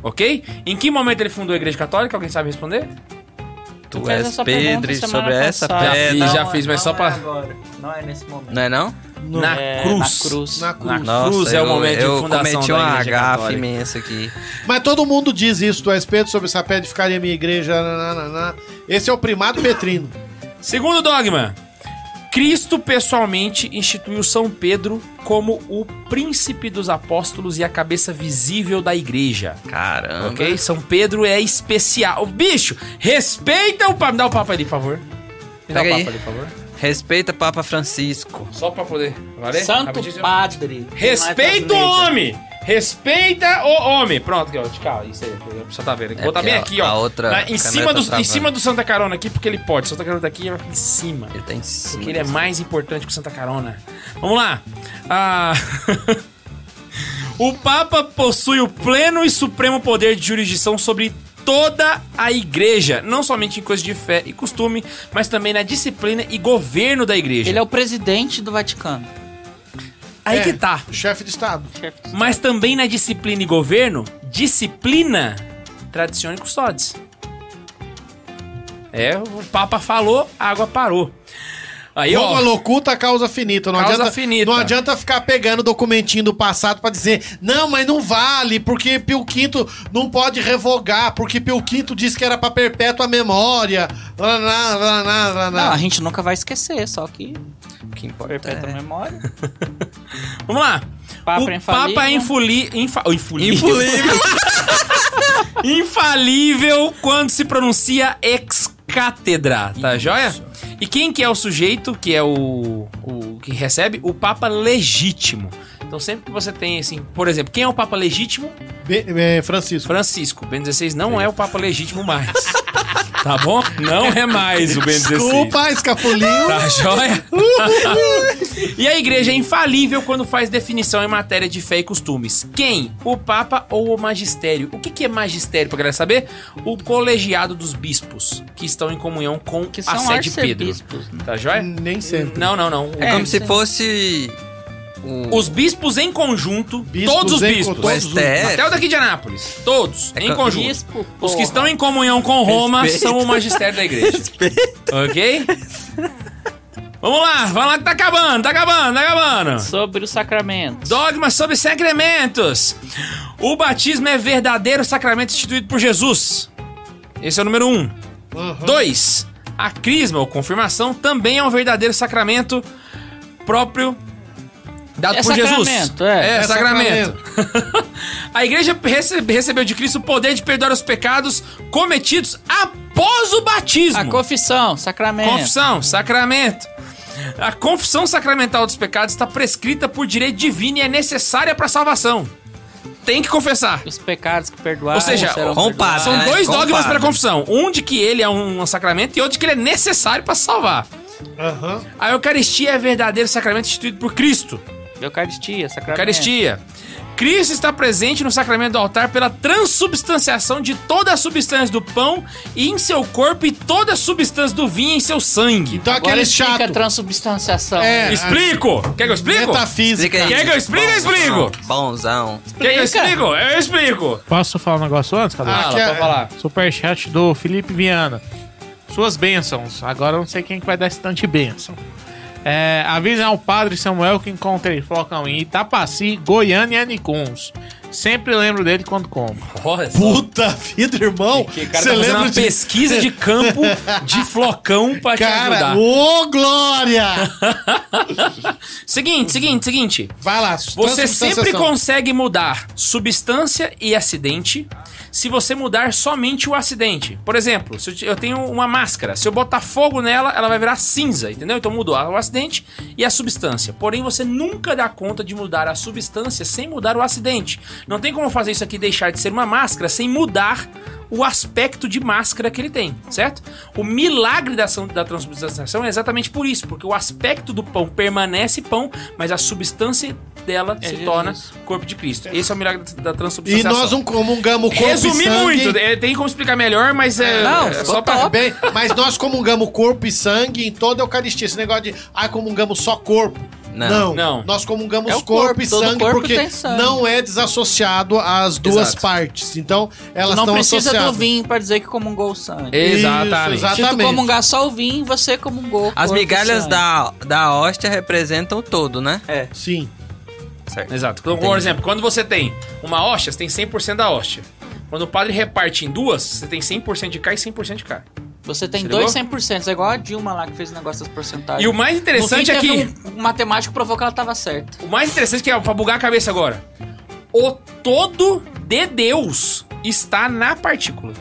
Speaker 3: Ok? Em que momento ele fundou a Igreja Católica? Alguém sabe responder?
Speaker 1: tu
Speaker 2: fez
Speaker 1: és
Speaker 2: essa
Speaker 1: Pedro,
Speaker 2: pergunta
Speaker 1: e
Speaker 2: semana
Speaker 1: sobre essa
Speaker 2: passada.
Speaker 3: Já fiz,
Speaker 1: pedra.
Speaker 3: já fiz, mas
Speaker 7: não
Speaker 3: só
Speaker 7: é
Speaker 3: pra-
Speaker 7: agora, não é nesse momento.
Speaker 1: Não é não?
Speaker 3: Na
Speaker 2: É,
Speaker 3: cruz.
Speaker 2: Na cruz.
Speaker 4: Na cruz.
Speaker 1: Nossa,
Speaker 3: cruz é o momento de
Speaker 1: eu,
Speaker 3: fundação
Speaker 1: Eu cometi
Speaker 3: da
Speaker 1: uma
Speaker 3: Igreja
Speaker 1: agafe
Speaker 3: Católica.
Speaker 1: imensa aqui.
Speaker 4: Mas todo mundo diz isso, tu és Pedro, sobre essa pedra ficaria minha igreja. nananana. Esse é o primado petrino.
Speaker 3: Segundo dogma. Cristo pessoalmente instituiu São Pedro como o príncipe dos apóstolos e a cabeça visível da igreja.
Speaker 1: Caramba.
Speaker 3: Ok? São Pedro é especial. Ô, Bicho, respeita o Papa. Me dá o Papa ali, por favor. Me dá
Speaker 1: Pega
Speaker 3: o
Speaker 1: aí.
Speaker 3: Papa ali, por favor.
Speaker 1: Respeita Papa Francisco.
Speaker 3: Só pra poder. Valeu?
Speaker 7: Santo
Speaker 3: Rapidinho.
Speaker 7: Padre.
Speaker 3: Respeita
Speaker 2: é
Speaker 3: o
Speaker 1: é
Speaker 3: homem! Respeita o homem! Pronto, aqui, ó, de cá, isso aí, só tá vendo. Vou
Speaker 1: É
Speaker 3: botar
Speaker 1: porque
Speaker 3: bem
Speaker 1: a-
Speaker 3: aqui, ó.
Speaker 1: a outra
Speaker 3: na- em,
Speaker 1: câmera
Speaker 3: cima
Speaker 1: tá
Speaker 3: do, em
Speaker 1: travando.
Speaker 3: cima do Santa Carona aqui, porque ele pode. Santa Carona tá aqui, ó, em cima.
Speaker 1: Ele tá em cima.
Speaker 3: Porque ele é mais importante que o Santa Carona. Vamos lá. Ah, o Papa possui o pleno e supremo poder de jurisdição sobre toda a igreja, não somente em coisas de fé e costume, mas também na disciplina e governo da igreja.
Speaker 2: Ele é o presidente do Vaticano.
Speaker 3: Aí
Speaker 4: É.
Speaker 3: que tá.
Speaker 4: Chefe de Estado.
Speaker 3: Mas também na disciplina e governo, disciplina tradicione custodes. É, o Papa falou, a água parou. Aí, ó,
Speaker 4: Roma locuta causa finita. Não
Speaker 3: Causa
Speaker 4: adianta,
Speaker 3: finita.
Speaker 4: Não adianta ficar pegando documentinho do passado pra dizer, não, mas não vale, porque Pio V não pode revogar, porque Pio V disse que era pra perpétua memória. Lá, lá, lá, lá, lá,
Speaker 2: Não, a
Speaker 3: Ah,
Speaker 4: lá.
Speaker 2: gente nunca vai esquecer, só que
Speaker 1: O que importa
Speaker 2: perpétua
Speaker 1: é...
Speaker 2: memória.
Speaker 3: vamos lá.
Speaker 2: Papa
Speaker 3: o
Speaker 2: infalível.
Speaker 3: Papa é infuli, infa, oh, infulível,
Speaker 1: Infalível.
Speaker 3: infalível quando se pronuncia ex cátedra, tá joia? E quem que é o sujeito, que é o, o que recebe? O Papa legítimo. Então sempre que você tem, assim, por exemplo, quem é o Papa legítimo?
Speaker 4: Be- é, Francisco.
Speaker 3: Francisco, Ben 16 não é o Papa legítimo mais. tá bom? Não é mais o Ben 16.
Speaker 4: Desculpa, escapulinho.
Speaker 3: Tá joia? e a igreja é infalível quando faz definição em matéria de fé e costumes. Quem? O Papa ou o magistério? O que, que é magistério, pra galera saber? O colegiado dos bispos, que estão em comunhão com
Speaker 2: Que
Speaker 3: a
Speaker 2: são
Speaker 3: sede Pedro.
Speaker 2: arcebispos. né?
Speaker 3: Tá joia?
Speaker 4: Nem sempre.
Speaker 3: Não, não, não.
Speaker 1: É como
Speaker 2: É,
Speaker 1: se
Speaker 2: sim.
Speaker 1: fosse... O...
Speaker 3: Os bispos em conjunto,
Speaker 4: Bispos
Speaker 3: todos os
Speaker 4: em-
Speaker 3: bispos.
Speaker 1: o
Speaker 4: todos os-
Speaker 1: STF.
Speaker 3: Até o daqui de Anápolis. Todos,
Speaker 1: É
Speaker 3: em
Speaker 1: ca-
Speaker 3: conjunto.
Speaker 2: Bispo,
Speaker 3: Os que
Speaker 2: porra.
Speaker 3: estão em comunhão com Roma
Speaker 1: Respeita.
Speaker 3: são o magistério da igreja. ok? Vamos lá, vamos lá que tá acabando, tá acabando, tá acabando.
Speaker 2: Sobre os sacramentos.
Speaker 3: Dogmas sobre sacramentos. O batismo é verdadeiro sacramento instituído por Jesus. Esse é o número um.
Speaker 4: Uhum.
Speaker 3: Dois, a crisma ou confirmação também é um verdadeiro sacramento próprio dado
Speaker 2: É
Speaker 3: por Jesus.
Speaker 2: sacramento, é.
Speaker 3: é sacramento. A igreja rece- recebeu de Cristo o poder de perdoar os pecados cometidos após o batismo.
Speaker 2: A confissão, sacramento.
Speaker 3: Confissão, sacramento. A confissão sacramental dos pecados está prescrita por direito divino e é necessária para salvação. Tem que confessar.
Speaker 2: Os pecados que perdoaram.
Speaker 3: Ou seja,
Speaker 2: serão
Speaker 1: compara,
Speaker 3: São
Speaker 1: né?
Speaker 3: dois
Speaker 1: Compara.
Speaker 3: dogmas para confissão. Um de que ele é um sacramento e outro de que ele é necessário para salvar.
Speaker 4: Aham.
Speaker 3: A Eucaristia é verdadeiro sacramento instituído por Cristo.
Speaker 2: perdoados. Eucaristia, sacramento.
Speaker 3: Eucaristia. Cristo está presente no sacramento do altar pela transubstanciação de toda a substância do pão e em seu corpo e toda a substância do vinho em seu sangue.
Speaker 4: Então
Speaker 2: Agora
Speaker 4: aquele
Speaker 2: explica a
Speaker 4: chato.
Speaker 2: transubstanciação.
Speaker 4: É,
Speaker 3: Explico! Quer que eu explico?
Speaker 4: Metafísica.
Speaker 1: aí.
Speaker 3: Quer que eu explique, eu explico?
Speaker 1: Bonzão.
Speaker 3: Quer que eu explico? Eu explico.
Speaker 5: Posso falar um negócio antes, cadê?
Speaker 4: Ah,
Speaker 3: Fala,
Speaker 4: que é-
Speaker 3: pode falar.
Speaker 5: Superchat do Felipe Viana. Suas bênçãos. Agora eu não sei quem que vai dar esse tanto de bênção. É, avisem ao padre Samuel que encontrei flocão em Itapaci, Goiânia e Anicuns. Sempre lembro dele quando como.
Speaker 3: Olha só.
Speaker 4: Puta vida, irmão.
Speaker 3: Que o cara tá fazendo uma
Speaker 4: de-
Speaker 3: pesquisa de campo de flocão pra te
Speaker 4: Cara,
Speaker 3: ajudar.
Speaker 4: ô glória!
Speaker 3: Seguinte, seguinte, seguinte.
Speaker 4: Vai lá.
Speaker 3: Você
Speaker 4: transubstanciação.
Speaker 3: sempre consegue mudar substância e acidente se você mudar somente o acidente. Por exemplo, se eu te- eu tenho uma máscara, se eu botar fogo nela, ela vai virar cinza, entendeu? Então mudou o acidente e a substância. Porém, você nunca dá conta de mudar a substância sem mudar o acidente. Não tem como fazer isso aqui deixar de ser uma máscara sem mudar o aspecto de máscara que ele tem, certo? O milagre da, ação, da transubstanciação é exatamente por isso, porque o aspecto do pão permanece pão, mas a substância dela se
Speaker 2: É Jesus.
Speaker 3: torna corpo de Cristo. Esse é o milagre da, da
Speaker 4: E
Speaker 3: transubstanciação.
Speaker 4: nós um comungamos corpo e
Speaker 3: Resumi
Speaker 4: sangue.
Speaker 3: muito, é, tem como explicar melhor, mas é,
Speaker 2: Não,
Speaker 3: é
Speaker 2: ficou
Speaker 3: só pra...
Speaker 2: top.
Speaker 4: Bem, mas nós comungamos corpo e sangue em toda a Eucaristia. Esse negócio de, ah, comungamos só corpo. Não,
Speaker 3: Não.
Speaker 4: Nós comungamos
Speaker 2: É o
Speaker 4: corpo,
Speaker 2: corpo,
Speaker 4: e
Speaker 2: todo
Speaker 4: sangue
Speaker 2: corpo
Speaker 4: porque
Speaker 2: tem sangue.
Speaker 4: não é desassociado às duas
Speaker 3: Exato.
Speaker 4: partes. Então, elas
Speaker 2: não
Speaker 4: estão
Speaker 2: precisa
Speaker 4: associadas.
Speaker 2: do vinho um- pra dizer que comungou o sangue. Tá
Speaker 3: Exatamente.
Speaker 4: Isso,
Speaker 2: Se tu
Speaker 4: exatamente.
Speaker 2: comungar só o vinho, você comungou. o
Speaker 1: As
Speaker 2: corpo
Speaker 1: migalhas
Speaker 2: e sangue.
Speaker 1: da, da hóstia representam o todo, né?
Speaker 2: É.
Speaker 4: Sim.
Speaker 3: Exato. Então, por
Speaker 1: Entendi.
Speaker 3: exemplo, quando você tem uma hóstia, você tem 100% da hóstia. Quando o padre reparte em duas, você tem 100% de cá e 100% de cá.
Speaker 2: Você tem
Speaker 3: Você
Speaker 2: dois
Speaker 3: ligou?
Speaker 2: 100%, é igual a Dilma lá que fez o negócio das porcentagens.
Speaker 3: E o mais interessante é que...
Speaker 2: Um, um matemático provou que ela tava certa.
Speaker 3: O mais interessante que é pra bugar a cabeça agora. O todo de Deus está na partícula.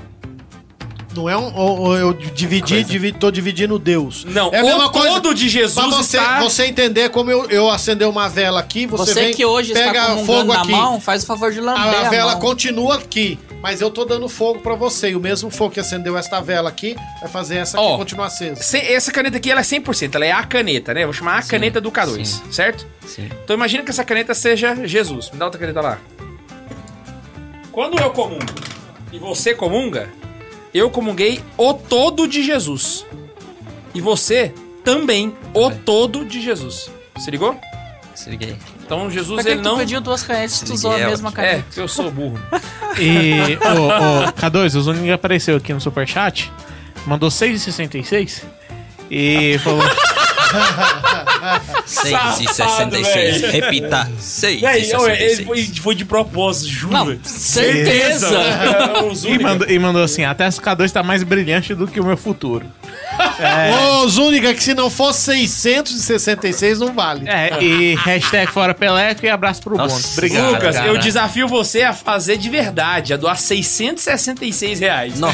Speaker 4: Não é um. ou- ou Eu dividi, divi- tô dividindo Deus.
Speaker 3: Não,
Speaker 4: é a mesma
Speaker 3: o
Speaker 4: coisa.
Speaker 3: todo de
Speaker 4: Pra
Speaker 3: Jesus
Speaker 4: você,
Speaker 3: está.
Speaker 4: você entender como eu, eu acender uma vela aqui, você,
Speaker 2: Você,
Speaker 4: vem,
Speaker 2: que hoje está
Speaker 4: pega
Speaker 2: comungando
Speaker 4: fogo
Speaker 2: na
Speaker 4: aqui.
Speaker 2: mão, faz o favor de lamber
Speaker 4: A,
Speaker 2: a,
Speaker 4: a vela
Speaker 2: mão.
Speaker 4: continua aqui, mas eu tô dando fogo pra você. E o mesmo fogo que acendeu esta vela aqui vai fazer essa aqui
Speaker 3: Ó.
Speaker 4: continuar acesa.
Speaker 3: Se- Essa caneta aqui ela é 100%, ela é a caneta, né? Eu Vou chamar a caneta do K2,
Speaker 1: sim.
Speaker 3: certo?
Speaker 1: Sim.
Speaker 3: Então imagina que essa caneta seja Jesus. Me dá outra caneta lá. Quando eu comungo e você comunga, eu comunguei o todo de Jesus. E você também o todo de Jesus. Se ligou?
Speaker 1: Se liguei.
Speaker 3: Então
Speaker 2: Pra
Speaker 3: Jesus
Speaker 2: que
Speaker 3: ele
Speaker 2: tu
Speaker 3: não
Speaker 2: pediu duas canetas se tu usou a
Speaker 1: Miguel,
Speaker 2: mesma
Speaker 3: É,
Speaker 2: caneta?
Speaker 3: porque eu sou burro.
Speaker 5: E o, K2, o Zuning apareceu aqui no superchat, mandou 6,66 e falou... assim,
Speaker 1: 6 e 66. Repita. 6 e
Speaker 3: Véi, eu- ele
Speaker 1: 66.
Speaker 3: foi, foi de propósito, juro.
Speaker 2: Não, certeza!
Speaker 3: É,
Speaker 5: E mandou, e mandou assim, até esse K2 tá mais brilhante do que o meu futuro.
Speaker 3: É.
Speaker 4: Ô, Zúniga, que se não fosse 666, não vale.
Speaker 5: É, e hashtag fora Peleco e abraço pro
Speaker 1: Nossa,
Speaker 5: Bonto. Obrigado.
Speaker 3: Lucas,
Speaker 1: cara.
Speaker 3: eu desafio você a fazer de verdade, a doar 666 reais.
Speaker 1: Não,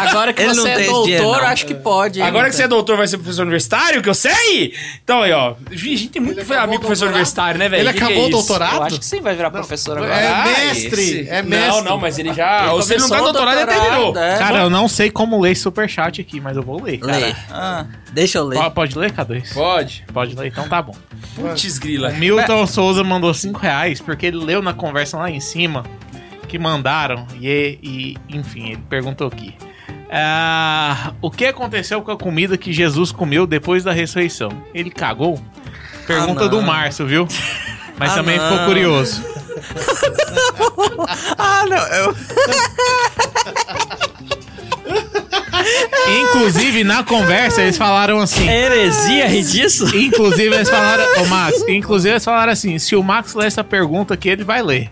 Speaker 2: Agora que
Speaker 1: Ele não
Speaker 2: você
Speaker 1: tem
Speaker 2: é
Speaker 1: esse
Speaker 2: doutor,
Speaker 1: dinheiro, não.
Speaker 2: acho que pode. hein?
Speaker 3: Agora que você é doutor, vai ser professor universitário, que eu sei! Então aí, ó. vi- A gente tem muito
Speaker 4: acabou o
Speaker 3: amigo professor
Speaker 4: doutorado.
Speaker 3: universitário, né, velho?
Speaker 4: Ele
Speaker 3: Que que
Speaker 4: acabou
Speaker 3: é
Speaker 4: o
Speaker 3: isso?
Speaker 2: Eu
Speaker 4: doutorado?
Speaker 2: acho que sim, vai virar professor agora.
Speaker 4: É
Speaker 3: Ah,
Speaker 4: mestre,
Speaker 3: esse-
Speaker 4: é mestre.
Speaker 3: Não, não, mas ele já. ou se ele não tá
Speaker 2: Começou o
Speaker 3: doutorado, ele terminou.
Speaker 2: é.
Speaker 5: Cara, eu não sei como ler esse superchat aqui, mas eu vou ler.
Speaker 1: lê.
Speaker 2: Ah,
Speaker 1: Deixa eu ler.
Speaker 5: Po- Pode ler, K2?
Speaker 3: Pode.
Speaker 5: Pode ler, então tá bom.
Speaker 3: Putz, grila.
Speaker 1: É.
Speaker 5: Milton Souza mandou 5 reais porque ele leu na conversa lá em cima que mandaram e, e enfim, ele perguntou aqui. Ah, o que aconteceu com a comida que Jesus comeu depois da ressurreição? Ele cagou? Pergunta
Speaker 1: Ah, não.
Speaker 5: do Márcio, viu? Mas
Speaker 1: Ah,
Speaker 5: também ficou
Speaker 1: não.
Speaker 5: curioso.
Speaker 1: Ah, não. Eu...
Speaker 5: Inclusive, na conversa, eles falaram assim.
Speaker 3: É
Speaker 6: Heresia ri disso?
Speaker 5: Inclusive, eles falaram. Ô, Max, inclusive, eles falaram assim: se o Max ler essa pergunta aqui, ele vai ler.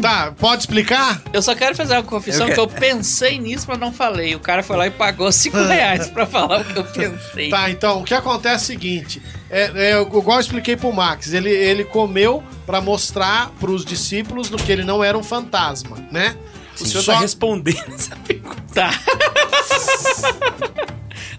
Speaker 4: Tá, pode explicar?
Speaker 2: eu só quero fazer uma confissão
Speaker 1: Eu
Speaker 2: que eu pensei nisso, mas não falei. O cara foi lá e pagou 5 reais pra falar o que eu pensei.
Speaker 4: Tá, então, o que acontece é o seguinte. É, é, igual eu expliquei pro Max, ele, ele comeu pra mostrar pros discípulos do que ele não era um fantasma, né?
Speaker 3: O senhor
Speaker 4: Só-
Speaker 3: tá respondendo essa pergunta.
Speaker 2: Tá.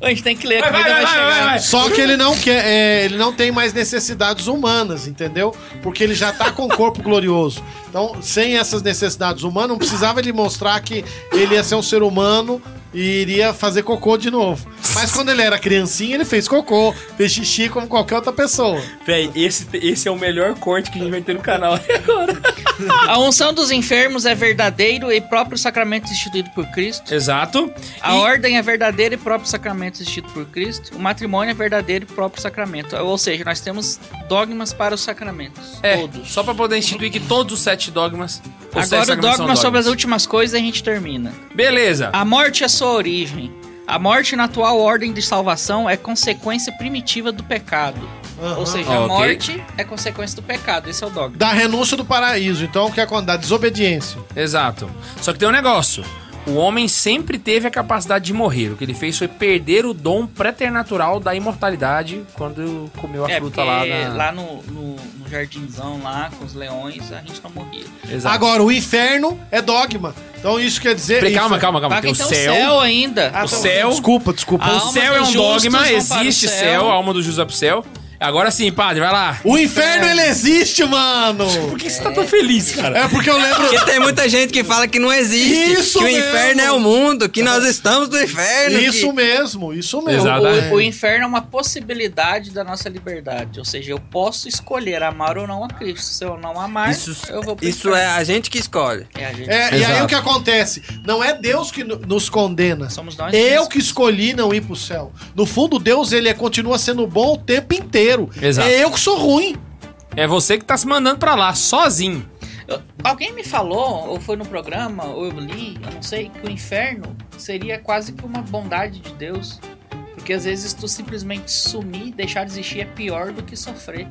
Speaker 2: a gente tem que ler, a
Speaker 3: Vai,
Speaker 2: comida
Speaker 3: vai,
Speaker 2: vai,
Speaker 3: vai,
Speaker 2: chegar.
Speaker 3: vai, vai.
Speaker 4: Só que ele não quer, é, ele não tem mais necessidades humanas, entendeu? Porque ele já tá com o corpo glorioso. Então, sem essas necessidades humanas, não precisava ele mostrar que ele ia ser um ser humano e iria fazer cocô de novo. Mas quando ele era criancinha, ele fez cocô, fez xixi como qualquer outra pessoa.
Speaker 3: Véi, esse, esse é o melhor corte que a gente vai ter no canal até agora.
Speaker 2: A unção dos enfermos é verdadeiro e próprio sacramento instituído por Cristo.
Speaker 3: Exato.
Speaker 2: A
Speaker 3: E-
Speaker 2: ordem é verdadeira e próprio sacramento instituído por Cristo. O matrimônio é verdadeiro e próprio sacramento. Ou seja, nós temos dogmas para os sacramentos.
Speaker 3: É,
Speaker 2: Todos.
Speaker 3: só pra poder instituir que todos os sete dogmas. os sete
Speaker 2: Agora o
Speaker 3: sacramentos são
Speaker 2: dogma sobre as
Speaker 3: dogmas.
Speaker 7: Ah.
Speaker 2: últimas coisas a gente termina.
Speaker 3: Beleza.
Speaker 2: A morte é sua origem.
Speaker 7: A morte na atual ordem de salvação é consequência primitiva do pecado. Ou seja, a
Speaker 3: Ok.
Speaker 7: morte é consequência do pecado. Esse é o dogma.
Speaker 4: Da renúncia do paraíso. Então, o que acontece? Da desobediência.
Speaker 3: Exato. Só que tem um negócio. O homem sempre teve a capacidade de morrer. O que ele fez foi perder o dom preternatural da imortalidade quando comeu a
Speaker 7: é, porque
Speaker 3: fruta lá na...
Speaker 7: lá no, no, no jardinzão lá, com os leões, a gente não morria.
Speaker 3: Exato.
Speaker 4: Agora, o inferno é dogma. Então, isso quer dizer.
Speaker 3: Peraí, calma,
Speaker 4: infer-
Speaker 3: calma, calma.
Speaker 7: Tá,
Speaker 3: Tem o
Speaker 7: então
Speaker 3: céu.
Speaker 7: ainda. tá
Speaker 3: o céu.
Speaker 4: Desculpa, desculpa.
Speaker 7: Ah.
Speaker 3: O
Speaker 7: Alma
Speaker 3: céu é
Speaker 7: dos
Speaker 3: um
Speaker 7: justos vão
Speaker 3: dogma.
Speaker 7: para o
Speaker 3: Existe
Speaker 7: céu.
Speaker 3: céu. A alma do Jus vai pro céu. Agora sim, padre, vai lá.
Speaker 4: O inferno, ele existe, mano.
Speaker 3: Por que você tá tão feliz, cara?
Speaker 4: É porque eu lembro.
Speaker 1: Porque tem muita gente que fala que não existe,
Speaker 4: Isso
Speaker 1: que o
Speaker 4: mesmo.
Speaker 1: inferno é o mundo, que nós estamos no inferno.
Speaker 4: Isso
Speaker 1: que...
Speaker 4: mesmo, isso mesmo.
Speaker 3: Exato.
Speaker 7: O, o inferno é uma possibilidade da nossa liberdade. Ou seja, eu posso escolher amar ou não a Cristo. Se eu não amar,
Speaker 1: Isso,
Speaker 7: eu vou pro
Speaker 1: isso é
Speaker 7: inferno.
Speaker 1: a gente que escolhe.
Speaker 7: é. a gente.
Speaker 4: É, e aí
Speaker 3: Exato.
Speaker 4: o que acontece? Não é Deus que no- nos condena.
Speaker 7: Somos nós
Speaker 4: Eu
Speaker 7: mesmos.
Speaker 4: que escolhi não ir pro céu. No fundo, Deus ele é- continua sendo bom o tempo inteiro.
Speaker 3: Exato.
Speaker 4: É eu que sou ruim.
Speaker 3: É você que tá se mandando pra lá, sozinho.
Speaker 7: Eu- alguém me falou, ou foi no programa, ou eu li, eu não sei, que o inferno seria quase que uma bondade de Deus. Porque às vezes tu simplesmente sumir, deixar de existir é pior do que sofrer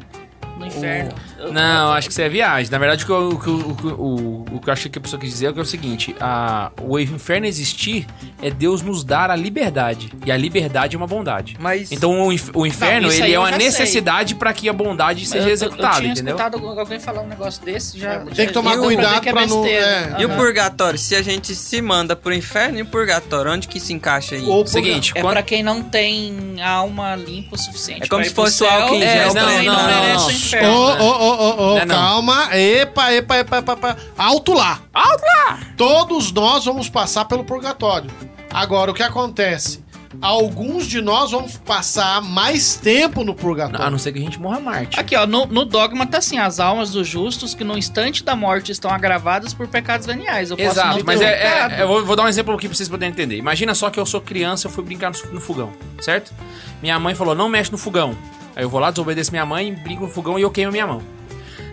Speaker 7: no inferno. Eu-
Speaker 3: Não, acho que isso é viagem. Na verdade, o que eu, o que eu- o que eu- o- o que eu achei que a pessoa quis dizer é, que é o seguinte: a- o inferno existir é Deus nos dar a liberdade. E a liberdade é uma bondade.
Speaker 1: Mas
Speaker 3: Então o, inf- o inferno
Speaker 7: isso aí
Speaker 3: ele é
Speaker 7: eu
Speaker 3: uma
Speaker 7: já sei.
Speaker 3: necessidade pra que a bondade
Speaker 7: Eu-
Speaker 3: seja
Speaker 7: eu-
Speaker 3: executada,
Speaker 7: eu tinha
Speaker 3: entendeu?
Speaker 7: escutado alguém falar um negócio desse, já.
Speaker 4: Tem
Speaker 7: já-
Speaker 4: que tomar
Speaker 7: já deu pra
Speaker 4: cuidado
Speaker 7: ver que é
Speaker 4: pra não-
Speaker 7: besteira.
Speaker 4: é.
Speaker 1: E o
Speaker 7: Aham.
Speaker 1: purgatório? Se a gente se manda pro inferno e o purgatório, onde que se encaixa aí?
Speaker 4: Ou
Speaker 3: Seguinte,
Speaker 7: É
Speaker 3: quando-
Speaker 7: pra quem não tem alma limpa o suficiente.
Speaker 1: É como
Speaker 7: pra
Speaker 1: se
Speaker 7: ir pro
Speaker 1: fosse é o
Speaker 7: céu,
Speaker 1: álcool em
Speaker 7: mas
Speaker 1: gel,
Speaker 7: também
Speaker 1: não,
Speaker 7: não,
Speaker 1: não,
Speaker 7: merece
Speaker 4: É
Speaker 1: não.
Speaker 7: o
Speaker 4: Ô,
Speaker 7: inferno.
Speaker 4: ô, ô, ô,
Speaker 3: Não
Speaker 4: ô,
Speaker 3: é não.
Speaker 4: calma. Epa, epa, epa, epa, epa. Alto lá. Alto lá. Todos nós vamos passar pelo purgatório. Agora, o que acontece? Alguns de nós vamos passar mais tempo no purgatório.
Speaker 3: A não ser que a gente morra Marte.
Speaker 7: Aqui, ó, no, no dogma tá assim: as almas dos justos que no instante da morte estão agravadas por pecados veniais. Eu posso
Speaker 3: Exato,
Speaker 7: não
Speaker 3: mas
Speaker 7: ter
Speaker 3: é- é-
Speaker 7: pecado.
Speaker 3: eu vou, vou dar um exemplo aqui pra vocês poderem entender. Imagina só que eu sou criança, eu fui brincar no, no fogão, certo? Minha mãe falou, não mexe no fogão. Aí eu vou lá, desobedeço minha mãe, brinco no fogão e eu queimo minha mão.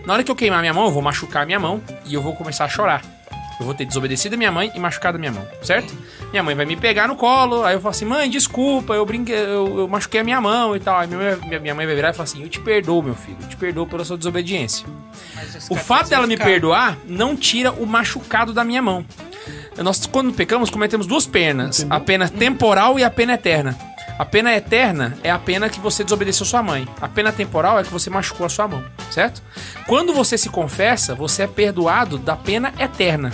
Speaker 3: Na hora que eu queimar minha mão, eu vou machucar minha mão e eu vou começar a chorar. Eu vou ter desobedecido a minha mãe e machucado a minha mão, certo? Minha mãe vai me pegar no colo, aí eu falo assim, mãe, desculpa, eu brinquei, eu, eu machuquei a minha mão e tal. Aí minha, minha- minha mãe vai virar e falar assim, eu te perdoo, meu filho, eu te perdoo pela sua desobediência.
Speaker 7: Mas esse
Speaker 3: O
Speaker 7: cara
Speaker 3: fato
Speaker 7: tá
Speaker 3: dela me
Speaker 7: justificado.
Speaker 3: perdoar não tira o machucado da minha mão. Nós, quando pecamos, cometemos duas penas: a pena temporal e a pena eterna. A pena eterna é a pena que você desobedeceu sua mãe. A pena temporal é que você machucou a sua mão, certo? Quando você se confessa, você é perdoado da pena eterna.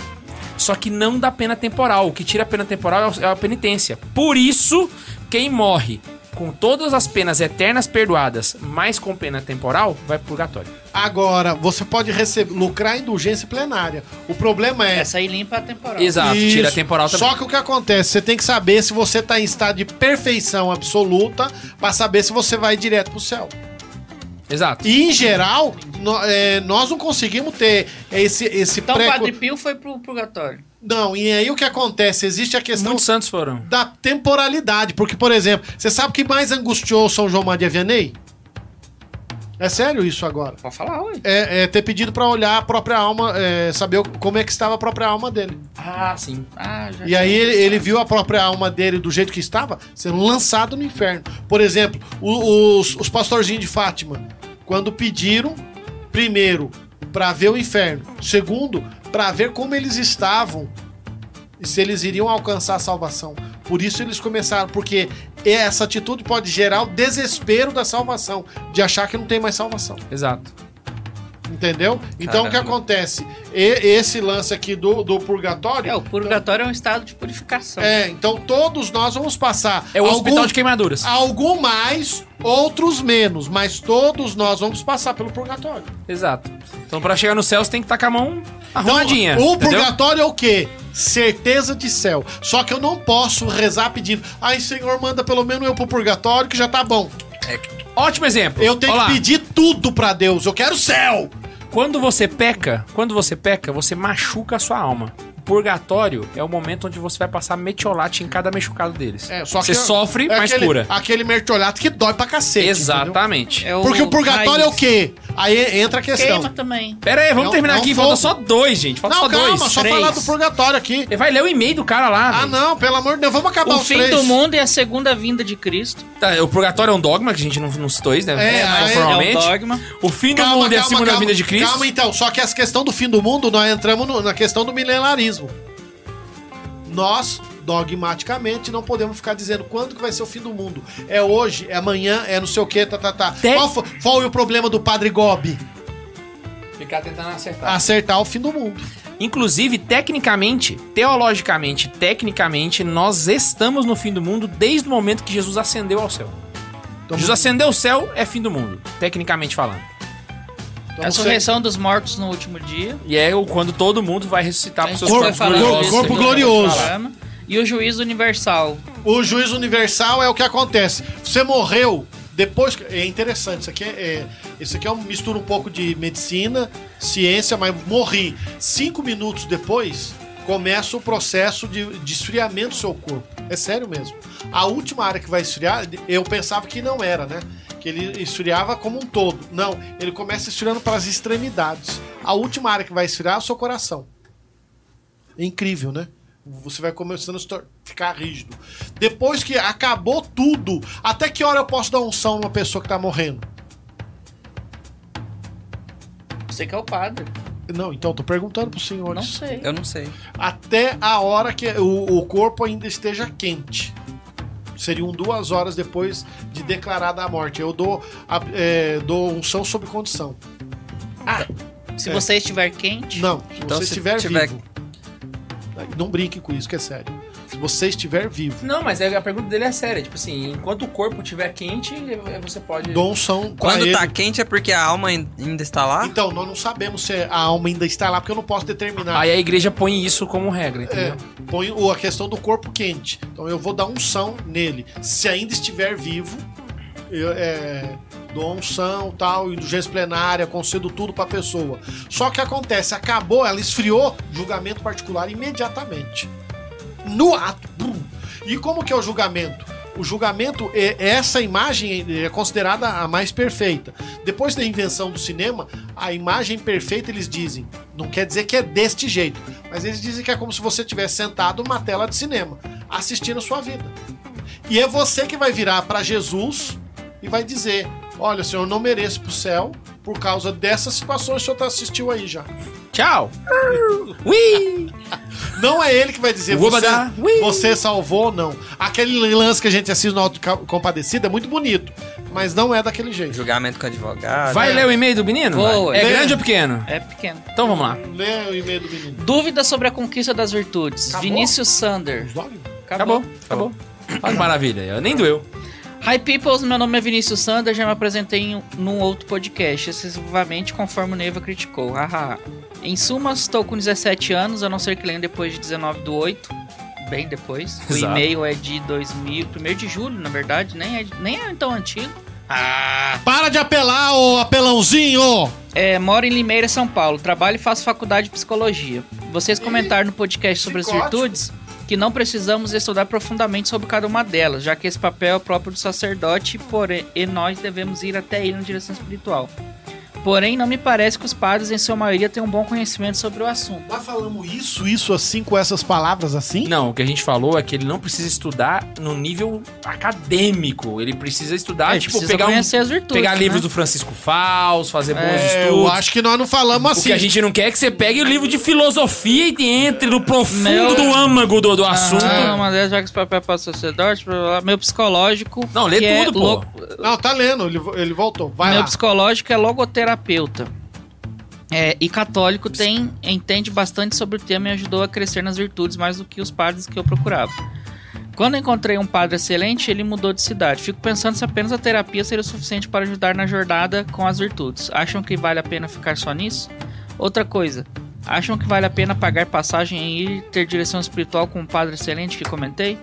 Speaker 3: Só que não da pena temporal. O que tira a pena temporal é o- é a penitência. Por isso, quem morre com todas as penas eternas perdoadas, mas com pena temporal, vai pro purgatório.
Speaker 4: Agora, você pode receber, lucrar indulgência plenária. O problema é.
Speaker 7: Essa aí limpa a temporal.
Speaker 3: Exato, tira a
Speaker 4: Isso.
Speaker 3: temporal também.
Speaker 4: Só que o que acontece? Você tem que saber se você tá em estado de perfeição absoluta pra saber se você vai direto pro céu.
Speaker 3: Exato.
Speaker 4: E em geral, no- é, nós não conseguimos ter esse, esse
Speaker 7: Então o
Speaker 4: pré-
Speaker 7: Padre Pio foi pro purgatório.
Speaker 4: Não, e aí o que acontece? Existe a questão
Speaker 3: Muitos santos foram.
Speaker 4: da temporalidade. Porque, por exemplo, você sabe o que mais angustiou São João Maria Vianney? É sério isso agora?
Speaker 7: Pode falar, oi.
Speaker 4: É, é ter pedido pra olhar a própria alma, é, saber o- como é que estava a própria alma dele.
Speaker 3: Ah, sim.
Speaker 7: Ah, já
Speaker 4: E aí ele, ele viu a própria alma dele do jeito que estava sendo lançado no inferno. Por exemplo, o- os, os pastorzinhos de Fátima, quando pediram, primeiro, para ver o inferno, segundo, para ver como eles estavam e se eles iriam alcançar a salvação. Por isso eles começaram, porque essa atitude pode gerar o desespero da salvação, de achar que não tem mais salvação.
Speaker 3: Exato.
Speaker 4: Entendeu? Então o que
Speaker 1: Caramba.
Speaker 4: acontece? E- esse lance aqui do, do purgatório.
Speaker 7: É, o purgatório é um estado de purificação.
Speaker 4: É, então todos nós vamos passar.
Speaker 3: É o hospital de queimaduras.
Speaker 4: Algum mais, outros menos, mas todos nós vamos passar pelo purgatório.
Speaker 3: Exato. Então, pra chegar no céu, você tem que estar com a mão arrumadinha.
Speaker 4: Então, o
Speaker 3: entendeu?
Speaker 4: purgatório é o quê? Certeza de céu. Só que eu não posso rezar pedindo, ai Senhor, manda pelo menos eu pro purgatório que já tá bom.
Speaker 1: É
Speaker 3: Ótimo exemplo.
Speaker 4: Eu tenho
Speaker 3: Ó lá,
Speaker 4: que pedir tudo pra Deus, eu quero céu.
Speaker 3: Quando você peca, quando você peca, você machuca a sua alma. O purgatório é o momento onde você vai passar metiolate em cada machucado deles.
Speaker 4: É, só
Speaker 3: você
Speaker 4: que-
Speaker 3: sofre,
Speaker 4: É
Speaker 3: mas
Speaker 4: aquele,
Speaker 3: cura.
Speaker 4: Aquele mertiolhato que dói pra cacete. entendeu?
Speaker 3: Exatamente.
Speaker 7: É
Speaker 4: Porque o purgatório é o
Speaker 7: raiz.
Speaker 4: quê? Aí entra a questão.
Speaker 7: Queima também.
Speaker 3: Pera aí, vamos
Speaker 4: Não-
Speaker 3: terminar
Speaker 4: não
Speaker 3: aqui.
Speaker 4: fogo.
Speaker 3: Falta só dois, gente. Falta
Speaker 4: Não,
Speaker 3: só
Speaker 4: calma,
Speaker 3: dois.
Speaker 4: só
Speaker 3: três.
Speaker 4: falar do purgatório aqui.
Speaker 3: Ele vai ler o e-mail do cara lá.
Speaker 4: Ah,
Speaker 3: velho.
Speaker 4: não, pelo amor de Deus, vamos acabar
Speaker 7: O
Speaker 4: Tá os
Speaker 7: fim
Speaker 4: três.
Speaker 7: do mundo e a segunda vinda de Cristo.
Speaker 3: Tá, o purgatório é um dogma que a gente não, não citou isso, né?
Speaker 4: É, Então,
Speaker 3: mas
Speaker 4: aí-
Speaker 7: É um
Speaker 3: formalmente.
Speaker 7: dogma.
Speaker 3: O fim do mundo é a segunda vinda de Cristo.
Speaker 4: Calma então, só que essa questão do fim do mundo, nós entramos no- na questão do milenarismo. Nós, dogmaticamente, não podemos ficar dizendo quando que vai ser o fim do mundo. É hoje, é amanhã, é não sei o que, tá, tá, tá.
Speaker 3: Tem-
Speaker 4: Qual, foi, qual foi o problema do padre Gobi?
Speaker 3: Ficar tentando acertar.
Speaker 4: Acertar o fim do mundo.
Speaker 3: Ah, Inclusive, tecnicamente, teologicamente, tecnicamente, nós estamos no fim do mundo desde o momento que Jesus ascendeu ao céu.
Speaker 4: Então,
Speaker 3: Jesus ascendeu ao céu é fim do mundo, tecnicamente falando.
Speaker 4: então
Speaker 7: A
Speaker 4: não sei.
Speaker 7: ressurreição dos mortos no último dia.
Speaker 3: E é o- quando todo mundo vai ressuscitar
Speaker 7: A
Speaker 3: pros
Speaker 7: gente
Speaker 3: seus
Speaker 7: foi
Speaker 3: corpos
Speaker 4: Tá
Speaker 7: falando
Speaker 3: gloriosos.
Speaker 4: corpo-
Speaker 7: disso
Speaker 4: corpo
Speaker 7: que eu
Speaker 4: glorioso.
Speaker 7: tava falando. E o juízo universal.
Speaker 4: O juiz universal é o que acontece. Você morreu depois. que- É interessante, isso aqui é. é- isso aqui é um mistura um pouco de medicina, ciência, mas morri. Cinco minutos depois, começa o processo de, de esfriamento do seu corpo. É sério mesmo. A última área que vai esfriar, eu pensava que não era, né? Que ele esfriava como um todo. Não, ele começa esfriando para as extremidades. A última área que vai esfriar é o seu coração. É incrível, né? Você vai começando a se tor- ficar rígido. Depois que acabou tudo, até que hora eu posso dar unção numa pessoa que tá morrendo?
Speaker 7: Você que é o padre.
Speaker 4: Não, então eu tô perguntando pro senhor.
Speaker 7: Não sei.
Speaker 1: Eu não sei.
Speaker 4: Até a hora que o, o corpo ainda esteja quente. Seriam duas horas depois de declarada a morte. Eu dou, a, é, dou unção sob condição.
Speaker 7: Se
Speaker 4: É.
Speaker 7: você estiver quente,
Speaker 4: Não, se
Speaker 1: Então,
Speaker 4: você
Speaker 1: se
Speaker 4: estiver
Speaker 1: tiver-
Speaker 4: vivo. Não brinque com isso, que é sério. Se você estiver vivo,
Speaker 3: Não, mas é- a pergunta dele é séria. Tipo assim, enquanto o corpo estiver quente, é, você pode.
Speaker 4: dou um unção pra
Speaker 1: Quando
Speaker 4: ele.
Speaker 1: tá quente é porque a alma ain- ainda está lá?
Speaker 4: Então, nós não sabemos se a alma ainda está lá, porque eu não posso determinar.
Speaker 3: Aí a igreja põe isso como regra, entendeu?
Speaker 4: É, põe o- a questão do corpo quente. Então eu vou dar unção nele. Se ainda estiver vivo, eu é, dou unção, tal, indulgência plenária, concedo tudo pra pessoa. Só que acontece, acabou, ela esfriou, julgamento particular imediatamente. No ato. bum. E como que é o julgamento? O julgamento, é- essa imagem é considerada a mais perfeita. Depois da invenção do cinema, a imagem perfeita, eles dizem, não quer dizer que é deste jeito, mas eles dizem que é como se você estivesse sentado numa tela de cinema, assistindo a sua vida. E é você que vai virar para Jesus e vai dizer: Olha, senhor, eu não mereço pro céu por causa dessas situações que o senhor tá assistiu aí já.
Speaker 3: Tchau! Ah. Ui!
Speaker 4: Não é ele que vai dizer
Speaker 3: Vou
Speaker 4: você,
Speaker 3: badar. Ui.
Speaker 4: você salvou ou não. Aquele lance que a gente assiste no Auto Compadecida é muito bonito, mas não é daquele jeito.
Speaker 1: Julgamento com advogado.
Speaker 3: Vai ler o e-mail do menino?
Speaker 7: Vou,
Speaker 3: Vai. É
Speaker 7: lê.
Speaker 3: grande ou pequeno?
Speaker 7: é pequeno.
Speaker 3: Então vamos lá.
Speaker 4: Lê o e-mail do menino.
Speaker 7: Dúvidas sobre a conquista das virtudes.
Speaker 4: Acabou?
Speaker 7: Vinícius Sander.
Speaker 4: Usuário?
Speaker 3: Acabou, acabou. Olha que maravilha, nem doeu.
Speaker 7: Hi Peoples, meu nome é Vinícius Sander, já me apresentei em, um, num outro podcast, excessivamente conforme o Neiva criticou. Haha. em suma, estou com 17 anos, a não ser que leio depois de 19 do 8. Bem depois. O
Speaker 3: Exato.
Speaker 7: e-mail é de 2000, 1 de julho, na verdade, nem é, nem é tão antigo.
Speaker 4: Para de apelar, ô apelãozinho!
Speaker 7: É, moro em Limeira, São Paulo. Trabalho e faço faculdade de psicologia. Vocês comentaram no podcast sobre as
Speaker 4: psicótico.
Speaker 7: virtudes que não precisamos estudar profundamente sobre cada uma delas, já que esse papel é próprio do sacerdote, porém, e nós devemos ir até ele na direção espiritual. Porém, não me parece que os padres, em sua maioria, têm um bom conhecimento sobre o assunto.
Speaker 4: Nós falamos isso, isso assim, com essas palavras assim?
Speaker 3: Não, o que a gente falou é que ele não precisa estudar no nível acadêmico. Ele precisa estudar,
Speaker 7: É,
Speaker 3: tipo,
Speaker 7: precisa
Speaker 3: pegar, um-
Speaker 7: conhecer as virtudes.
Speaker 3: pegar
Speaker 7: né?
Speaker 3: livros do Francisco Fals, fazer bons
Speaker 4: É,
Speaker 3: estudos.
Speaker 4: eu acho que nós não falamos
Speaker 3: O
Speaker 4: assim.
Speaker 3: que a gente não quer é que você pegue o livro de filosofia e entre no profundo
Speaker 7: Meu-
Speaker 3: do âmago do, do assunto.
Speaker 7: Ah, uma delas, já que esse papel é para o sacerdote, blá, blá, blá. meu psicológico.
Speaker 3: Não, lê
Speaker 7: que é
Speaker 3: tudo, pô.
Speaker 7: louco-
Speaker 4: Não, tá lendo, ele, vo- ele voltou. Vai
Speaker 7: meu
Speaker 4: lá.
Speaker 7: psicológico é logoterapeuta. É, e católico tem, entende bastante sobre o tema e ajudou a crescer nas virtudes mais do que os padres que eu procurava. Quando encontrei um padre excelente, ele mudou de cidade. Fico pensando se apenas a terapia seria o suficiente para ajudar na jornada com as virtudes. Acham que vale a pena ficar só nisso? Outra coisa, acham que vale a pena pagar passagem e ir ter direção espiritual com um padre excelente que comentei?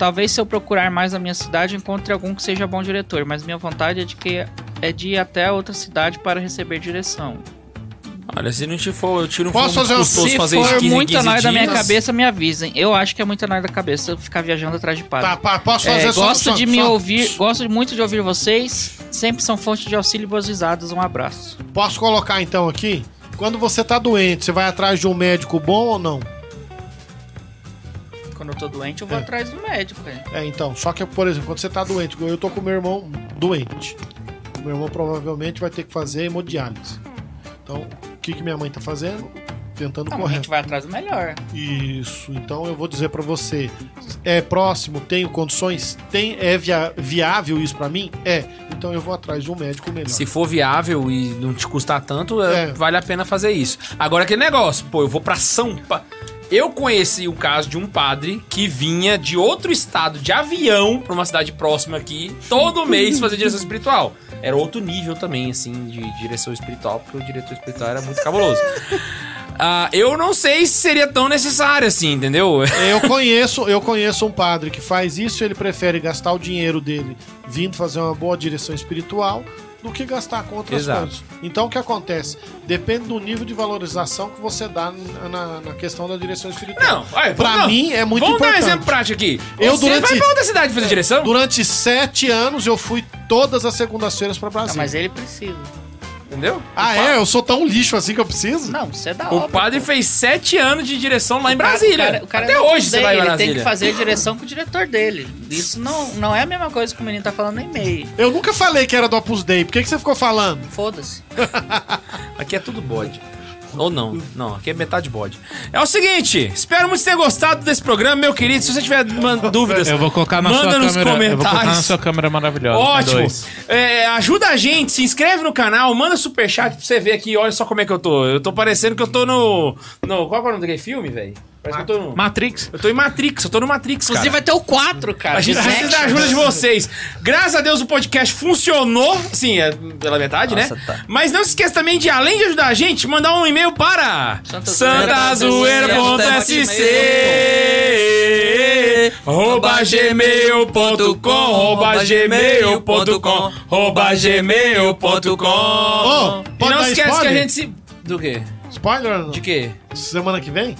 Speaker 7: Talvez se eu procurar mais na minha cidade encontre algum que seja bom diretor, mas minha vontade é de que é de ir até outra cidade para receber direção.
Speaker 3: Olha, se não te for, eu tiro um
Speaker 4: Posso fazer um-
Speaker 3: custoso
Speaker 4: se
Speaker 3: fazer
Speaker 2: For
Speaker 3: 15,
Speaker 2: muito
Speaker 3: 15
Speaker 2: anói da minha
Speaker 3: dias.
Speaker 2: cabeça, me avisem. Eu acho que é muito anói da cabeça eu ficar viajando atrás de padre.
Speaker 4: Tá, pá, posso
Speaker 2: É,
Speaker 4: fazer só-
Speaker 2: gosto
Speaker 4: só-
Speaker 2: de me
Speaker 4: só-
Speaker 2: ouvir, gosto muito de ouvir vocês. Sempre são fonte de auxílio e boas risadas. Um abraço.
Speaker 4: Posso colocar então aqui? Quando você tá doente, você vai atrás de um médico bom ou não?
Speaker 2: Quando eu tô doente, eu vou
Speaker 4: É.
Speaker 2: atrás do médico. Cara.
Speaker 4: É, então. Só que, por exemplo, quando você tá doente, igual eu tô com meu irmão doente. Meu irmão provavelmente vai ter que fazer hemodiálise. Então, o que, que minha mãe tá fazendo? Tentando
Speaker 2: Não, mas Tá, a
Speaker 4: correr.
Speaker 2: gente vai atrás do melhor.
Speaker 3: Ah,
Speaker 4: Isso. Então eu vou dizer pra você, é próximo, tenho condições, tem é via- viável isso pra mim? É. Então eu vou atrás de um médico melhor.
Speaker 3: Se for viável e não te custar tanto, é,
Speaker 4: É.
Speaker 3: vale a pena fazer isso. Agora aquele negócio, pô, eu vou pra São Paulo. Eu conheci o caso de um padre que vinha de outro estado de avião pra uma cidade próxima aqui, todo mês fazer direção espiritual. Era outro nível também, assim, de direção espiritual, porque o diretor espiritual era muito cabuloso. Ah, eu não sei se seria tão necessário assim, entendeu?
Speaker 4: Eu conheço, eu conheço um padre que faz isso, ele prefere gastar o dinheiro dele vindo fazer uma boa direção espiritual do que gastar com outras
Speaker 3: Exato.
Speaker 4: coisas. Então o que acontece? Depende do nível de valorização que você dá na, na- na questão da direção espiritual.
Speaker 3: Não, olha,
Speaker 4: Pra
Speaker 3: não.
Speaker 4: mim é muito
Speaker 3: Vamos dar um
Speaker 4: importante.
Speaker 3: exemplo prático aqui.
Speaker 4: Eu,
Speaker 3: Você
Speaker 4: durante-
Speaker 3: vai pra outra cidade fazer direção?
Speaker 4: Durante sete anos eu fui todas as segundas-feiras pra
Speaker 2: Não,
Speaker 4: Brasília.
Speaker 2: mas ele precisa.
Speaker 3: Entendeu?
Speaker 4: Ah, é? Eu sou tão lixo assim que eu preciso?
Speaker 2: Não, você é da
Speaker 3: O
Speaker 2: obra,
Speaker 3: padre
Speaker 2: pô.
Speaker 3: fez sete anos de direção lá em
Speaker 2: O cara-
Speaker 3: Brasília.
Speaker 2: o cara- o cara
Speaker 3: Até
Speaker 2: não
Speaker 3: hoje você
Speaker 2: tem,
Speaker 3: vai em
Speaker 2: Ele tem que
Speaker 3: Brasília.
Speaker 2: fazer a direção com o diretor dele. Isso não, não é a mesma coisa que o menino tá falando em e-mail.
Speaker 4: Eu nunca falei que era do Opus Dei. Por que, que você ficou falando?
Speaker 2: Foda-se.
Speaker 3: Aqui é tudo bode. Ou não, não, aqui é metade bode. É o seguinte, espero muito ter gostado desse programa, meu querido. Se você tiver man- dúvidas,
Speaker 5: Eu vou colocar na
Speaker 3: manda
Speaker 5: sua
Speaker 3: nos
Speaker 5: câmera. Eu vou colocar na
Speaker 3: comentários.
Speaker 5: sua câmera maravilhosa.
Speaker 3: Ótimo.
Speaker 5: dois.
Speaker 3: É, ajuda a gente, se inscreve no canal, manda superchat pra você ver aqui. Olha só como é que eu tô. Eu tô parecendo que eu tô no. no qual que é o nome daquele filme, velho? Parece que eu tô no.
Speaker 5: Matrix.
Speaker 3: Eu tô em Matrix, eu tô no Matrix, cara.
Speaker 2: Inclusive vai ter o 4, cara. é
Speaker 3: A gente
Speaker 2: de
Speaker 3: precisa da
Speaker 2: sete.
Speaker 3: ajuda de vocês. Graças a Deus o podcast funcionou. Sim, é pela metade,
Speaker 1: Nossa,
Speaker 3: né?
Speaker 1: tá.
Speaker 3: Mas não se esqueça também de, além de ajudar a gente, mandar um e-mail para santazoeira.sc arroba gmail.com arroba gmail.com arroba gmail.com
Speaker 4: Ô,
Speaker 3: E
Speaker 4: pode
Speaker 3: não
Speaker 4: dar
Speaker 3: esquece que a
Speaker 4: spoiler?
Speaker 3: gente se... Do quê?
Speaker 4: Spoiler ou não?
Speaker 3: De quê?
Speaker 4: Semana que vem?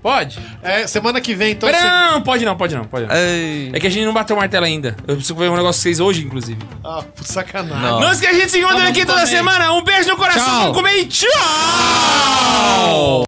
Speaker 3: Pode?
Speaker 4: É, semana que vem, então.
Speaker 3: Pera,
Speaker 4: você-
Speaker 3: não, pode não, pode não, pode não.
Speaker 1: Ei.
Speaker 3: É que a gente não bateu o martelo ainda. Eu preciso ver um negócio com vocês hoje, inclusive.
Speaker 4: Ah, sacanagem.
Speaker 1: Não.
Speaker 3: Não esqueça, a gente se encontra
Speaker 2: Tamo
Speaker 3: aqui toda
Speaker 2: também.
Speaker 3: semana. Um beijo no coração,
Speaker 5: Tchau.
Speaker 3: vamos comer e tchau!